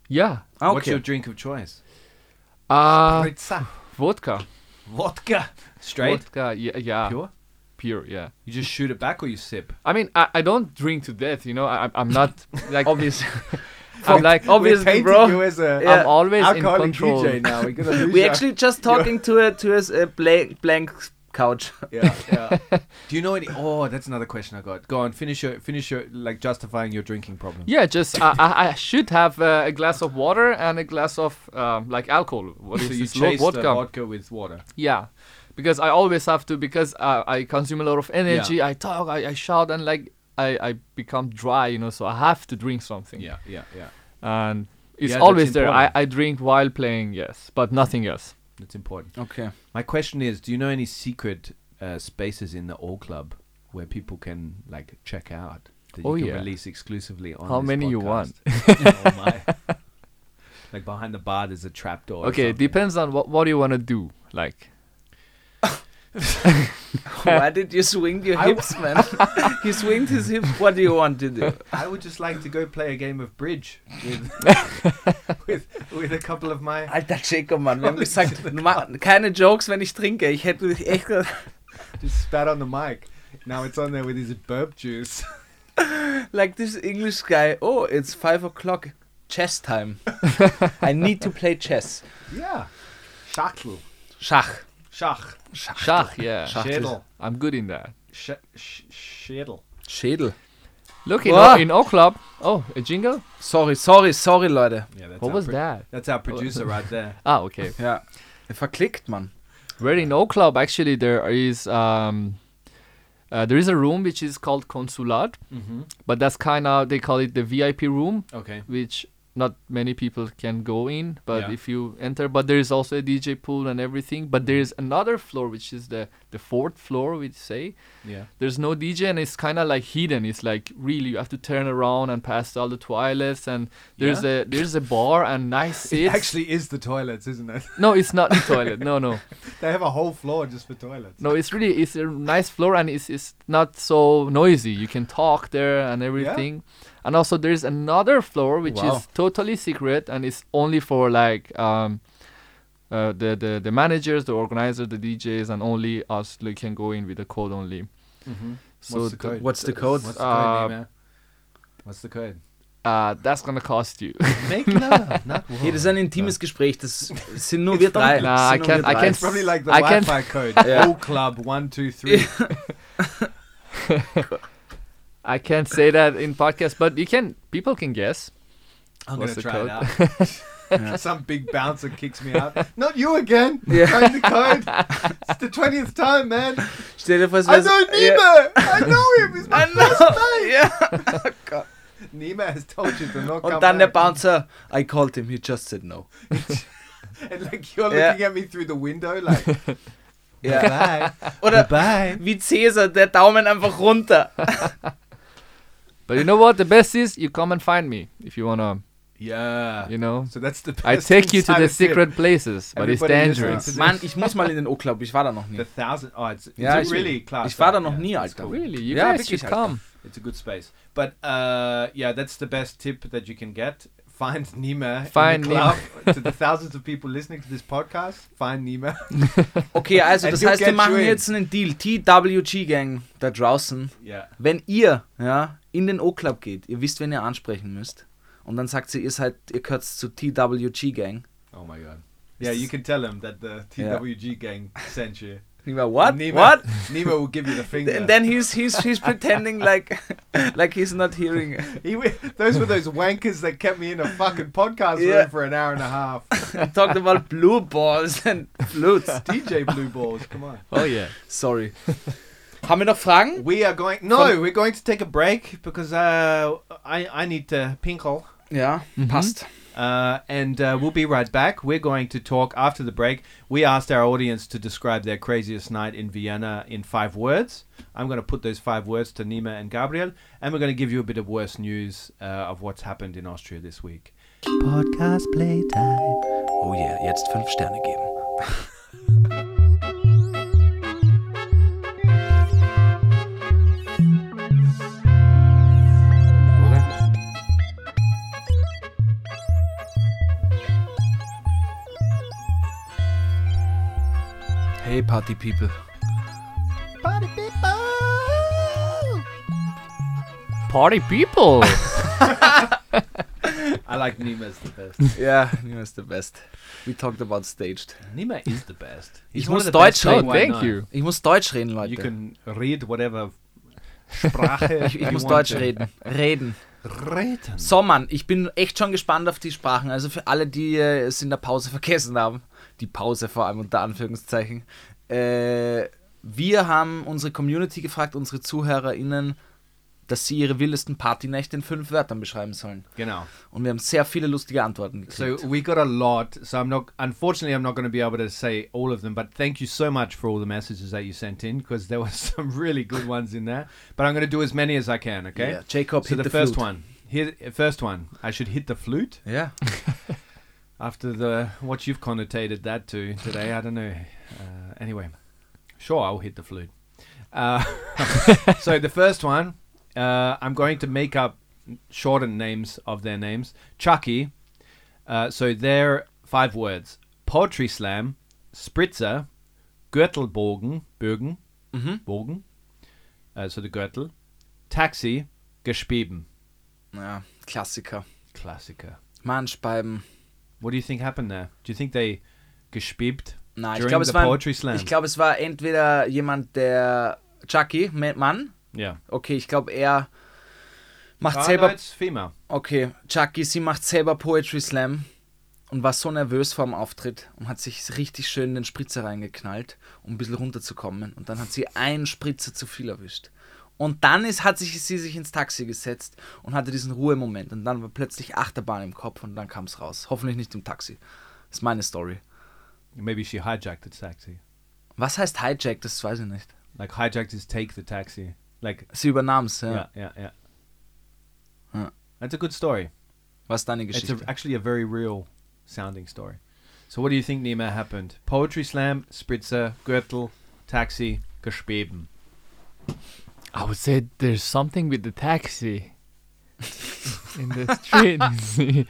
Speaker 4: yeah.
Speaker 2: Ah,
Speaker 3: What's your
Speaker 2: okay.
Speaker 3: drink of choice?
Speaker 4: Uh,
Speaker 3: Spritzer.
Speaker 4: vodka.
Speaker 3: Vodka. Straight.
Speaker 4: Vodka, yeah, yeah.
Speaker 3: Pure.
Speaker 4: Pure, yeah.
Speaker 3: You just shoot it back or you sip?
Speaker 4: I mean, I, I don't drink to death, you know. I, I'm- I'm not like obvious.
Speaker 2: Fuck,
Speaker 4: I'm like
Speaker 2: obvious.
Speaker 4: obvious.
Speaker 2: We're painting bro. you
Speaker 3: as a
Speaker 4: I'm always in control.
Speaker 3: now. We're gonna
Speaker 2: We actually just talking to a, to a, s- a blank, blank couch.
Speaker 3: Yeah, yeah. Do you know any? Oh, that's another question I got. Go on, finish your finish your like justifying your drinking problem.
Speaker 4: Yeah, just I, I, I should have uh, a glass of water and a glass of um, like alcohol. What
Speaker 3: So
Speaker 4: is
Speaker 3: you
Speaker 4: it? Low
Speaker 3: chase vodka. the uh, vodka with water.
Speaker 4: Yeah, because I always have to because uh, I consume a lot of energy. I talk, I, I shout, and like I, I become dry, you know. So I have to drink something.
Speaker 3: Yeah, yeah, yeah.
Speaker 4: and it's
Speaker 3: Yeah, that's
Speaker 4: always there. I,
Speaker 3: important.
Speaker 4: I drink while playing, yes, but nothing else.
Speaker 3: That's important.
Speaker 2: Okay.
Speaker 3: My question is, do you know any secret uh, spaces in the All Club where people can like check out that
Speaker 4: Oh,
Speaker 3: you can
Speaker 4: yeah.
Speaker 3: release exclusively on
Speaker 4: How
Speaker 3: this
Speaker 4: many you want?
Speaker 3: podcast? oh my. Like behind the bar, there's a trap door. or
Speaker 4: okay, it
Speaker 3: something.
Speaker 4: depends on what what do you want to do. Like
Speaker 2: Why did you swing your hips, man? he swinged his hips. What do you want to do?
Speaker 3: I would just like to go play a game of bridge with with, with a couple of my.
Speaker 2: Alter Jacob, Mann, wir haben gesagt, ma- keine Jokes, wenn ich trinke. Ich hätte dich echt.
Speaker 3: Just spat on the mic. Now it's on there with his burp juice.
Speaker 2: Like this English guy, oh, it's 5 o'clock, chess time. I need to play chess.
Speaker 3: Yeah. Schachtel.
Speaker 2: Schach.
Speaker 3: Schach.
Speaker 4: Schach, yeah,
Speaker 3: Schädel.
Speaker 4: I'm good in that.
Speaker 3: Sch sch schädel.
Speaker 2: Schädel.
Speaker 4: Look in
Speaker 3: Ah!
Speaker 2: Whoa.
Speaker 4: O- in O Club. Oh, a jingle.
Speaker 2: Sorry, sorry, sorry, Leute.
Speaker 3: Yeah, that's
Speaker 4: What
Speaker 3: our
Speaker 4: was
Speaker 3: pro-
Speaker 4: that?
Speaker 3: That's our producer right there.
Speaker 4: Ah, okay.
Speaker 2: Ja. Verklickt, Mann.
Speaker 4: Where in O Club actually there is um, uh, there is a room which is called Consulat,
Speaker 3: Mm-hmm.
Speaker 4: but that's kind of they call it the VIP room,
Speaker 3: Okay.
Speaker 4: which not many people can go in but
Speaker 3: Yeah.
Speaker 4: if you enter but there is also a dj pool and everything but there is
Speaker 3: Mm-hmm.
Speaker 4: another floor which is the the fourth floor we say
Speaker 3: Yeah.
Speaker 4: there's no dj and it's kind of like hidden it's like really you have to turn around and pass all the toilets and there's a there's a bar and nice
Speaker 3: It
Speaker 4: seats
Speaker 3: actually is the toilets, isn't it?
Speaker 4: no it's not the toilet no no
Speaker 3: They have a whole floor just for toilets.
Speaker 4: no it's really it's a nice floor and it's, it's not so noisy you can talk there and everything and also there's another floor which
Speaker 2: Wow.
Speaker 4: is totally secret and it's only for like um uh, the, the the managers the organizers the djs and only us like, can go in with the code only
Speaker 3: Mm-hmm.
Speaker 4: so
Speaker 3: What's the
Speaker 4: th-
Speaker 3: code?
Speaker 2: What's the code?
Speaker 3: What's the
Speaker 4: Uh,
Speaker 3: code, Nima? What's the code?
Speaker 4: uh that's gonna cost you
Speaker 3: Make love, not war.
Speaker 2: Hey, das ist ein intimes Gespräch, das sind nur wir drei.
Speaker 4: Nah,
Speaker 2: Das
Speaker 4: I
Speaker 2: sind nur
Speaker 4: can't-
Speaker 2: wir
Speaker 4: I
Speaker 2: drei.
Speaker 4: can't
Speaker 3: It's probably like the
Speaker 4: I can't-
Speaker 3: Wi-Fi code.
Speaker 2: Yeah.
Speaker 3: All Club one two three.
Speaker 4: i can't say that in podcast but you can people can guess
Speaker 3: I'm
Speaker 4: What's
Speaker 3: gonna
Speaker 4: the
Speaker 3: try it out. Some big bouncer kicks me out. Not you again.
Speaker 2: Yeah.
Speaker 3: Find the code. It's the twentieth time, man.
Speaker 2: Stell dir vor, es
Speaker 3: I
Speaker 2: wäre
Speaker 3: know Nima. I know him. He's my Nima has told you to not come
Speaker 2: Und dann der
Speaker 3: back.
Speaker 2: Bouncer, I called him, he just said no.
Speaker 3: And like you're
Speaker 2: Yeah.
Speaker 3: looking at me through the window, like
Speaker 2: Ja.
Speaker 3: bye,
Speaker 2: Oder
Speaker 3: bye.
Speaker 2: wie Cäsar, der Daumen einfach runter.
Speaker 4: Also but you know what the best is you come and find me if you wanna
Speaker 3: Yeah.
Speaker 4: you know
Speaker 3: So that's the. Best
Speaker 4: i take you to
Speaker 3: inside
Speaker 4: the
Speaker 3: of it.
Speaker 4: secret places but it's
Speaker 3: Everybody listen
Speaker 4: dangerous
Speaker 3: to this.
Speaker 2: Mann, ich muss mal in den O-Club, ich war da noch nie.
Speaker 3: The thousand. Oh, it's, it's
Speaker 2: Yeah,
Speaker 3: a
Speaker 2: I see.
Speaker 3: really class.
Speaker 2: Ich war da
Speaker 3: up,
Speaker 2: noch
Speaker 3: yeah.
Speaker 2: nie,
Speaker 3: It's
Speaker 2: Alter.
Speaker 3: cool.
Speaker 4: Really? You
Speaker 2: Yeah,
Speaker 4: guys
Speaker 2: wirklich,
Speaker 4: should
Speaker 2: Alter.
Speaker 4: come.
Speaker 3: It's a good space. But uh, yeah, that's the best tip that you can get. Find Nima.
Speaker 4: Find
Speaker 3: in the club. to the thousands of people listening to this podcast. Find Nima.
Speaker 2: Okay, also
Speaker 3: And
Speaker 2: das
Speaker 3: you
Speaker 2: heißt, wir
Speaker 3: get
Speaker 2: machen
Speaker 3: you in.
Speaker 2: jetzt einen Deal. TWG Gang da draußen,
Speaker 3: Yeah.
Speaker 2: wenn ihr ja, in den O-Club geht, ihr wisst, wen ihr ansprechen müsst. Und dann sagt sie, ihr seid, ihr gehört zu TWG Gang.
Speaker 3: Oh my god. Yeah, you can tell him that the TWG gang sent you.
Speaker 2: Ich war, what?
Speaker 3: Nima,
Speaker 2: What?
Speaker 3: Nima will give you the finger.
Speaker 2: And then he's he's he's pretending like like he's not hearing.
Speaker 3: He w- those were those wankers that kept me in a fucking podcast
Speaker 2: Yeah.
Speaker 3: room for an hour and a half.
Speaker 2: Talked about blue balls and flutes.
Speaker 3: DJ Blue Balls, come on.
Speaker 4: Oh yeah.
Speaker 2: Sorry. Haben wir noch Fragen?
Speaker 3: We are going. No, we're going to take a break because uh, I I need to pinkle.
Speaker 2: Ja,
Speaker 4: Mm-hmm.
Speaker 2: passt.
Speaker 3: Uh, and uh, we'll be right back. We're going to talk after the break. We asked our audience to describe their craziest night in Vienna in five words. I'm going to put those five words to Nima and Gabriel, and we're going to give you a bit of worse news uh, of what's happened in Austria this week. Podcast playtime.
Speaker 2: Oh yeah, jetzt fünf Sterne geben. Oder? Hey Party People.
Speaker 4: Party people.
Speaker 3: I like Nima's the best.
Speaker 2: Ja, Nima is the best. We talked about staged.
Speaker 3: Nima is the best. He's
Speaker 2: Ich
Speaker 3: one
Speaker 2: muss
Speaker 3: of the
Speaker 2: Deutsch
Speaker 3: best
Speaker 2: reden.
Speaker 3: white
Speaker 4: Thank
Speaker 3: knight.
Speaker 4: you.
Speaker 2: Ich muss Deutsch reden, Leute.
Speaker 3: You can read whatever Sprache
Speaker 2: ich ich
Speaker 3: you
Speaker 2: muss
Speaker 3: want
Speaker 2: Deutsch
Speaker 3: to.
Speaker 2: reden. Reden.
Speaker 3: Reden.
Speaker 2: So, Mann, ich bin echt schon gespannt auf die Sprachen. Also für alle, die äh, es in der Pause vergessen haben, die Pause vor allem unter Anführungszeichen. Äh, wir haben unsere Community gefragt, unsere ZuhörerInnen, dass sie ihre wildesten Partynächte in fünf Wörtern beschreiben sollen.
Speaker 3: Genau.
Speaker 2: Und wir haben sehr viele lustige Antworten
Speaker 3: So uh.
Speaker 2: gekriegt.
Speaker 3: we got a lot. So I'm not. Unfortunately, I'm not going to be able to say all of them. But thank you so much for all the messages that you sent in because there were some really good ones in there. But I'm going to do as many as I can. Okay.
Speaker 2: Yeah, Jacob
Speaker 3: So
Speaker 2: hit
Speaker 3: the,
Speaker 2: the
Speaker 3: first
Speaker 2: flute.
Speaker 3: one. Here, first one. I should hit the flute
Speaker 2: Ja.
Speaker 3: after the what you've connotated that to today. I don't know. Uh, anyway, sure, I'll hit the flute. Uh, so the first one, uh, I'm going to make up shortened names of their names. Chucky. Uh, so they're five words: poetry slam, spritzer, Gürtelbogen, Bögen, Bogen. Uh, so the Gürtel, taxi, Gespieben.
Speaker 2: ja, Klassiker.
Speaker 3: Klassiker.
Speaker 2: Mansch beim.
Speaker 3: What do you think happened there? Do you think they gespiebed
Speaker 2: Nein, ich
Speaker 3: during
Speaker 2: glaube,
Speaker 3: the
Speaker 2: es, war-
Speaker 3: poetry slam?
Speaker 2: ich glaube, es war entweder jemand, der Chucky, Mann.
Speaker 3: yeah.
Speaker 2: Okay, ich glaube, er macht
Speaker 3: Ah,
Speaker 2: selber
Speaker 3: no, it's female.
Speaker 2: Okay, Chucky, sie macht selber Poetry Slam und war so nervös vor dem Auftritt und hat sich richtig schön den Spritzer reingeknallt, um ein bisschen runterzukommen. Und dann hat sie einen Spritzer zu viel erwischt. Und dann ist, hat sich, sie sich ins Taxi gesetzt und hatte diesen Ruhemoment. Und dann war plötzlich Achterbahn im Kopf und dann kam es raus. Hoffentlich nicht im Taxi. Das ist meine Story.
Speaker 3: Maybe she hijacked the taxi.
Speaker 2: Was heißt Hijack? Das weiß ich nicht.
Speaker 3: Like hijacked is take the taxi. Like
Speaker 2: Sie übernahm es, ja.
Speaker 3: yeah, yeah, yeah.
Speaker 2: Yeah.
Speaker 3: That's a good story.
Speaker 2: Was ist deine
Speaker 3: It's
Speaker 2: Geschichte?
Speaker 3: a, actually a very real sounding story. So what do you think, Nima, happened? Poetry slam, spritzer, Gürtel, taxi, gespieben.
Speaker 4: I would say there's something with the taxi in the street. you see.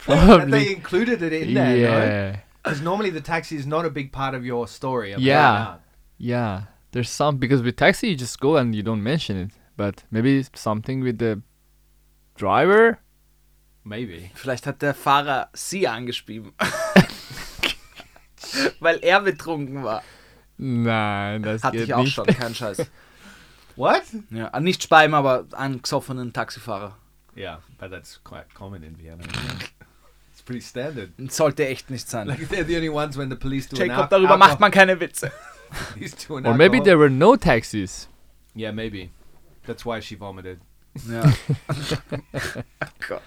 Speaker 4: Probably.
Speaker 3: included it
Speaker 4: yeah.
Speaker 3: Because normally the taxi is not a big part of your story.
Speaker 4: I'm Yeah. finding out. Yeah. There's some because with taxi you just go and you don't mention it. But maybe it's something with the driver.
Speaker 3: Maybe.
Speaker 2: Vielleicht hat der Fahrer sie angeschrieben. Weil er betrunken war.
Speaker 4: Nein, das
Speaker 2: Hatte
Speaker 4: geht
Speaker 2: ich auch
Speaker 4: nicht.
Speaker 2: schon, kein Scheiß.
Speaker 3: What?
Speaker 2: Ja, an nicht Speiben, aber an gesoffenen Taxifahrer.
Speaker 3: Yeah, but that's quite common in Vienna. it's pretty standard.
Speaker 2: Das sollte echt nicht sein.
Speaker 3: Like they're the only ones when the police do an
Speaker 2: Jacob,
Speaker 3: alco-
Speaker 2: darüber macht
Speaker 3: alcohol-
Speaker 2: man keine Witze.
Speaker 3: police do an
Speaker 4: Or maybe
Speaker 3: alcohol-
Speaker 4: there were no taxis.
Speaker 3: Yeah, maybe. That's why she vomited.
Speaker 2: Ja. oh Gott.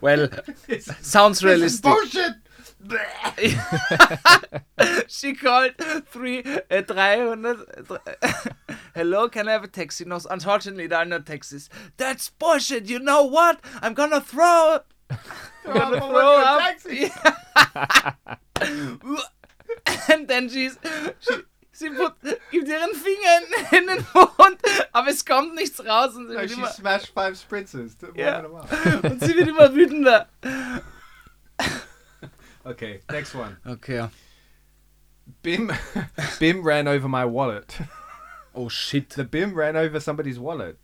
Speaker 2: Well, sounds realistic.
Speaker 3: bullshit.
Speaker 2: She called three, äh, 300. äh, Hello, can I have a taxi? No, unfortunately, there are no taxis. That's bullshit. You know what? I'm gonna throw up. throw up. And then she's, she, sie put, gibt ihren Finger in, in den Mund, aber es kommt nichts raus und sie, wird, immer,
Speaker 3: smashed five spritzers.
Speaker 2: Yeah. warm und sie wird immer wütender.
Speaker 3: Okay, next one.
Speaker 2: Okay.
Speaker 3: Bim, Bim ran over my wallet.
Speaker 2: Oh shit.
Speaker 3: The Bim ran over somebody's wallet.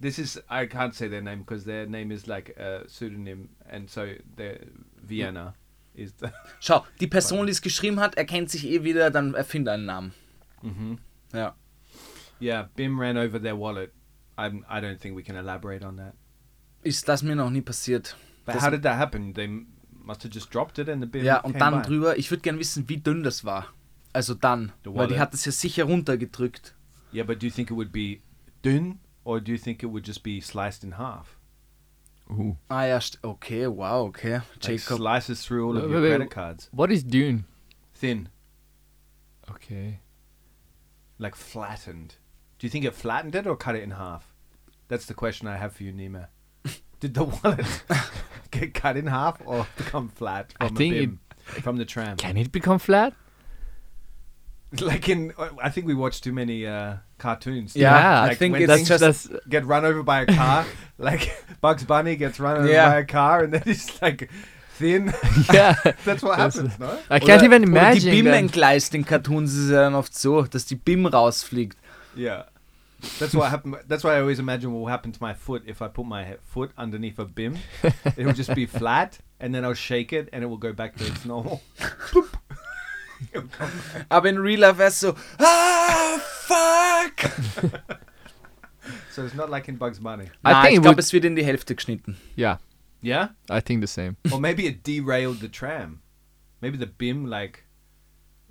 Speaker 3: this is I can't say their name because their name is like a pseudonym, and so the Vienna is the
Speaker 2: Schau, die Person, die es geschrieben hat, erkennt sich eh wieder, dann erfinde einen Namen.
Speaker 3: Mhm.
Speaker 2: Ja.
Speaker 3: yeah. Bim ran over their wallet. I'm, I don't think we can elaborate on that.
Speaker 2: Ist das mir noch nie passiert.
Speaker 3: But
Speaker 2: Das-
Speaker 3: how did that happen? They m- must have just dropped it and the bin.
Speaker 2: ja, und
Speaker 3: came
Speaker 2: dann
Speaker 3: by.
Speaker 2: drüber, ich würde gerne wissen, wie dünn das war. Also dann,
Speaker 3: The
Speaker 2: weil die
Speaker 3: wallet.
Speaker 2: hat es ja sicher runtergedrückt.
Speaker 3: Yeah, but do you think it would be dün or do you think it would just be sliced in half? Ooh.
Speaker 2: Ah ja, st- okay, wow, okay.
Speaker 3: Like
Speaker 2: Jacob.
Speaker 3: slices through all of
Speaker 4: Wait,
Speaker 3: your
Speaker 4: wait, wait.
Speaker 3: credit cards.
Speaker 4: What is Dune?
Speaker 3: Thin,
Speaker 4: Okay.
Speaker 3: like flattened. Do you think it flattened it or cut it in half? That's the question I have for you, Nima. Did the wallet get cut in half or become flat
Speaker 4: I
Speaker 3: from,
Speaker 4: think
Speaker 3: a bim, from the tram?
Speaker 4: Can it become flat?
Speaker 3: Like in, I think we watch too many uh, cartoons.
Speaker 2: Yeah, I
Speaker 3: like
Speaker 2: think
Speaker 3: when
Speaker 2: it's
Speaker 3: things
Speaker 2: just-
Speaker 3: get run over by a car. like Bugs Bunny gets run over
Speaker 2: Yeah.
Speaker 3: by a car, and then he's like thin.
Speaker 4: yeah.
Speaker 3: That's what happens, no?
Speaker 4: I can't even
Speaker 2: oder die
Speaker 4: imagine.
Speaker 2: Bim
Speaker 4: then.
Speaker 2: entgleist in Cartoons ist es ja dann oft so, dass die Bim rausfliegt.
Speaker 3: Yeah. That's what happened. That's why I always imagine what will happen to my foot if I put my he- foot underneath a bim. It will just be flat, and then I'll shake it, and it will go back to its normal.
Speaker 2: Aber in Real Life wär's so, ah, fuck!
Speaker 3: So it's not like in Bugs Bunny.
Speaker 4: I
Speaker 2: Nein,
Speaker 4: think
Speaker 2: ich
Speaker 4: it
Speaker 2: glaube,
Speaker 4: would-
Speaker 2: es wird in die Hälfte geschnitten.
Speaker 4: Yeah,
Speaker 3: Yeah.
Speaker 4: I think the same.
Speaker 3: Or maybe it derailed the tram. Maybe the bim like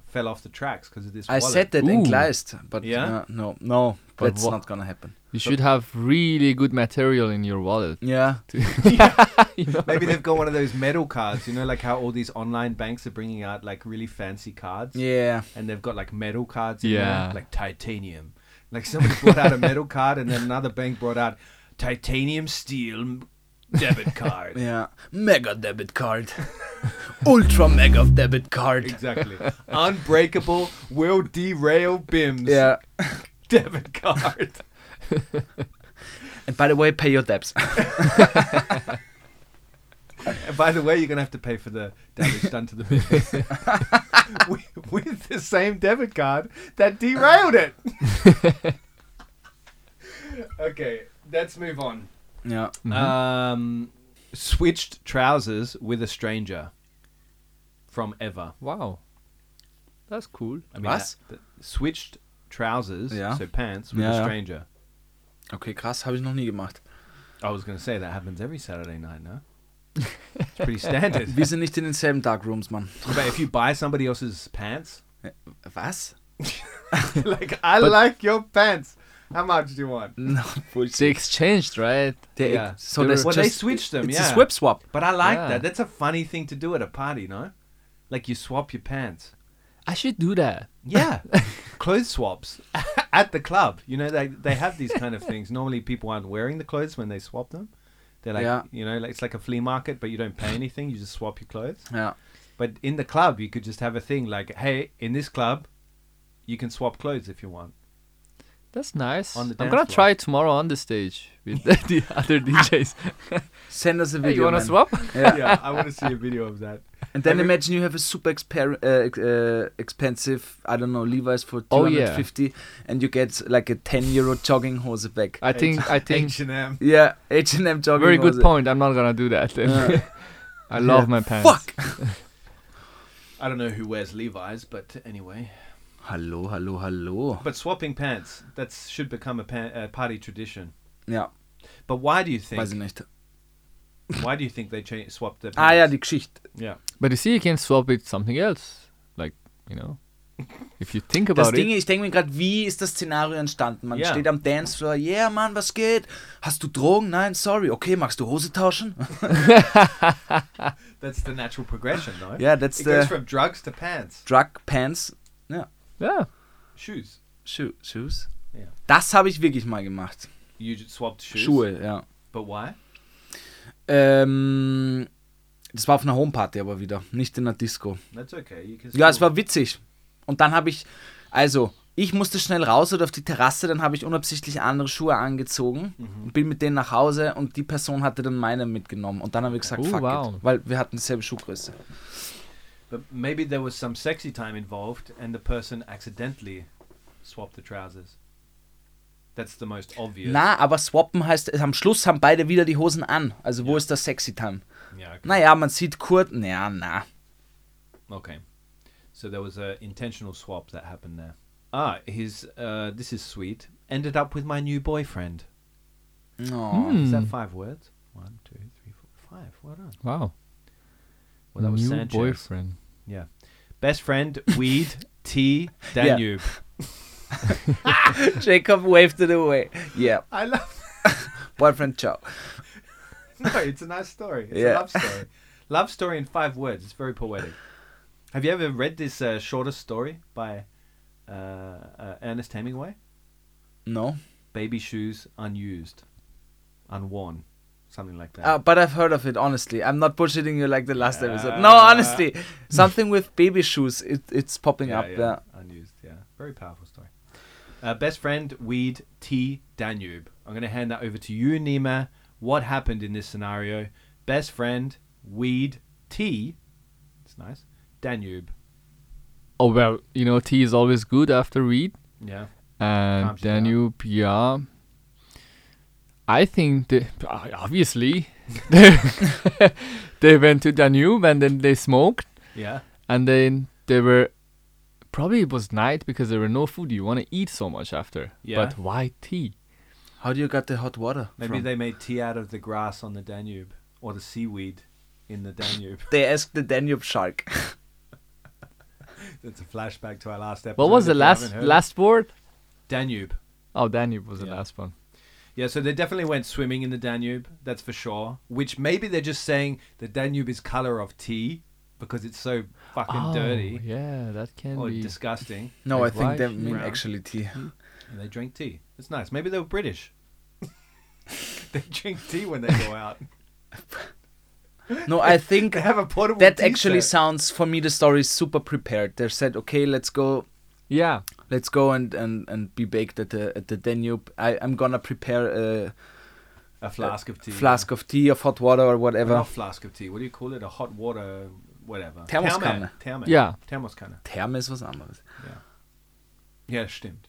Speaker 3: fell off the tracks because of this.
Speaker 2: I
Speaker 3: wallet.
Speaker 2: said that
Speaker 4: Ooh.
Speaker 2: entgleist, but
Speaker 3: Yeah?
Speaker 2: uh, no, no,
Speaker 4: But
Speaker 2: that's
Speaker 4: wha-
Speaker 2: not gonna happen.
Speaker 4: You should have really good material in your wallet.
Speaker 2: Ja,
Speaker 3: Maybe they've got one of those metal cards, you know, like how all these online banks are bringing out like really fancy cards,
Speaker 2: yeah.
Speaker 3: and they've got like metal cards, in
Speaker 4: Yeah.
Speaker 3: there, like titanium. Like somebody brought out a metal card, and then another bank brought out titanium steel debit card.
Speaker 2: Ja. Mega Debit Card. Ultra Mega Debit Card.
Speaker 3: Exactly, unbreakable will derail bims
Speaker 2: Ja.
Speaker 3: debit card.
Speaker 2: And by the way, pay your debts.
Speaker 3: And by the way, you're gonna have to pay for the damage done to the business with, with the same debit card that derailed it. okay, let's move on.
Speaker 2: ja.
Speaker 3: Um, switched trousers with a stranger from ever.
Speaker 4: Wow, that's cool.
Speaker 3: I mean,
Speaker 2: Was?
Speaker 3: that- that- switched trousers,
Speaker 2: Yeah.
Speaker 3: so pants with
Speaker 2: Yeah,
Speaker 3: a
Speaker 2: yeah.
Speaker 3: stranger.
Speaker 2: Okay, krass, habe ich noch nie gemacht.
Speaker 3: I was gonna say that happens every Saturday night, no? It's pretty standard.
Speaker 2: Wir sind nicht in denselben Darkrooms, Mann.
Speaker 3: but if you buy somebody else's pants,
Speaker 2: Was?
Speaker 3: like I like your pants. How much do you want?
Speaker 2: No, bullshit.
Speaker 4: They exchanged, right?
Speaker 2: Der,
Speaker 3: Yeah.
Speaker 2: So
Speaker 3: They
Speaker 2: that's
Speaker 3: were- Well, they
Speaker 2: just-
Speaker 3: switched them,
Speaker 2: It's
Speaker 3: yeah.
Speaker 2: a Swap Swap.
Speaker 3: But I like
Speaker 4: Yeah.
Speaker 3: that. That's a funny thing to do at a party, no? Like you swap your pants.
Speaker 4: I should do that.
Speaker 3: Yeah, clothes swaps at the club. You know they they have these kind of things. Normally people aren't wearing the clothes when they swap them. They're like
Speaker 2: Yeah.
Speaker 3: you know like, it's like a flea market, but you don't pay anything. You just swap your clothes.
Speaker 2: Ja.
Speaker 3: But in the club, you could just have a thing like, hey, in this club, you can swap clothes if you want.
Speaker 4: That's nice.
Speaker 3: On the
Speaker 4: I'm
Speaker 3: dance
Speaker 4: gonna
Speaker 3: floor.
Speaker 4: try it tomorrow on the stage with the, the other DJs.
Speaker 2: Send us a
Speaker 4: hey, you
Speaker 2: video.
Speaker 4: wanna
Speaker 2: man.
Speaker 4: swap?
Speaker 2: Yeah.
Speaker 3: yeah, I want to see a video of that.
Speaker 2: And then
Speaker 3: Every-
Speaker 2: imagine you have a super exper- uh, ex- uh, expensive, I don't know, Levi's for
Speaker 4: Oh, yeah.
Speaker 2: 250 and you get like a 10 euro jogging hose back.
Speaker 4: I think. I think.
Speaker 3: H and M.
Speaker 2: yeah, H&M jogging
Speaker 4: Very good
Speaker 2: hose.
Speaker 4: point. I'm not gonna do that. then.
Speaker 2: Yeah.
Speaker 4: I love
Speaker 2: Yeah.
Speaker 4: my pants.
Speaker 2: Fuck!
Speaker 3: I don't know who wears Levi's, but anyway.
Speaker 2: Hallo, hallo, hallo.
Speaker 3: But swapping pants, that should become a, pa- a party tradition.
Speaker 2: Ja,
Speaker 3: But why do you
Speaker 2: weiß ich
Speaker 3: think?
Speaker 2: nicht.
Speaker 3: Why do you think they change, swapped their pants?
Speaker 2: Ah ja, die Geschichte.
Speaker 3: yeah.
Speaker 4: But you see, you can swap with something else. Like you know, if you think
Speaker 2: Das
Speaker 4: about
Speaker 2: Ding,
Speaker 4: it.
Speaker 2: ich denke mir gerade, wie ist das Szenario entstanden? Man
Speaker 3: Ja.
Speaker 2: steht am Dancefloor, yeah, Mann, was geht? Hast du Drogen? Nein, sorry. Okay, magst du Hose tauschen?
Speaker 3: That's the natural progression, though.
Speaker 2: Yeah, that's
Speaker 3: it goes
Speaker 2: the
Speaker 3: from drugs to pants,
Speaker 2: Drug Pants
Speaker 4: Yeah.
Speaker 3: shoes.
Speaker 2: Scho Shoes.
Speaker 3: Ja.
Speaker 2: Das habe ich wirklich mal gemacht.
Speaker 3: You just swapped shoes.
Speaker 2: Schuhe, ja.
Speaker 3: But why?
Speaker 2: Ähm, das war auf einer Homeparty aber wieder, nicht in einer Disco.
Speaker 3: That's okay. You can.
Speaker 2: Ja,
Speaker 3: still-
Speaker 2: es war witzig. Und dann habe ich, also, ich musste schnell raus oder auf die Terrasse, dann habe ich unabsichtlich andere Schuhe angezogen und bin mit denen nach Hause und die Person hatte dann meine mitgenommen. Und dann haben wir gesagt,
Speaker 4: Oh,
Speaker 2: fuck
Speaker 4: wow.
Speaker 2: it, weil wir hatten dieselbe Schuhgröße.
Speaker 3: But maybe there was some sexy time involved, and the person accidentally swapped the trousers. That's the most obvious.
Speaker 2: Na, aber swappen heißt, am Schluss haben beide wieder die Hosen an. Also wo ist der sexy time?
Speaker 3: Yeah, okay.
Speaker 2: Naja, man sieht kurz, naja, na.
Speaker 3: Okay. So there was an intentional swap that happened there. Ah, his uh, this is sweet. Ended up with my new boyfriend.
Speaker 2: No.
Speaker 4: Hm.
Speaker 3: Is
Speaker 4: Hmm.
Speaker 3: that five words? One, two, three, four, five. Well done.
Speaker 4: Wow.
Speaker 3: Well, that was
Speaker 4: New
Speaker 3: Sanchez.
Speaker 4: boyfriend.
Speaker 3: Yeah. Best friend, weed, tea, Danube.
Speaker 2: Jacob waved it away. Yeah,
Speaker 3: I love.
Speaker 2: boyfriend, ciao.
Speaker 3: No, it's a nice story. It's
Speaker 2: Yeah.
Speaker 3: a love story. love story in five words. It's very poetic. Have you ever read this uh, shortest story by uh, uh, Ernest Hemingway?
Speaker 2: No.
Speaker 3: Baby shoes unused, unworn, something like that.
Speaker 2: Uh, but I've heard of it, honestly. I'm not bullshitting you like the last episode. No, honestly. Something with baby shoes, it, it's popping up. Yeah.
Speaker 3: Unused, yeah. Very powerful story. Uh, best friend, weed, tea, Danube. I'm going to hand that over to you, Nima. What happened in this scenario? Best friend, weed, tea. It's nice. Danube.
Speaker 4: Oh well, you know, tea is always good after weed.
Speaker 3: Yeah.
Speaker 4: And
Speaker 3: Calms you down.
Speaker 4: Danube, yeah. I think they uh, obviously they, they went to Danube and then they smoked
Speaker 3: Yeah.
Speaker 4: and then they were probably it was night because there were no food. You want to eat so much after,
Speaker 3: Yeah.
Speaker 4: but why tea?
Speaker 2: How do you get the hot water?
Speaker 3: Maybe
Speaker 2: from?
Speaker 3: they made tea out of the grass on the Danube or the seaweed in the Danube.
Speaker 2: They asked the Danube shark.
Speaker 3: It's a flashback to our last episode.
Speaker 4: What was the
Speaker 3: if you haven't
Speaker 4: last
Speaker 3: heard it.
Speaker 4: last word?
Speaker 3: Danube.
Speaker 4: Oh, Danube was the
Speaker 3: Yeah.
Speaker 4: last one.
Speaker 3: Yeah, so they definitely went swimming in the Danube, that's for sure. Which maybe they're just saying the Danube is color of tea because it's so fucking
Speaker 4: Oh,
Speaker 3: dirty Oh,
Speaker 4: Yeah, that can
Speaker 3: or
Speaker 4: be.
Speaker 3: disgusting.
Speaker 2: No,
Speaker 4: Like,
Speaker 2: I think
Speaker 4: why
Speaker 2: they
Speaker 4: should-
Speaker 2: mean
Speaker 3: Yeah.
Speaker 2: actually tea.
Speaker 3: And they drink tea. It's nice. Maybe they were British. they drink tea when they go out.
Speaker 2: No, I think
Speaker 3: They have a portable
Speaker 2: that
Speaker 3: tea
Speaker 2: actually
Speaker 3: set.
Speaker 2: sounds for me the story is super prepared. They said, okay, let's go,
Speaker 4: yeah,
Speaker 2: let's go and and and be baked at the at the Danube. I I'm gonna prepare a
Speaker 3: a flask of tea.
Speaker 2: flask of tea, of hot water or
Speaker 3: Well,
Speaker 2: whatever.
Speaker 3: Not flask of tea. What do you call it? A hot water, whatever.
Speaker 2: Thermoskanne.
Speaker 3: Therme.
Speaker 4: Yeah.
Speaker 3: Thermoskanne.
Speaker 2: Therme ist was anderes.
Speaker 3: Yeah, stimmt.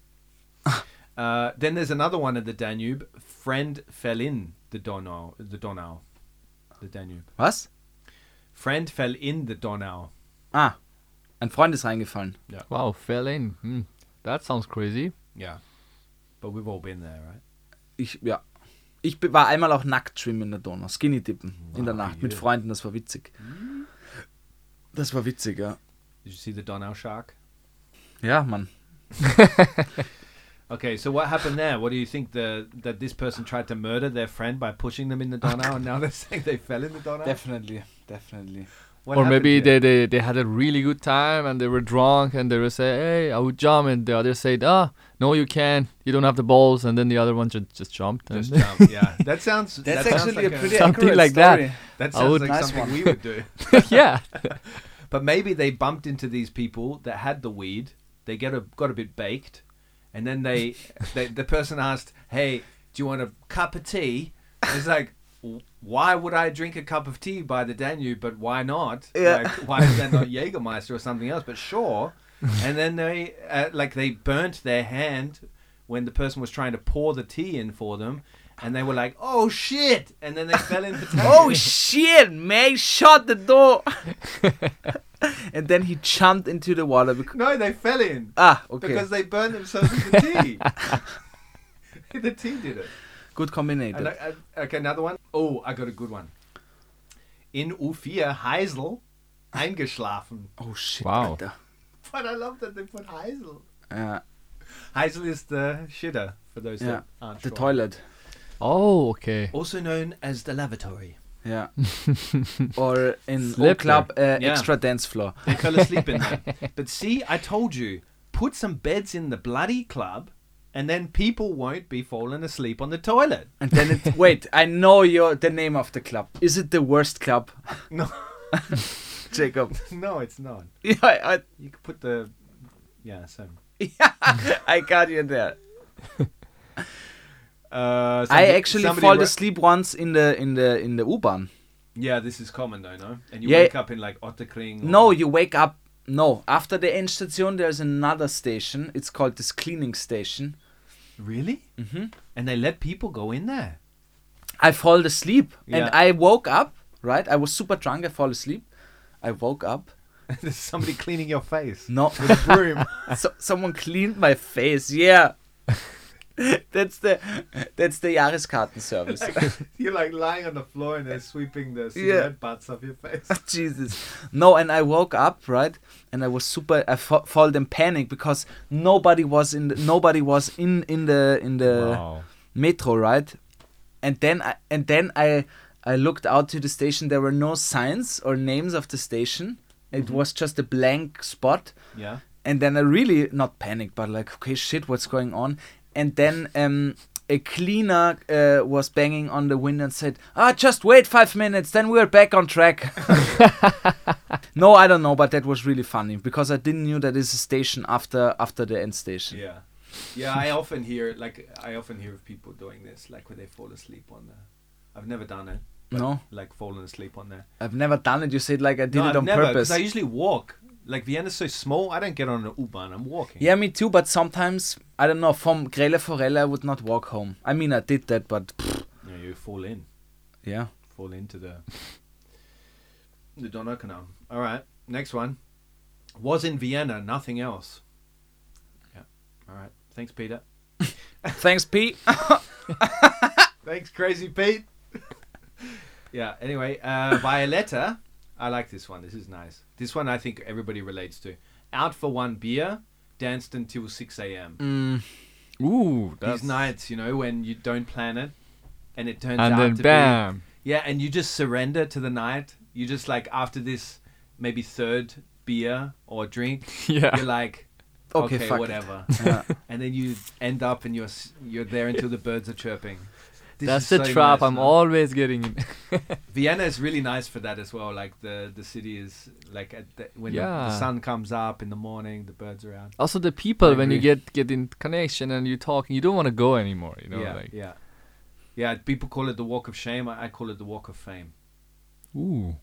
Speaker 3: uh, then there's another one at the Danube. Friend fell in the Donau, the Donau, the Danube.
Speaker 2: Was?
Speaker 3: Friend fell in the Donau.
Speaker 2: Ah, ein Freund ist reingefallen.
Speaker 4: wow, fell in. Hmm. That sounds crazy.
Speaker 3: Yeah, but we've all been there, right?
Speaker 2: Ich, ja. Ich be- war einmal auch nackt schwimmen in der Donau, Skinny dippen in der
Speaker 3: Wow,
Speaker 2: Nacht mit
Speaker 3: yeah.
Speaker 2: Freunden, das war witzig. Das war witzig, ja.
Speaker 3: Did you see the Donau shark?
Speaker 2: Ja, Mann.
Speaker 3: Okay, so what happened there? What do you think the that this person tried to murder their friend by pushing them in the Donau, and now they're saying they fell in the Donau?
Speaker 2: Definitely, definitely.
Speaker 3: What
Speaker 4: or
Speaker 3: happened
Speaker 4: maybe
Speaker 3: here?
Speaker 4: they, they they had a really good time and they were drunk and they were say, hey, I would jump, and the other said, ah, no, you can't, you don't have the balls, and then the other one just just jumped. And
Speaker 3: just jump. Yeah, that sounds. that
Speaker 2: That's
Speaker 3: sounds
Speaker 2: actually
Speaker 3: like
Speaker 2: a pretty
Speaker 4: Something
Speaker 2: accurate
Speaker 4: like that.
Speaker 2: story.
Speaker 3: That
Speaker 4: I
Speaker 3: sounds
Speaker 4: would-
Speaker 3: like
Speaker 2: Nice
Speaker 3: something
Speaker 2: one.
Speaker 3: we would do.
Speaker 4: yeah,
Speaker 3: But maybe they bumped into these people that had the weed. They get a, got a bit baked, and then they, they the person asked, "Hey, do you want a cup of tea?" And It's like, "W- why would I drink a cup of tea by the Danube? But why not?
Speaker 2: Yeah.
Speaker 3: Like, why is that not Jägermeister or something else? But sure. And then they uh, like they burnt their hand when the person was trying to pour the tea in for them, and they were like, "Oh shit!" And then they fell into.
Speaker 2: Oh shit, man, he shut the door. and then he jumped into the water because
Speaker 3: no, they fell in.
Speaker 2: Ah, okay.
Speaker 3: because they burn themselves with the tea. the tea did it.
Speaker 2: Good
Speaker 3: And
Speaker 2: combinated.
Speaker 3: I, I, okay, another one. Oh, I got a good one. In U4, Heisel eingeschlafen.
Speaker 2: Oh shit.
Speaker 4: Wow.
Speaker 2: Alter.
Speaker 3: But I love that they put Heisel.
Speaker 2: Ja,
Speaker 3: Heisel is the shitter, for those
Speaker 2: Yeah,
Speaker 3: that aren't
Speaker 2: the
Speaker 3: sure.
Speaker 2: toilet.
Speaker 4: oh, okay,
Speaker 3: Also known as the lavatory.
Speaker 2: Ja. Or in
Speaker 4: Slipper.
Speaker 2: O Club äh,
Speaker 3: Ja.
Speaker 2: extra dance floor.
Speaker 3: They fell asleep in there. But see, I told you, put some beds in the bloody club, and then people won't be falling asleep on the toilet.
Speaker 2: And then it wait, I know your the name of the club. Is it the worst club?
Speaker 3: No,
Speaker 2: Jacob.
Speaker 3: no, it's not.
Speaker 2: Yeah, I,
Speaker 3: You could put the. Yeah, so.
Speaker 2: I got you there.
Speaker 3: Uh,
Speaker 2: I actually fall asleep once in the in the in the U-Bahn.
Speaker 3: Yeah, this is common though, no? And you
Speaker 2: Yeah.
Speaker 3: wake up in like Otterkring. or-
Speaker 2: No, you wake up. No, after the end station, there's another station. It's called this cleaning station.
Speaker 3: Really? Mm-hmm. And they let people go in there.
Speaker 2: I fall asleep and
Speaker 3: Yeah.
Speaker 2: I woke up, right? I was super drunk, I fall asleep. I woke up.
Speaker 3: There's somebody cleaning your face.
Speaker 2: No,
Speaker 3: Broom.
Speaker 2: so, someone cleaned my face. Yeah. That's the that's the Jahreskarten service.
Speaker 3: You're like lying on the floor and they're sweeping the
Speaker 2: cigarette
Speaker 3: butts off your face.
Speaker 2: Oh, Jesus. No, and I woke up, right? And I was super I fa- fall in panic because nobody was in the, nobody was in in the in the
Speaker 3: Wow.
Speaker 2: metro, right? And then I and then I I looked out to the station. There were no signs or names of the station. It was just a blank spot.
Speaker 3: Yeah.
Speaker 2: And then I really not panicked, but like, okay, shit, what's going on? And then um, a cleaner uh, was banging on the window and said, "Ah, just wait five minutes, then we're back on track." no, I don't know, but that was really funny because I didn't knew that is a station after after the end station.
Speaker 3: Yeah. Yeah, I often hear like I often hear of people doing this, like when they fall asleep on the I've never done it. but,
Speaker 2: No.
Speaker 3: Like fallen asleep on there.
Speaker 2: I've never done it. You said like I did
Speaker 3: no,
Speaker 2: it
Speaker 3: I've
Speaker 2: on
Speaker 3: never, 'cause
Speaker 2: purpose.
Speaker 3: I usually walk. Like Vienna's so small, I don't get on an U-Bahn. I'm walking.
Speaker 2: Yeah, me too, but sometimes, I don't know, from Grele Forelle, I would not walk home. I mean, I did that, but pfft,
Speaker 3: You, know, you fall in,
Speaker 2: yeah.
Speaker 3: fall into the the Donaukanal. All right, next one. Was in Vienna, nothing else. Yeah. All right. Thanks, Peter.
Speaker 2: Thanks, Pete.
Speaker 3: Thanks, Crazy Pete. yeah, anyway, uh, Violetta. I like this one. This is nice. This one I think everybody relates to. Out for one beer, danced until 6 a.m.
Speaker 4: Ooh, Mm, that's
Speaker 3: These nights, you know, when you don't plan it and it turns
Speaker 4: and
Speaker 3: out
Speaker 4: then
Speaker 3: to
Speaker 4: bam.
Speaker 3: be. Yeah, and you just surrender to the night. You just like, after this maybe third beer or drink,
Speaker 4: Yeah.
Speaker 3: you're like,
Speaker 2: Okay,
Speaker 3: okay,
Speaker 2: fuck it."
Speaker 3: whatever.
Speaker 2: Yeah.
Speaker 3: and then you end up and you're, s- you're there until the birds are chirping. This
Speaker 4: That's
Speaker 3: is
Speaker 4: the
Speaker 3: so
Speaker 4: trap
Speaker 3: nice,
Speaker 4: I'm
Speaker 3: no?
Speaker 4: always getting in.
Speaker 3: Vienna is really nice for that as well. Like the the city is like at the, when the, the
Speaker 4: Yeah.
Speaker 3: sun comes up in the morning, the birds are out.
Speaker 4: Also, the people when you
Speaker 3: agree.
Speaker 4: get get in connection and you talking, you don't want to go anymore. You know,
Speaker 3: yeah,
Speaker 4: like
Speaker 3: yeah, yeah. People call it the walk of shame. I, I call it the walk of fame.
Speaker 4: ooh,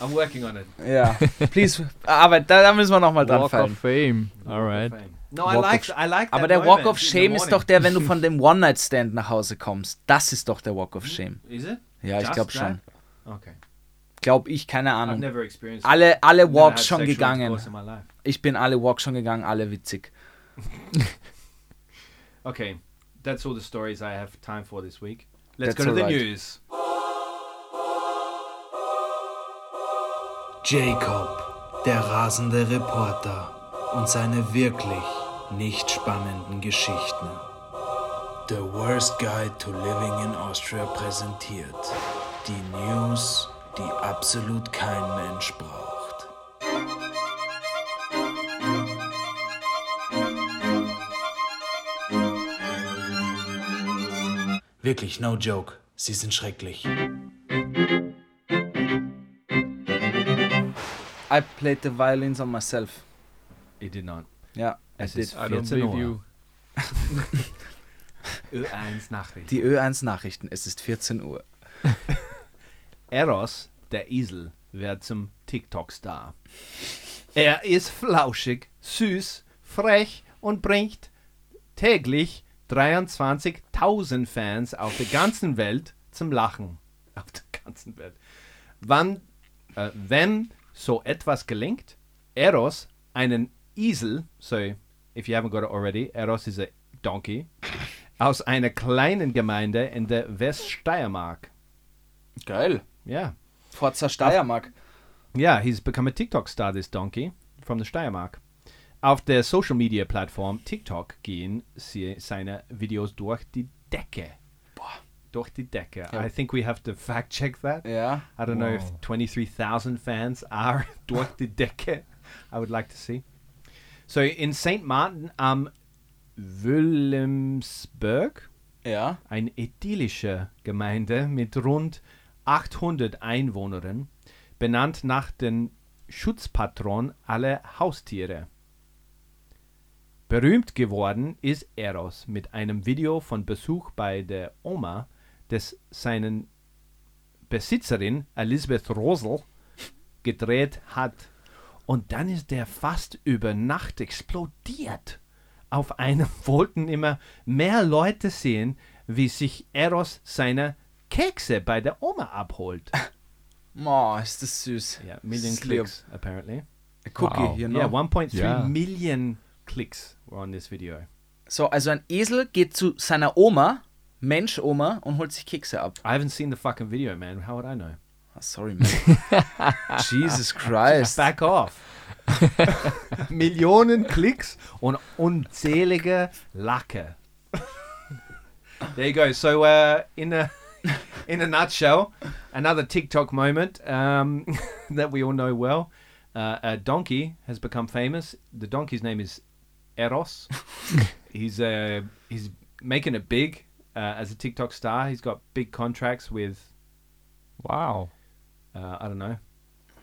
Speaker 3: I'm working on it.
Speaker 2: ja, please, aber da, da müssen wir nochmal dran
Speaker 4: walk
Speaker 2: fallen.
Speaker 4: of fame.
Speaker 3: the
Speaker 4: All
Speaker 3: walk of
Speaker 4: right. Ah,
Speaker 3: fame. No, I
Speaker 2: Walk of
Speaker 3: like
Speaker 2: sh-
Speaker 3: I like.
Speaker 2: Aber
Speaker 3: that
Speaker 2: der Walk
Speaker 3: moment
Speaker 2: of
Speaker 3: in the
Speaker 2: Shame ist
Speaker 3: morning.
Speaker 2: doch der, wenn du von dem One-Night-Stand nach Hause kommst. Das ist doch der Walk of Shame.
Speaker 3: Is it?
Speaker 2: Ja, ich
Speaker 3: Just
Speaker 2: glaube
Speaker 3: that?
Speaker 2: schon.
Speaker 3: Okay.
Speaker 2: Glaub ich, keine
Speaker 3: I've
Speaker 2: Ahnung.
Speaker 3: never experienced. it.
Speaker 2: Alle, alle
Speaker 3: Never had
Speaker 2: Walks schon
Speaker 3: sexual
Speaker 2: gegangen.
Speaker 3: intercourse in my life.
Speaker 2: Ich bin alle Walks schon gegangen, alle witzig.
Speaker 3: Okay, that's all the stories I have time for this week. Let's
Speaker 2: That's
Speaker 3: go to the
Speaker 2: alright.
Speaker 3: news.
Speaker 6: Jacob, der rasende Reporter und seine wirklich nicht spannenden Geschichten. The Worst Guide to Living in Austria präsentiert die News, die absolut kein Mensch braucht. Wirklich, no joke, sie sind schrecklich.
Speaker 2: I played the violins on myself.
Speaker 3: It did not.
Speaker 2: Ja, I
Speaker 3: Es ist
Speaker 2: did.
Speaker 4: I don't
Speaker 3: 14
Speaker 4: believe
Speaker 3: Uhr.
Speaker 4: you.
Speaker 3: Ö1 Nachricht.
Speaker 2: Die Ö1 Nachrichten, es ist 14 Uhr.
Speaker 3: Eros, der Esel, wird zum TikTok-Star. Er ist flauschig, süß, frech und bringt täglich 23.000 Fans auf der ganzen Welt zum Lachen. Auf der ganzen Welt. Wann, äh, wenn so etwas gelingt, Eros einen Esel, so if you haven't got it already, Eros is a donkey, aus einer kleinen Gemeinde in der Weststeiermark.
Speaker 2: Geil.
Speaker 3: Ja.
Speaker 2: Forza Steiermark.
Speaker 3: Yeah, he's become a TikTok star, this donkey, from the Steiermark. Auf der Social Media Plattform TikTok gehen sie seine Videos durch die Decke. Durch die Decke. I think we have to fact check that.
Speaker 2: Ja.
Speaker 3: I don't know if 23,000 fans are durch die Decke. I would like to see. So in St. Martin am Wilhelmsburg,
Speaker 2: Ja.
Speaker 3: eine idyllische Gemeinde mit rund 800 Einwohnern, benannt nach dem Schutzpatron aller Haustiere. Berühmt geworden ist Eros mit einem Video von Besuch bei der Oma des seinen Besitzerin Elisabeth Rosel gedreht hat. Und dann ist der fast über Nacht explodiert auf einem wollten immer mehr Leute sehen, wie sich Eros seine Kekse bei der Oma abholt.
Speaker 2: Mo, ist das süß.
Speaker 3: Ja, million
Speaker 2: Sleep.
Speaker 3: clicks apparently.
Speaker 2: A cookie,
Speaker 4: Wow.
Speaker 2: you know.
Speaker 3: Yeah, 1.3
Speaker 4: Yeah.
Speaker 3: million clicks were on this video.
Speaker 2: So, also ein Esel geht zu seiner Oma, Mensch-Oma, und holt sich Kekse ab.
Speaker 3: I haven't seen the fucking video, man. How would I know?
Speaker 2: Ah, sorry, man. Jesus Christ.
Speaker 3: Back off. Millionen Klicks und unzählige Lacke. There you go. So, uh, in a in a nutshell, another TikTok moment um, that we all know well. Uh, a donkey has become famous. The donkey's name is Eros. he's uh, he's making it big uh, as a TikTok star. He's got big contracts with
Speaker 4: Wow.
Speaker 3: uh, I don't know.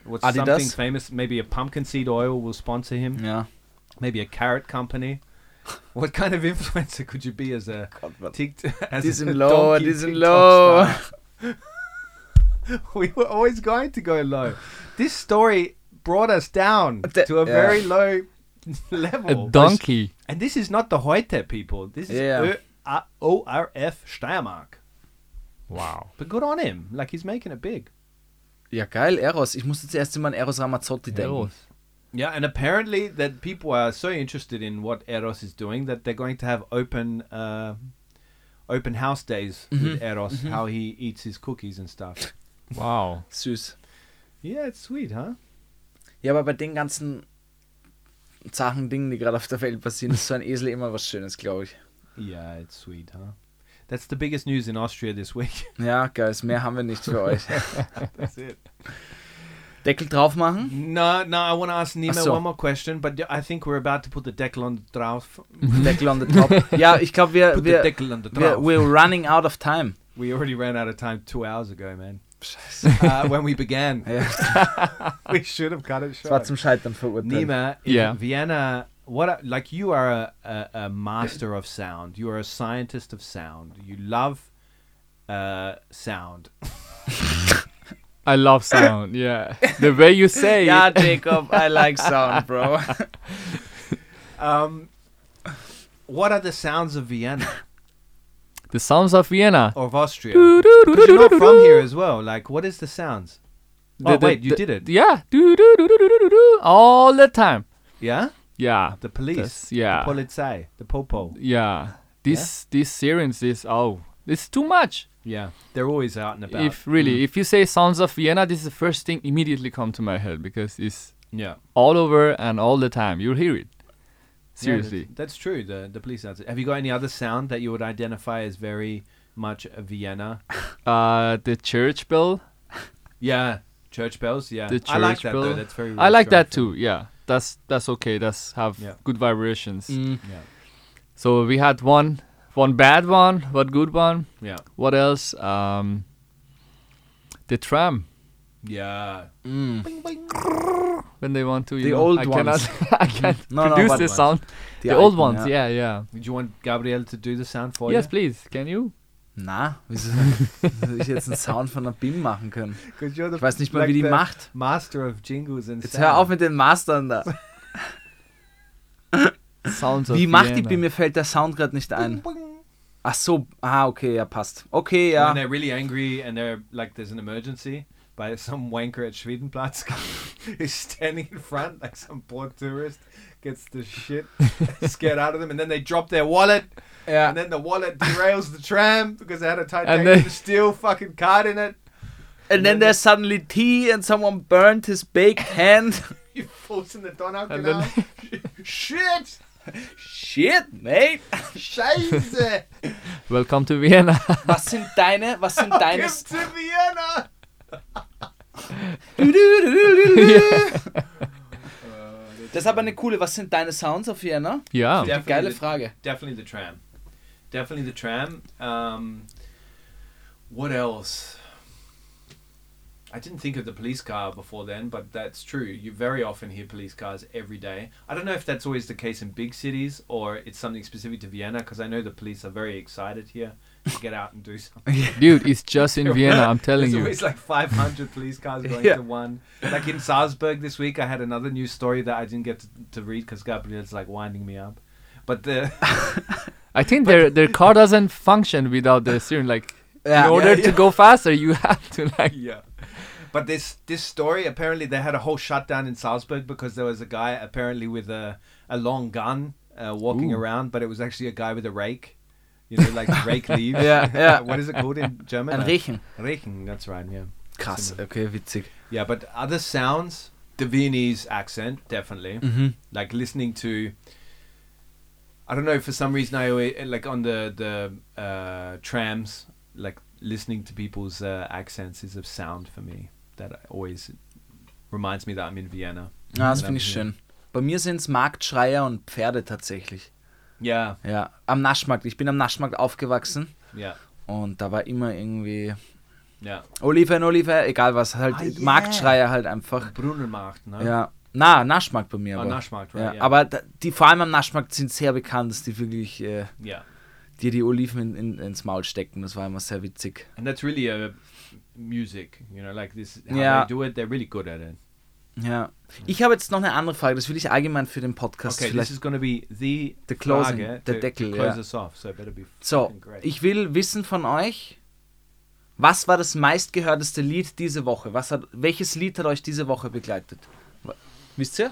Speaker 3: What's
Speaker 2: Adidas?
Speaker 3: something famous? Maybe a pumpkin seed oil will sponsor him.
Speaker 2: Ja.
Speaker 3: Maybe a carrot company. What kind of influencer could you be as a tick as
Speaker 2: Diesen
Speaker 3: a
Speaker 2: low,
Speaker 3: donkey
Speaker 2: diesen
Speaker 3: TikTok
Speaker 2: low.
Speaker 3: star? we were always going to go low. This story brought us down
Speaker 2: The-
Speaker 3: to a
Speaker 2: yeah.
Speaker 3: very low
Speaker 4: A
Speaker 3: level.
Speaker 4: donkey.
Speaker 3: And this is not the Hoyte people. This is
Speaker 2: Yeah.
Speaker 3: Ö- A- ORF Steiermark.
Speaker 4: Wow.
Speaker 3: But good on him. Like he's making it big.
Speaker 2: Ja, geil, Eros. Ich musste zuerst immer an Eros Ramazzotti denken.
Speaker 4: Eros.
Speaker 3: Yeah, and apparently that people are so interested in what Eros is doing that they're going to have open uh, open house days with Eros, how he eats his cookies and stuff.
Speaker 4: Wow.
Speaker 2: Süß.
Speaker 3: yeah, it's sweet, huh?
Speaker 2: Ja, aber bei den ganzen Sachen, Dingen, die gerade auf der Welt passieren, ist so ein Esel immer was Schönes, glaube ich.
Speaker 3: Yeah, it's sweet, huh? That's the biggest news in Austria this week.
Speaker 2: Ja, Guys, mehr haben wir nicht für euch.
Speaker 3: That's it.
Speaker 2: Deckel drauf machen?
Speaker 3: No, no, I want to ask Nima
Speaker 2: so.
Speaker 3: one more question, but I think we're about to put the decal on the drauf.
Speaker 2: Deckel on the top. Ja, ich glaube, wir,
Speaker 3: Put the
Speaker 2: wir,
Speaker 3: decal on the
Speaker 2: wir
Speaker 3: drauf.
Speaker 2: we're running out of time.
Speaker 3: we already ran out of time two hours ago, man. uh, when we began,
Speaker 2: Ja,
Speaker 3: we should have cut it
Speaker 2: das war
Speaker 3: short.
Speaker 2: zum Scheitern verurteilt.
Speaker 3: Nima, in
Speaker 4: Yeah.
Speaker 3: Vienna, what are- like you are a, a, a master of sound. You are a scientist of sound. You love uh, sound.
Speaker 4: I love sound. Yeah. the way you say
Speaker 2: Ja,
Speaker 4: it.
Speaker 2: Jacob, I like sound, bro.
Speaker 3: Um, what are the sounds of Vienna
Speaker 4: The sounds of Vienna.
Speaker 3: or of Austria? 'Cause you're not from here as well. Like, what is the sounds?
Speaker 4: The-
Speaker 3: oh
Speaker 4: the-
Speaker 3: wait, you
Speaker 4: the-
Speaker 3: did it.
Speaker 4: Yeah. Do, do, do, do, do, do, do, all the time.
Speaker 3: Yeah,
Speaker 4: Yeah.
Speaker 3: the police,
Speaker 4: That's- yeah.
Speaker 3: the polizei, the popo.
Speaker 4: Yeah. This this sirens is oh it's too much.
Speaker 3: Yeah, they're always out and about.
Speaker 4: If really if you say sounds of Vienna, this is the first thing immediately come to my head because it's
Speaker 3: Mm. yeah,
Speaker 4: all over and all the time. You'll hear it.
Speaker 3: Yeah, that's-
Speaker 4: Seriously.
Speaker 3: that's, true. The the police sounds. Have you got any other sound that you would identify as very much a Vienna?
Speaker 4: Uh, the church bell.
Speaker 3: Yeah, church bells. Yeah,
Speaker 4: The church
Speaker 3: I like that though.
Speaker 4: bell.
Speaker 3: That's very.
Speaker 4: I like that
Speaker 3: restaurant
Speaker 4: too. Yeah, that's that's okay. That's have
Speaker 3: Yeah.
Speaker 4: good vibrations.
Speaker 3: food.
Speaker 4: So we had one, one bad one, one good one.
Speaker 3: Yeah,
Speaker 4: What else? Um, the tram
Speaker 3: yeah, yeah.
Speaker 4: when they want to. You
Speaker 2: The
Speaker 4: know,
Speaker 2: old
Speaker 4: I
Speaker 2: ones. Mm.
Speaker 4: Cannot, I can't
Speaker 2: No, no,
Speaker 4: produce
Speaker 2: bad
Speaker 4: the
Speaker 2: ones.
Speaker 4: sound.
Speaker 2: Die
Speaker 4: The, old
Speaker 2: alten,
Speaker 4: ones.
Speaker 2: ja.
Speaker 4: Yeah, yeah.
Speaker 3: Would you want Gabriel to do the sound
Speaker 2: Oh,
Speaker 3: for
Speaker 4: yes,
Speaker 3: you?
Speaker 4: please. Can you?
Speaker 2: Na, wieso soll ich jetzt einen Sound von einer BIM machen können?
Speaker 3: Because you're the
Speaker 2: Ich weiß nicht mal, wie die
Speaker 3: the
Speaker 2: macht.
Speaker 3: master of jingles and
Speaker 2: Jetzt
Speaker 3: sound.
Speaker 2: hör auf mit den Mastern da.
Speaker 4: Sounds of
Speaker 2: Wie macht die
Speaker 4: Vienna.
Speaker 2: BIM? Mir fällt der Sound gerade nicht ein. Ach so, ah, okay, ja, passt. Okay,
Speaker 3: When
Speaker 2: ja.
Speaker 3: they're really angry and they're like, there's an emergency. By some wanker at Schwedenplatz is standing in front, like some poor tourist gets the shit scared out of them, and then they drop their wallet,
Speaker 2: ja.
Speaker 3: and then the wallet derails the tram because they had a
Speaker 4: then-
Speaker 3: titanium steel fucking card in it.
Speaker 2: And then there's suddenly tea and someone burnt his baked hand.
Speaker 3: You falls in the Donau
Speaker 4: And
Speaker 3: Canal. Shit!
Speaker 2: Shit, mate.
Speaker 3: Scheiße!
Speaker 4: Welcome to Vienna.
Speaker 2: Was sind deine, was sind deine...
Speaker 3: Gib zu Vienna! Uh,
Speaker 2: Das ist aber eine coole, was sind deine Sounds auf Vienna?
Speaker 3: Yeah.
Speaker 4: yeah.
Speaker 3: Definitely
Speaker 2: Geile
Speaker 3: the-
Speaker 2: Frage.
Speaker 3: Definitely the tram. Definitely the tram. Um, what else? I didn't think of the police car before then, but that's true. You very often hear police cars every day. I don't know if that's always the case in big cities or it's something specific to Vienna because I know the police are very excited here to get out and do something.
Speaker 4: Dude, it's just in Vienna. I'm telling
Speaker 3: There's
Speaker 4: you.
Speaker 3: always like 500 police cars going
Speaker 2: Yeah.
Speaker 3: to one. Like in Salzburg this week, I had another news story that I didn't get to, to read because Gabriel's like winding me up. But the
Speaker 4: I think their their car doesn't function without the steering. Like
Speaker 2: Yeah.
Speaker 4: in order
Speaker 3: Yeah, yeah.
Speaker 4: to go faster, you have to like.
Speaker 3: yeah. But this this story apparently they had a whole shutdown in Salzburg because there was a guy apparently with a a long gun uh, walking around, but it was actually a guy with a rake. You know, like rake leaves.
Speaker 2: Yeah, yeah.
Speaker 3: what is it called in German?
Speaker 2: Ein Rechen.
Speaker 3: Rechen, that's right, yeah.
Speaker 2: Krass, okay, witzig.
Speaker 3: Yeah, but other sounds, the Viennese accent, definitely. Like listening to, I don't know, for some reason I always, eh, like on the the uh, trams, like listening to people's uh, accents is a sound for me that always reminds me that I'm in Vienna.
Speaker 2: Ja, Ah, das
Speaker 3: Wenn
Speaker 2: finde
Speaker 3: I'm
Speaker 2: ich
Speaker 3: here.
Speaker 2: schön. Bei mir sind es Marktschreier und Pferde tatsächlich.
Speaker 3: Yeah,
Speaker 2: Ja, am Naschmarkt. Ich bin am Naschmarkt aufgewachsen
Speaker 3: yeah,
Speaker 2: und da war immer irgendwie
Speaker 3: yeah.
Speaker 2: Oliven, Oliven, egal was, halt
Speaker 3: Ah, yeah.
Speaker 2: Marktschreier halt einfach.
Speaker 3: Brunnenmarkt, no?
Speaker 2: Ja, na, Naschmarkt bei mir.
Speaker 3: Oh,
Speaker 2: Aber.
Speaker 3: Naschmarkt, right,
Speaker 2: ja,
Speaker 3: ja.
Speaker 2: Aber da, die, vor allem am Naschmarkt sind sehr bekannt, dass die wirklich äh,
Speaker 3: Yeah.
Speaker 2: dir die Oliven in, in, ins Maul stecken. Das war immer sehr witzig.
Speaker 3: And that's really a music, you know, like this, how
Speaker 2: Yeah.
Speaker 3: they do it, they're really good at it.
Speaker 2: Ja. Ich habe jetzt noch eine andere Frage, das will ich allgemein für den Podcast
Speaker 3: Okay, this
Speaker 2: vielleicht.
Speaker 3: is going to be the
Speaker 2: The closing,
Speaker 3: Frage
Speaker 2: the
Speaker 3: to,
Speaker 2: Deckel,
Speaker 3: to close
Speaker 2: yeah.
Speaker 3: us off. So it better be
Speaker 2: So,
Speaker 3: fucking great.
Speaker 2: ich will wissen von euch, was war das meistgehörteste Lied diese Woche? Was hat, welches Lied hat euch diese Woche begleitet? W- Wisst ihr?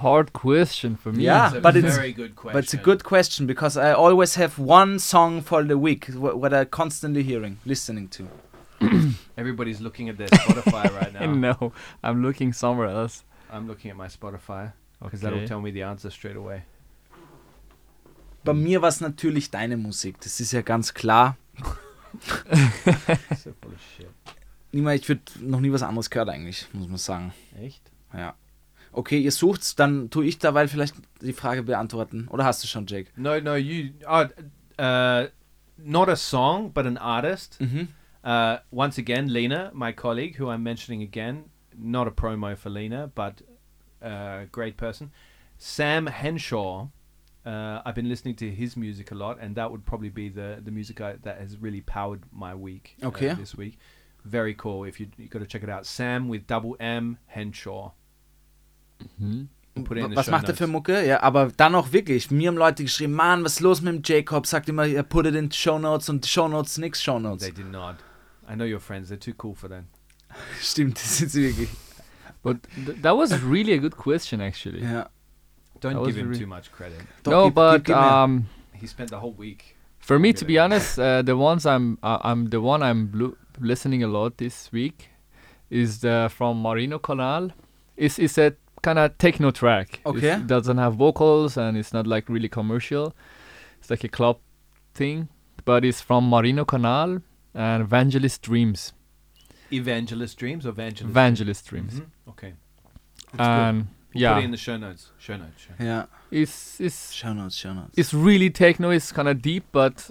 Speaker 4: Hard question for me.
Speaker 2: Yeah,
Speaker 3: It's a
Speaker 2: but it's-
Speaker 3: very good question.
Speaker 2: But it's a good question because I always have one song for the week wh- what I'm constantly hearing, listening to.
Speaker 3: Everybody's looking at their Spotify right
Speaker 4: I
Speaker 3: now.
Speaker 4: know. I'm looking somewhere else.
Speaker 3: I'm looking at my Spotify because
Speaker 4: Okay.
Speaker 3: that'll tell me the answer straight away.
Speaker 2: Bei
Speaker 3: Mhm.
Speaker 2: mir war es natürlich deine Musik, das ist ja ganz klar.
Speaker 3: so full of shit.
Speaker 2: Niemals, ich würde noch nie was anderes gehört eigentlich, muss man sagen.
Speaker 3: Echt?
Speaker 2: Ja. Okay, ihr sucht's, dann tue ich dabei vielleicht die Frage beantworten. Oder hast du schon, Jake?
Speaker 3: No, no, you. Uh, uh, not a song, but an artist.
Speaker 2: Mhm.
Speaker 3: Uh, once again, Lena, my colleague, who I'm mentioning again, not a promo for Lena, but uh, great person. Sam Henshaw, uh, I've been listening to his music a lot, and that would probably be the, the music I, that has really powered my week uh,
Speaker 2: Okay.
Speaker 3: this week. Very cool. If you you got to check it out, Sam with double M Henshaw. We'll put it in the
Speaker 2: Was
Speaker 3: show
Speaker 2: macht er
Speaker 3: notes.
Speaker 2: für Mucke? Ja, aber dann auch wirklich. Mir haben Leute geschrieben, Mann, was ist los mit dem Jacob? Sagt immer, er put it in Show Notes und Show Notes, nix Show Notes.
Speaker 3: They did not. I know your friends. They're too cool for that.
Speaker 2: Stimmt, das sind sie wirklich.
Speaker 4: But th- that was really a good question, actually.
Speaker 2: Ja.
Speaker 3: Don't
Speaker 4: That
Speaker 3: give
Speaker 4: was
Speaker 3: him
Speaker 4: re-
Speaker 3: too much credit.
Speaker 2: Doch,
Speaker 4: no,
Speaker 2: gib-
Speaker 4: but
Speaker 2: gib- gib mir.
Speaker 4: um,
Speaker 3: He spent the whole week.
Speaker 4: for me,
Speaker 3: Get
Speaker 4: to
Speaker 3: it.
Speaker 4: be honest, uh, the ones I'm uh, I'm the one I'm blu- listening a lot this week is the from Marino Canal. It's it's a kind of techno track.
Speaker 2: Okay.
Speaker 4: It doesn't have vocals and it's not like really commercial. It's like a club thing, but it's from Marino Canal and Evangelist Dreams.
Speaker 3: Evangelist dreams or evangelist?
Speaker 4: Evangelist Dreams.
Speaker 3: Mhm. Okay.
Speaker 4: And
Speaker 3: We'll
Speaker 4: yeah,
Speaker 3: Put it in the show notes. Show notes.
Speaker 4: uh,
Speaker 3: Show.
Speaker 2: ja.
Speaker 4: it's it's
Speaker 2: Show Notes, Show Notes.
Speaker 4: it's really techno. It's kind of deep, but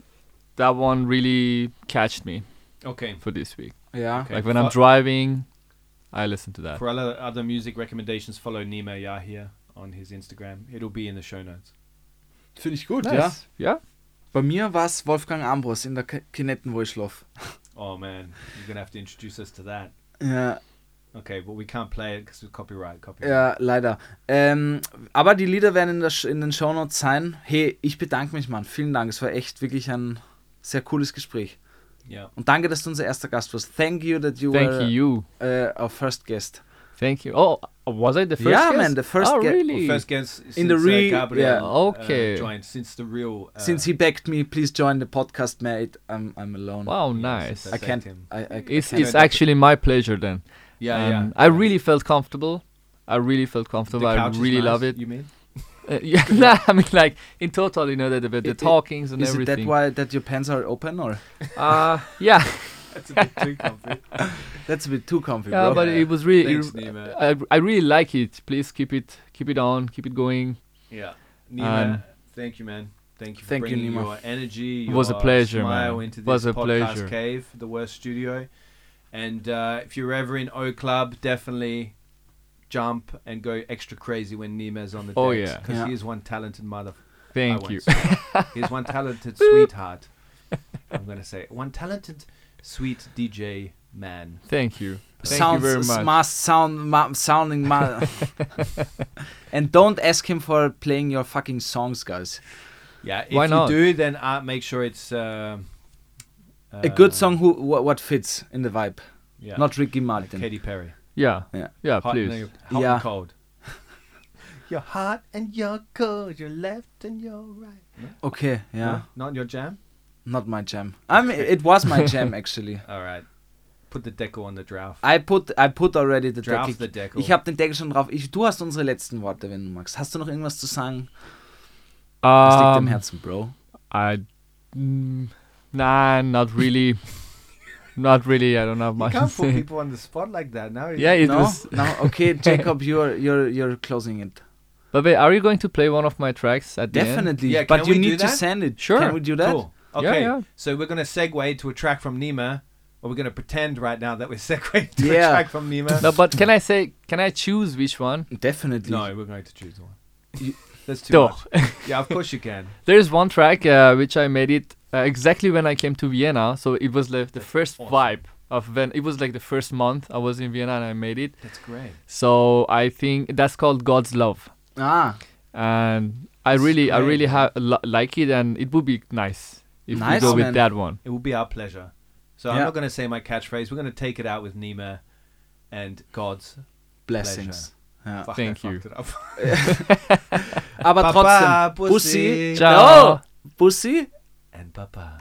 Speaker 4: that one really catched me
Speaker 3: Okay.
Speaker 4: for this week.
Speaker 2: ja.
Speaker 3: Okay.
Speaker 4: like when I'm
Speaker 3: Fu-
Speaker 4: driving, I listen to that.
Speaker 3: For other, other music recommendations, follow Nima Yahia on his Instagram. It'll be in the show notes.
Speaker 2: Finde ich gut, ja.
Speaker 4: Nice. Yeah.
Speaker 2: Bei mir war es Wolfgang Ambros in der K- Kinetten, wo ich schlaf.
Speaker 3: Oh man, you're gonna have to introduce us to that.
Speaker 2: Ja,
Speaker 3: Okay, but we can't play it because of copyright. Copyright.
Speaker 2: ja, leider. Ähm, aber die Lieder werden in, der, Sch- in den Show Notes sein. Hey, ich bedanke mich, Mann. Vielen Dank. Es war echt wirklich ein sehr cooles Gespräch.
Speaker 3: Yeah.
Speaker 2: Und danke, dass du unser erster Gast warst. Thank you that you
Speaker 4: Thank
Speaker 2: were
Speaker 4: you.
Speaker 2: Uh, our first guest.
Speaker 4: Thank you. Oh, was I the first?
Speaker 2: Yeah,
Speaker 4: guest?
Speaker 2: man, the first
Speaker 4: Oh,
Speaker 2: guest.
Speaker 4: really?
Speaker 3: Well, first guess since,
Speaker 2: the re-
Speaker 3: uh, Gabriel,
Speaker 2: yeah.
Speaker 3: uh,
Speaker 4: Okay.
Speaker 3: joined since the real uh,
Speaker 2: Since he begged me, please join the podcast, mate. I'm I'm alone.
Speaker 4: wow,
Speaker 3: Yes,
Speaker 4: nice.
Speaker 3: that's
Speaker 2: I can't.
Speaker 3: him.
Speaker 2: I, I,
Speaker 4: It's
Speaker 2: I can't.
Speaker 4: it's actually my pleasure then.
Speaker 3: yeah
Speaker 4: Um,
Speaker 3: yeah
Speaker 4: I really felt comfortable. I really felt
Speaker 3: The
Speaker 4: comfortable. I
Speaker 3: couch is
Speaker 4: really
Speaker 3: nice,
Speaker 4: love it.
Speaker 3: You mean?
Speaker 4: Uh, yeah, nah, I mean, like in total, you know, the the, the
Speaker 2: It- it-
Speaker 4: talkings and
Speaker 2: Is it
Speaker 4: everything.
Speaker 2: that why that your pants are open or?
Speaker 4: Uh, yeah,
Speaker 3: That's a bit too comfy.
Speaker 2: That's a bit too comfy,
Speaker 4: yeah,
Speaker 2: bro.
Speaker 4: but it was really.
Speaker 3: Thanks,
Speaker 4: it-
Speaker 3: Nima.
Speaker 4: I, I really like it. Please keep it keep it on, keep it going.
Speaker 3: Yeah. Nima,
Speaker 4: Um,
Speaker 3: thank you, man. Thank you for
Speaker 2: Thank you,
Speaker 3: bringing
Speaker 2: Nima.
Speaker 3: your energy, your
Speaker 4: It was a pleasure,
Speaker 3: smile
Speaker 4: man.
Speaker 3: into this
Speaker 4: It was a
Speaker 3: podcast
Speaker 4: pleasure.
Speaker 3: cave, the worst studio. And uh, if you're ever in O Club, definitely jump and go extra crazy when Nima's on the
Speaker 4: Oh, yeah.
Speaker 3: because
Speaker 2: Yeah.
Speaker 3: he is one talented mother. I
Speaker 4: Thank
Speaker 3: won't
Speaker 4: you.
Speaker 3: say that. He's one talented sweetheart. I'm gonna say one talented sweet DJ man.
Speaker 4: Thank you. Thank
Speaker 2: sounds
Speaker 4: you very much.
Speaker 2: must sound ma- sounding ma- and don't ask him for playing your fucking songs guys
Speaker 3: Yeah, if
Speaker 4: Why not?
Speaker 3: you do, then uh, make sure it's uh, uh,
Speaker 2: a good song who wha what fits in the vibe
Speaker 3: Yeah,
Speaker 2: not ricky
Speaker 3: like
Speaker 2: martin
Speaker 3: Katy Perry.
Speaker 4: Yeah.
Speaker 2: Yeah.
Speaker 4: Yeah,
Speaker 3: Hot,
Speaker 4: please.
Speaker 3: And, hot
Speaker 2: Yeah.
Speaker 3: and cold. you're hot and you're cold. You're left and you're right.
Speaker 2: okay yeah
Speaker 3: Huh? Not your jam.
Speaker 2: not my jam i mean it was my jam actually
Speaker 3: All right. Put the deco on the draft.
Speaker 2: I put, I put already the
Speaker 3: Draft
Speaker 2: Deckel.
Speaker 3: the Deckel.
Speaker 2: Ich habe den Deckel schon drauf. Ich, du hast unsere letzten Worte, wenn du magst. Hast du noch irgendwas zu sagen? Das liegt im
Speaker 4: Um,
Speaker 2: Herzen, Bro.
Speaker 4: I, mm, nah, not really. not really. I don't have
Speaker 3: You
Speaker 4: much. to
Speaker 3: can't put
Speaker 4: say.
Speaker 3: people on the spot like that. Now
Speaker 4: Yeah, it
Speaker 2: no?
Speaker 4: was.
Speaker 2: no? Okay, Jacob, you're, you're, you're closing it.
Speaker 4: But wait, are you going to play one of my tracks at the end?
Speaker 2: Definitely.
Speaker 3: Yeah,
Speaker 2: but
Speaker 3: can
Speaker 2: you
Speaker 3: we do
Speaker 2: need to
Speaker 3: that?
Speaker 2: send it.
Speaker 4: Sure.
Speaker 2: Can we do that?
Speaker 3: Cool.
Speaker 4: Yeah,
Speaker 3: Okay.
Speaker 4: yeah.
Speaker 3: So we're gonna segue to a track from Nima, or we're gonna pretend right now that we're segueing to
Speaker 2: Yeah.
Speaker 3: a track from Nima.
Speaker 4: No, but can I say? Can I choose which one?
Speaker 2: Definitely.
Speaker 3: No, we're going to choose one. That's too
Speaker 4: Doch.
Speaker 3: much. Yeah, of course you can.
Speaker 4: There's one track uh, which I made it uh, exactly when I came to Vienna. So it was like the first
Speaker 3: awesome.
Speaker 4: vibe of when it was like the first month I was in Vienna and I made it.
Speaker 3: That's great.
Speaker 4: So I think that's called God's Love,
Speaker 2: Ah,
Speaker 4: and I
Speaker 3: That's
Speaker 4: really, I
Speaker 3: great.
Speaker 4: really ha- li- like it, and it would be nice if
Speaker 2: Nice,
Speaker 4: we go
Speaker 2: man.
Speaker 4: with that one.
Speaker 3: It will be our pleasure. So
Speaker 2: Yeah.
Speaker 3: I'm not going to say my catchphrase. We're going to take it out with Nima and God's.
Speaker 2: blessings. Ja.
Speaker 3: Fuck,
Speaker 4: Uh, Thank
Speaker 3: I
Speaker 4: you.
Speaker 3: fucked it up.
Speaker 2: Aber
Speaker 3: Papa,
Speaker 2: trotzdem. Bussi.
Speaker 3: Bussi.
Speaker 4: Ciao.
Speaker 2: Oh, Bussi.
Speaker 3: And Papa.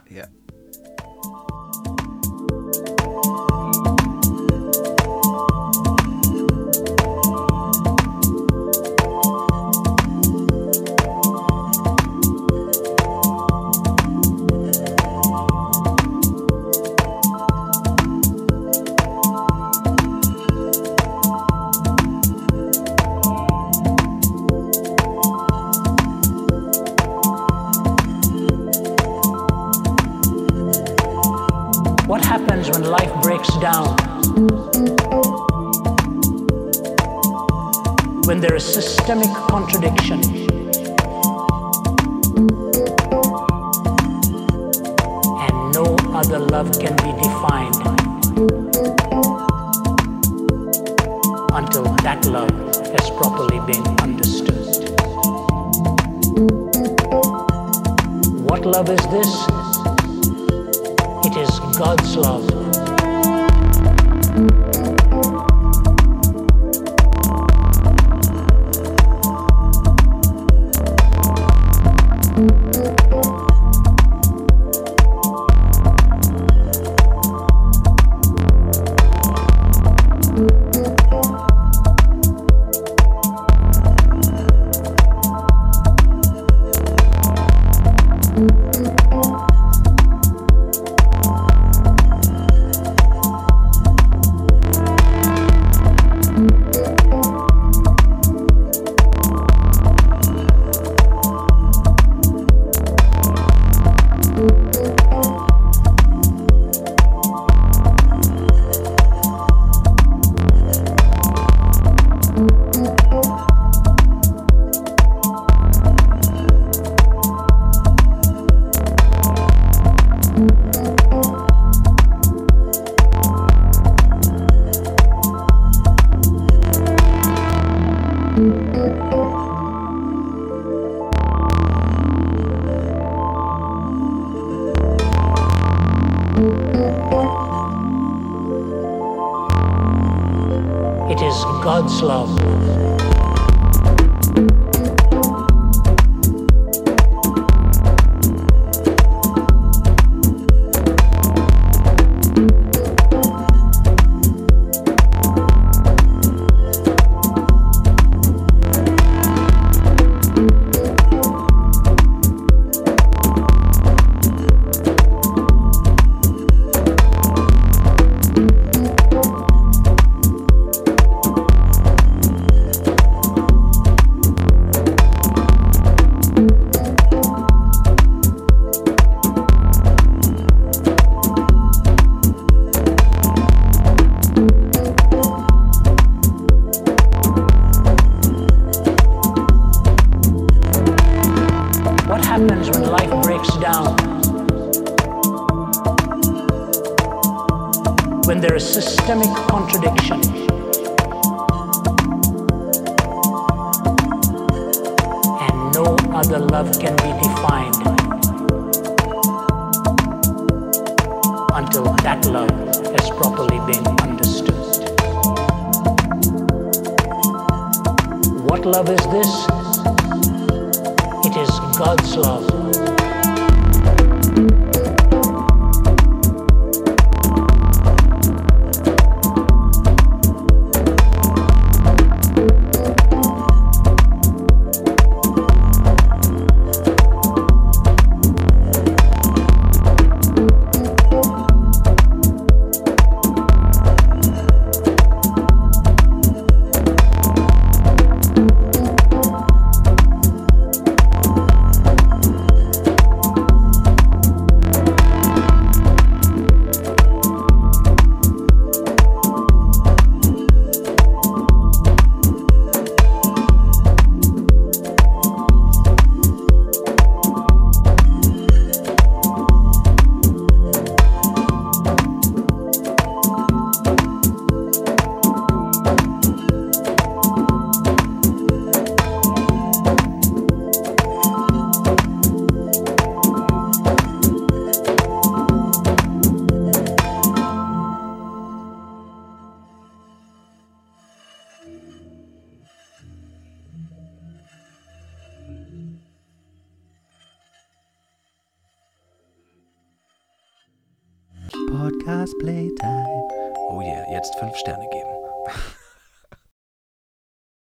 Speaker 7: What happens when life breaks down? When there is systemic contradiction? And no other love can be defined until that love has properly been understood. What love is this? It is God's love. It is God's love. What happens when life breaks down? when there is systemic contradiction. And no other love can be defined until that love has properly been understood. What love is this? It is God's love.
Speaker 3: Podcast Playtime.
Speaker 2: Oh yeah, jetzt fünf Sterne geben.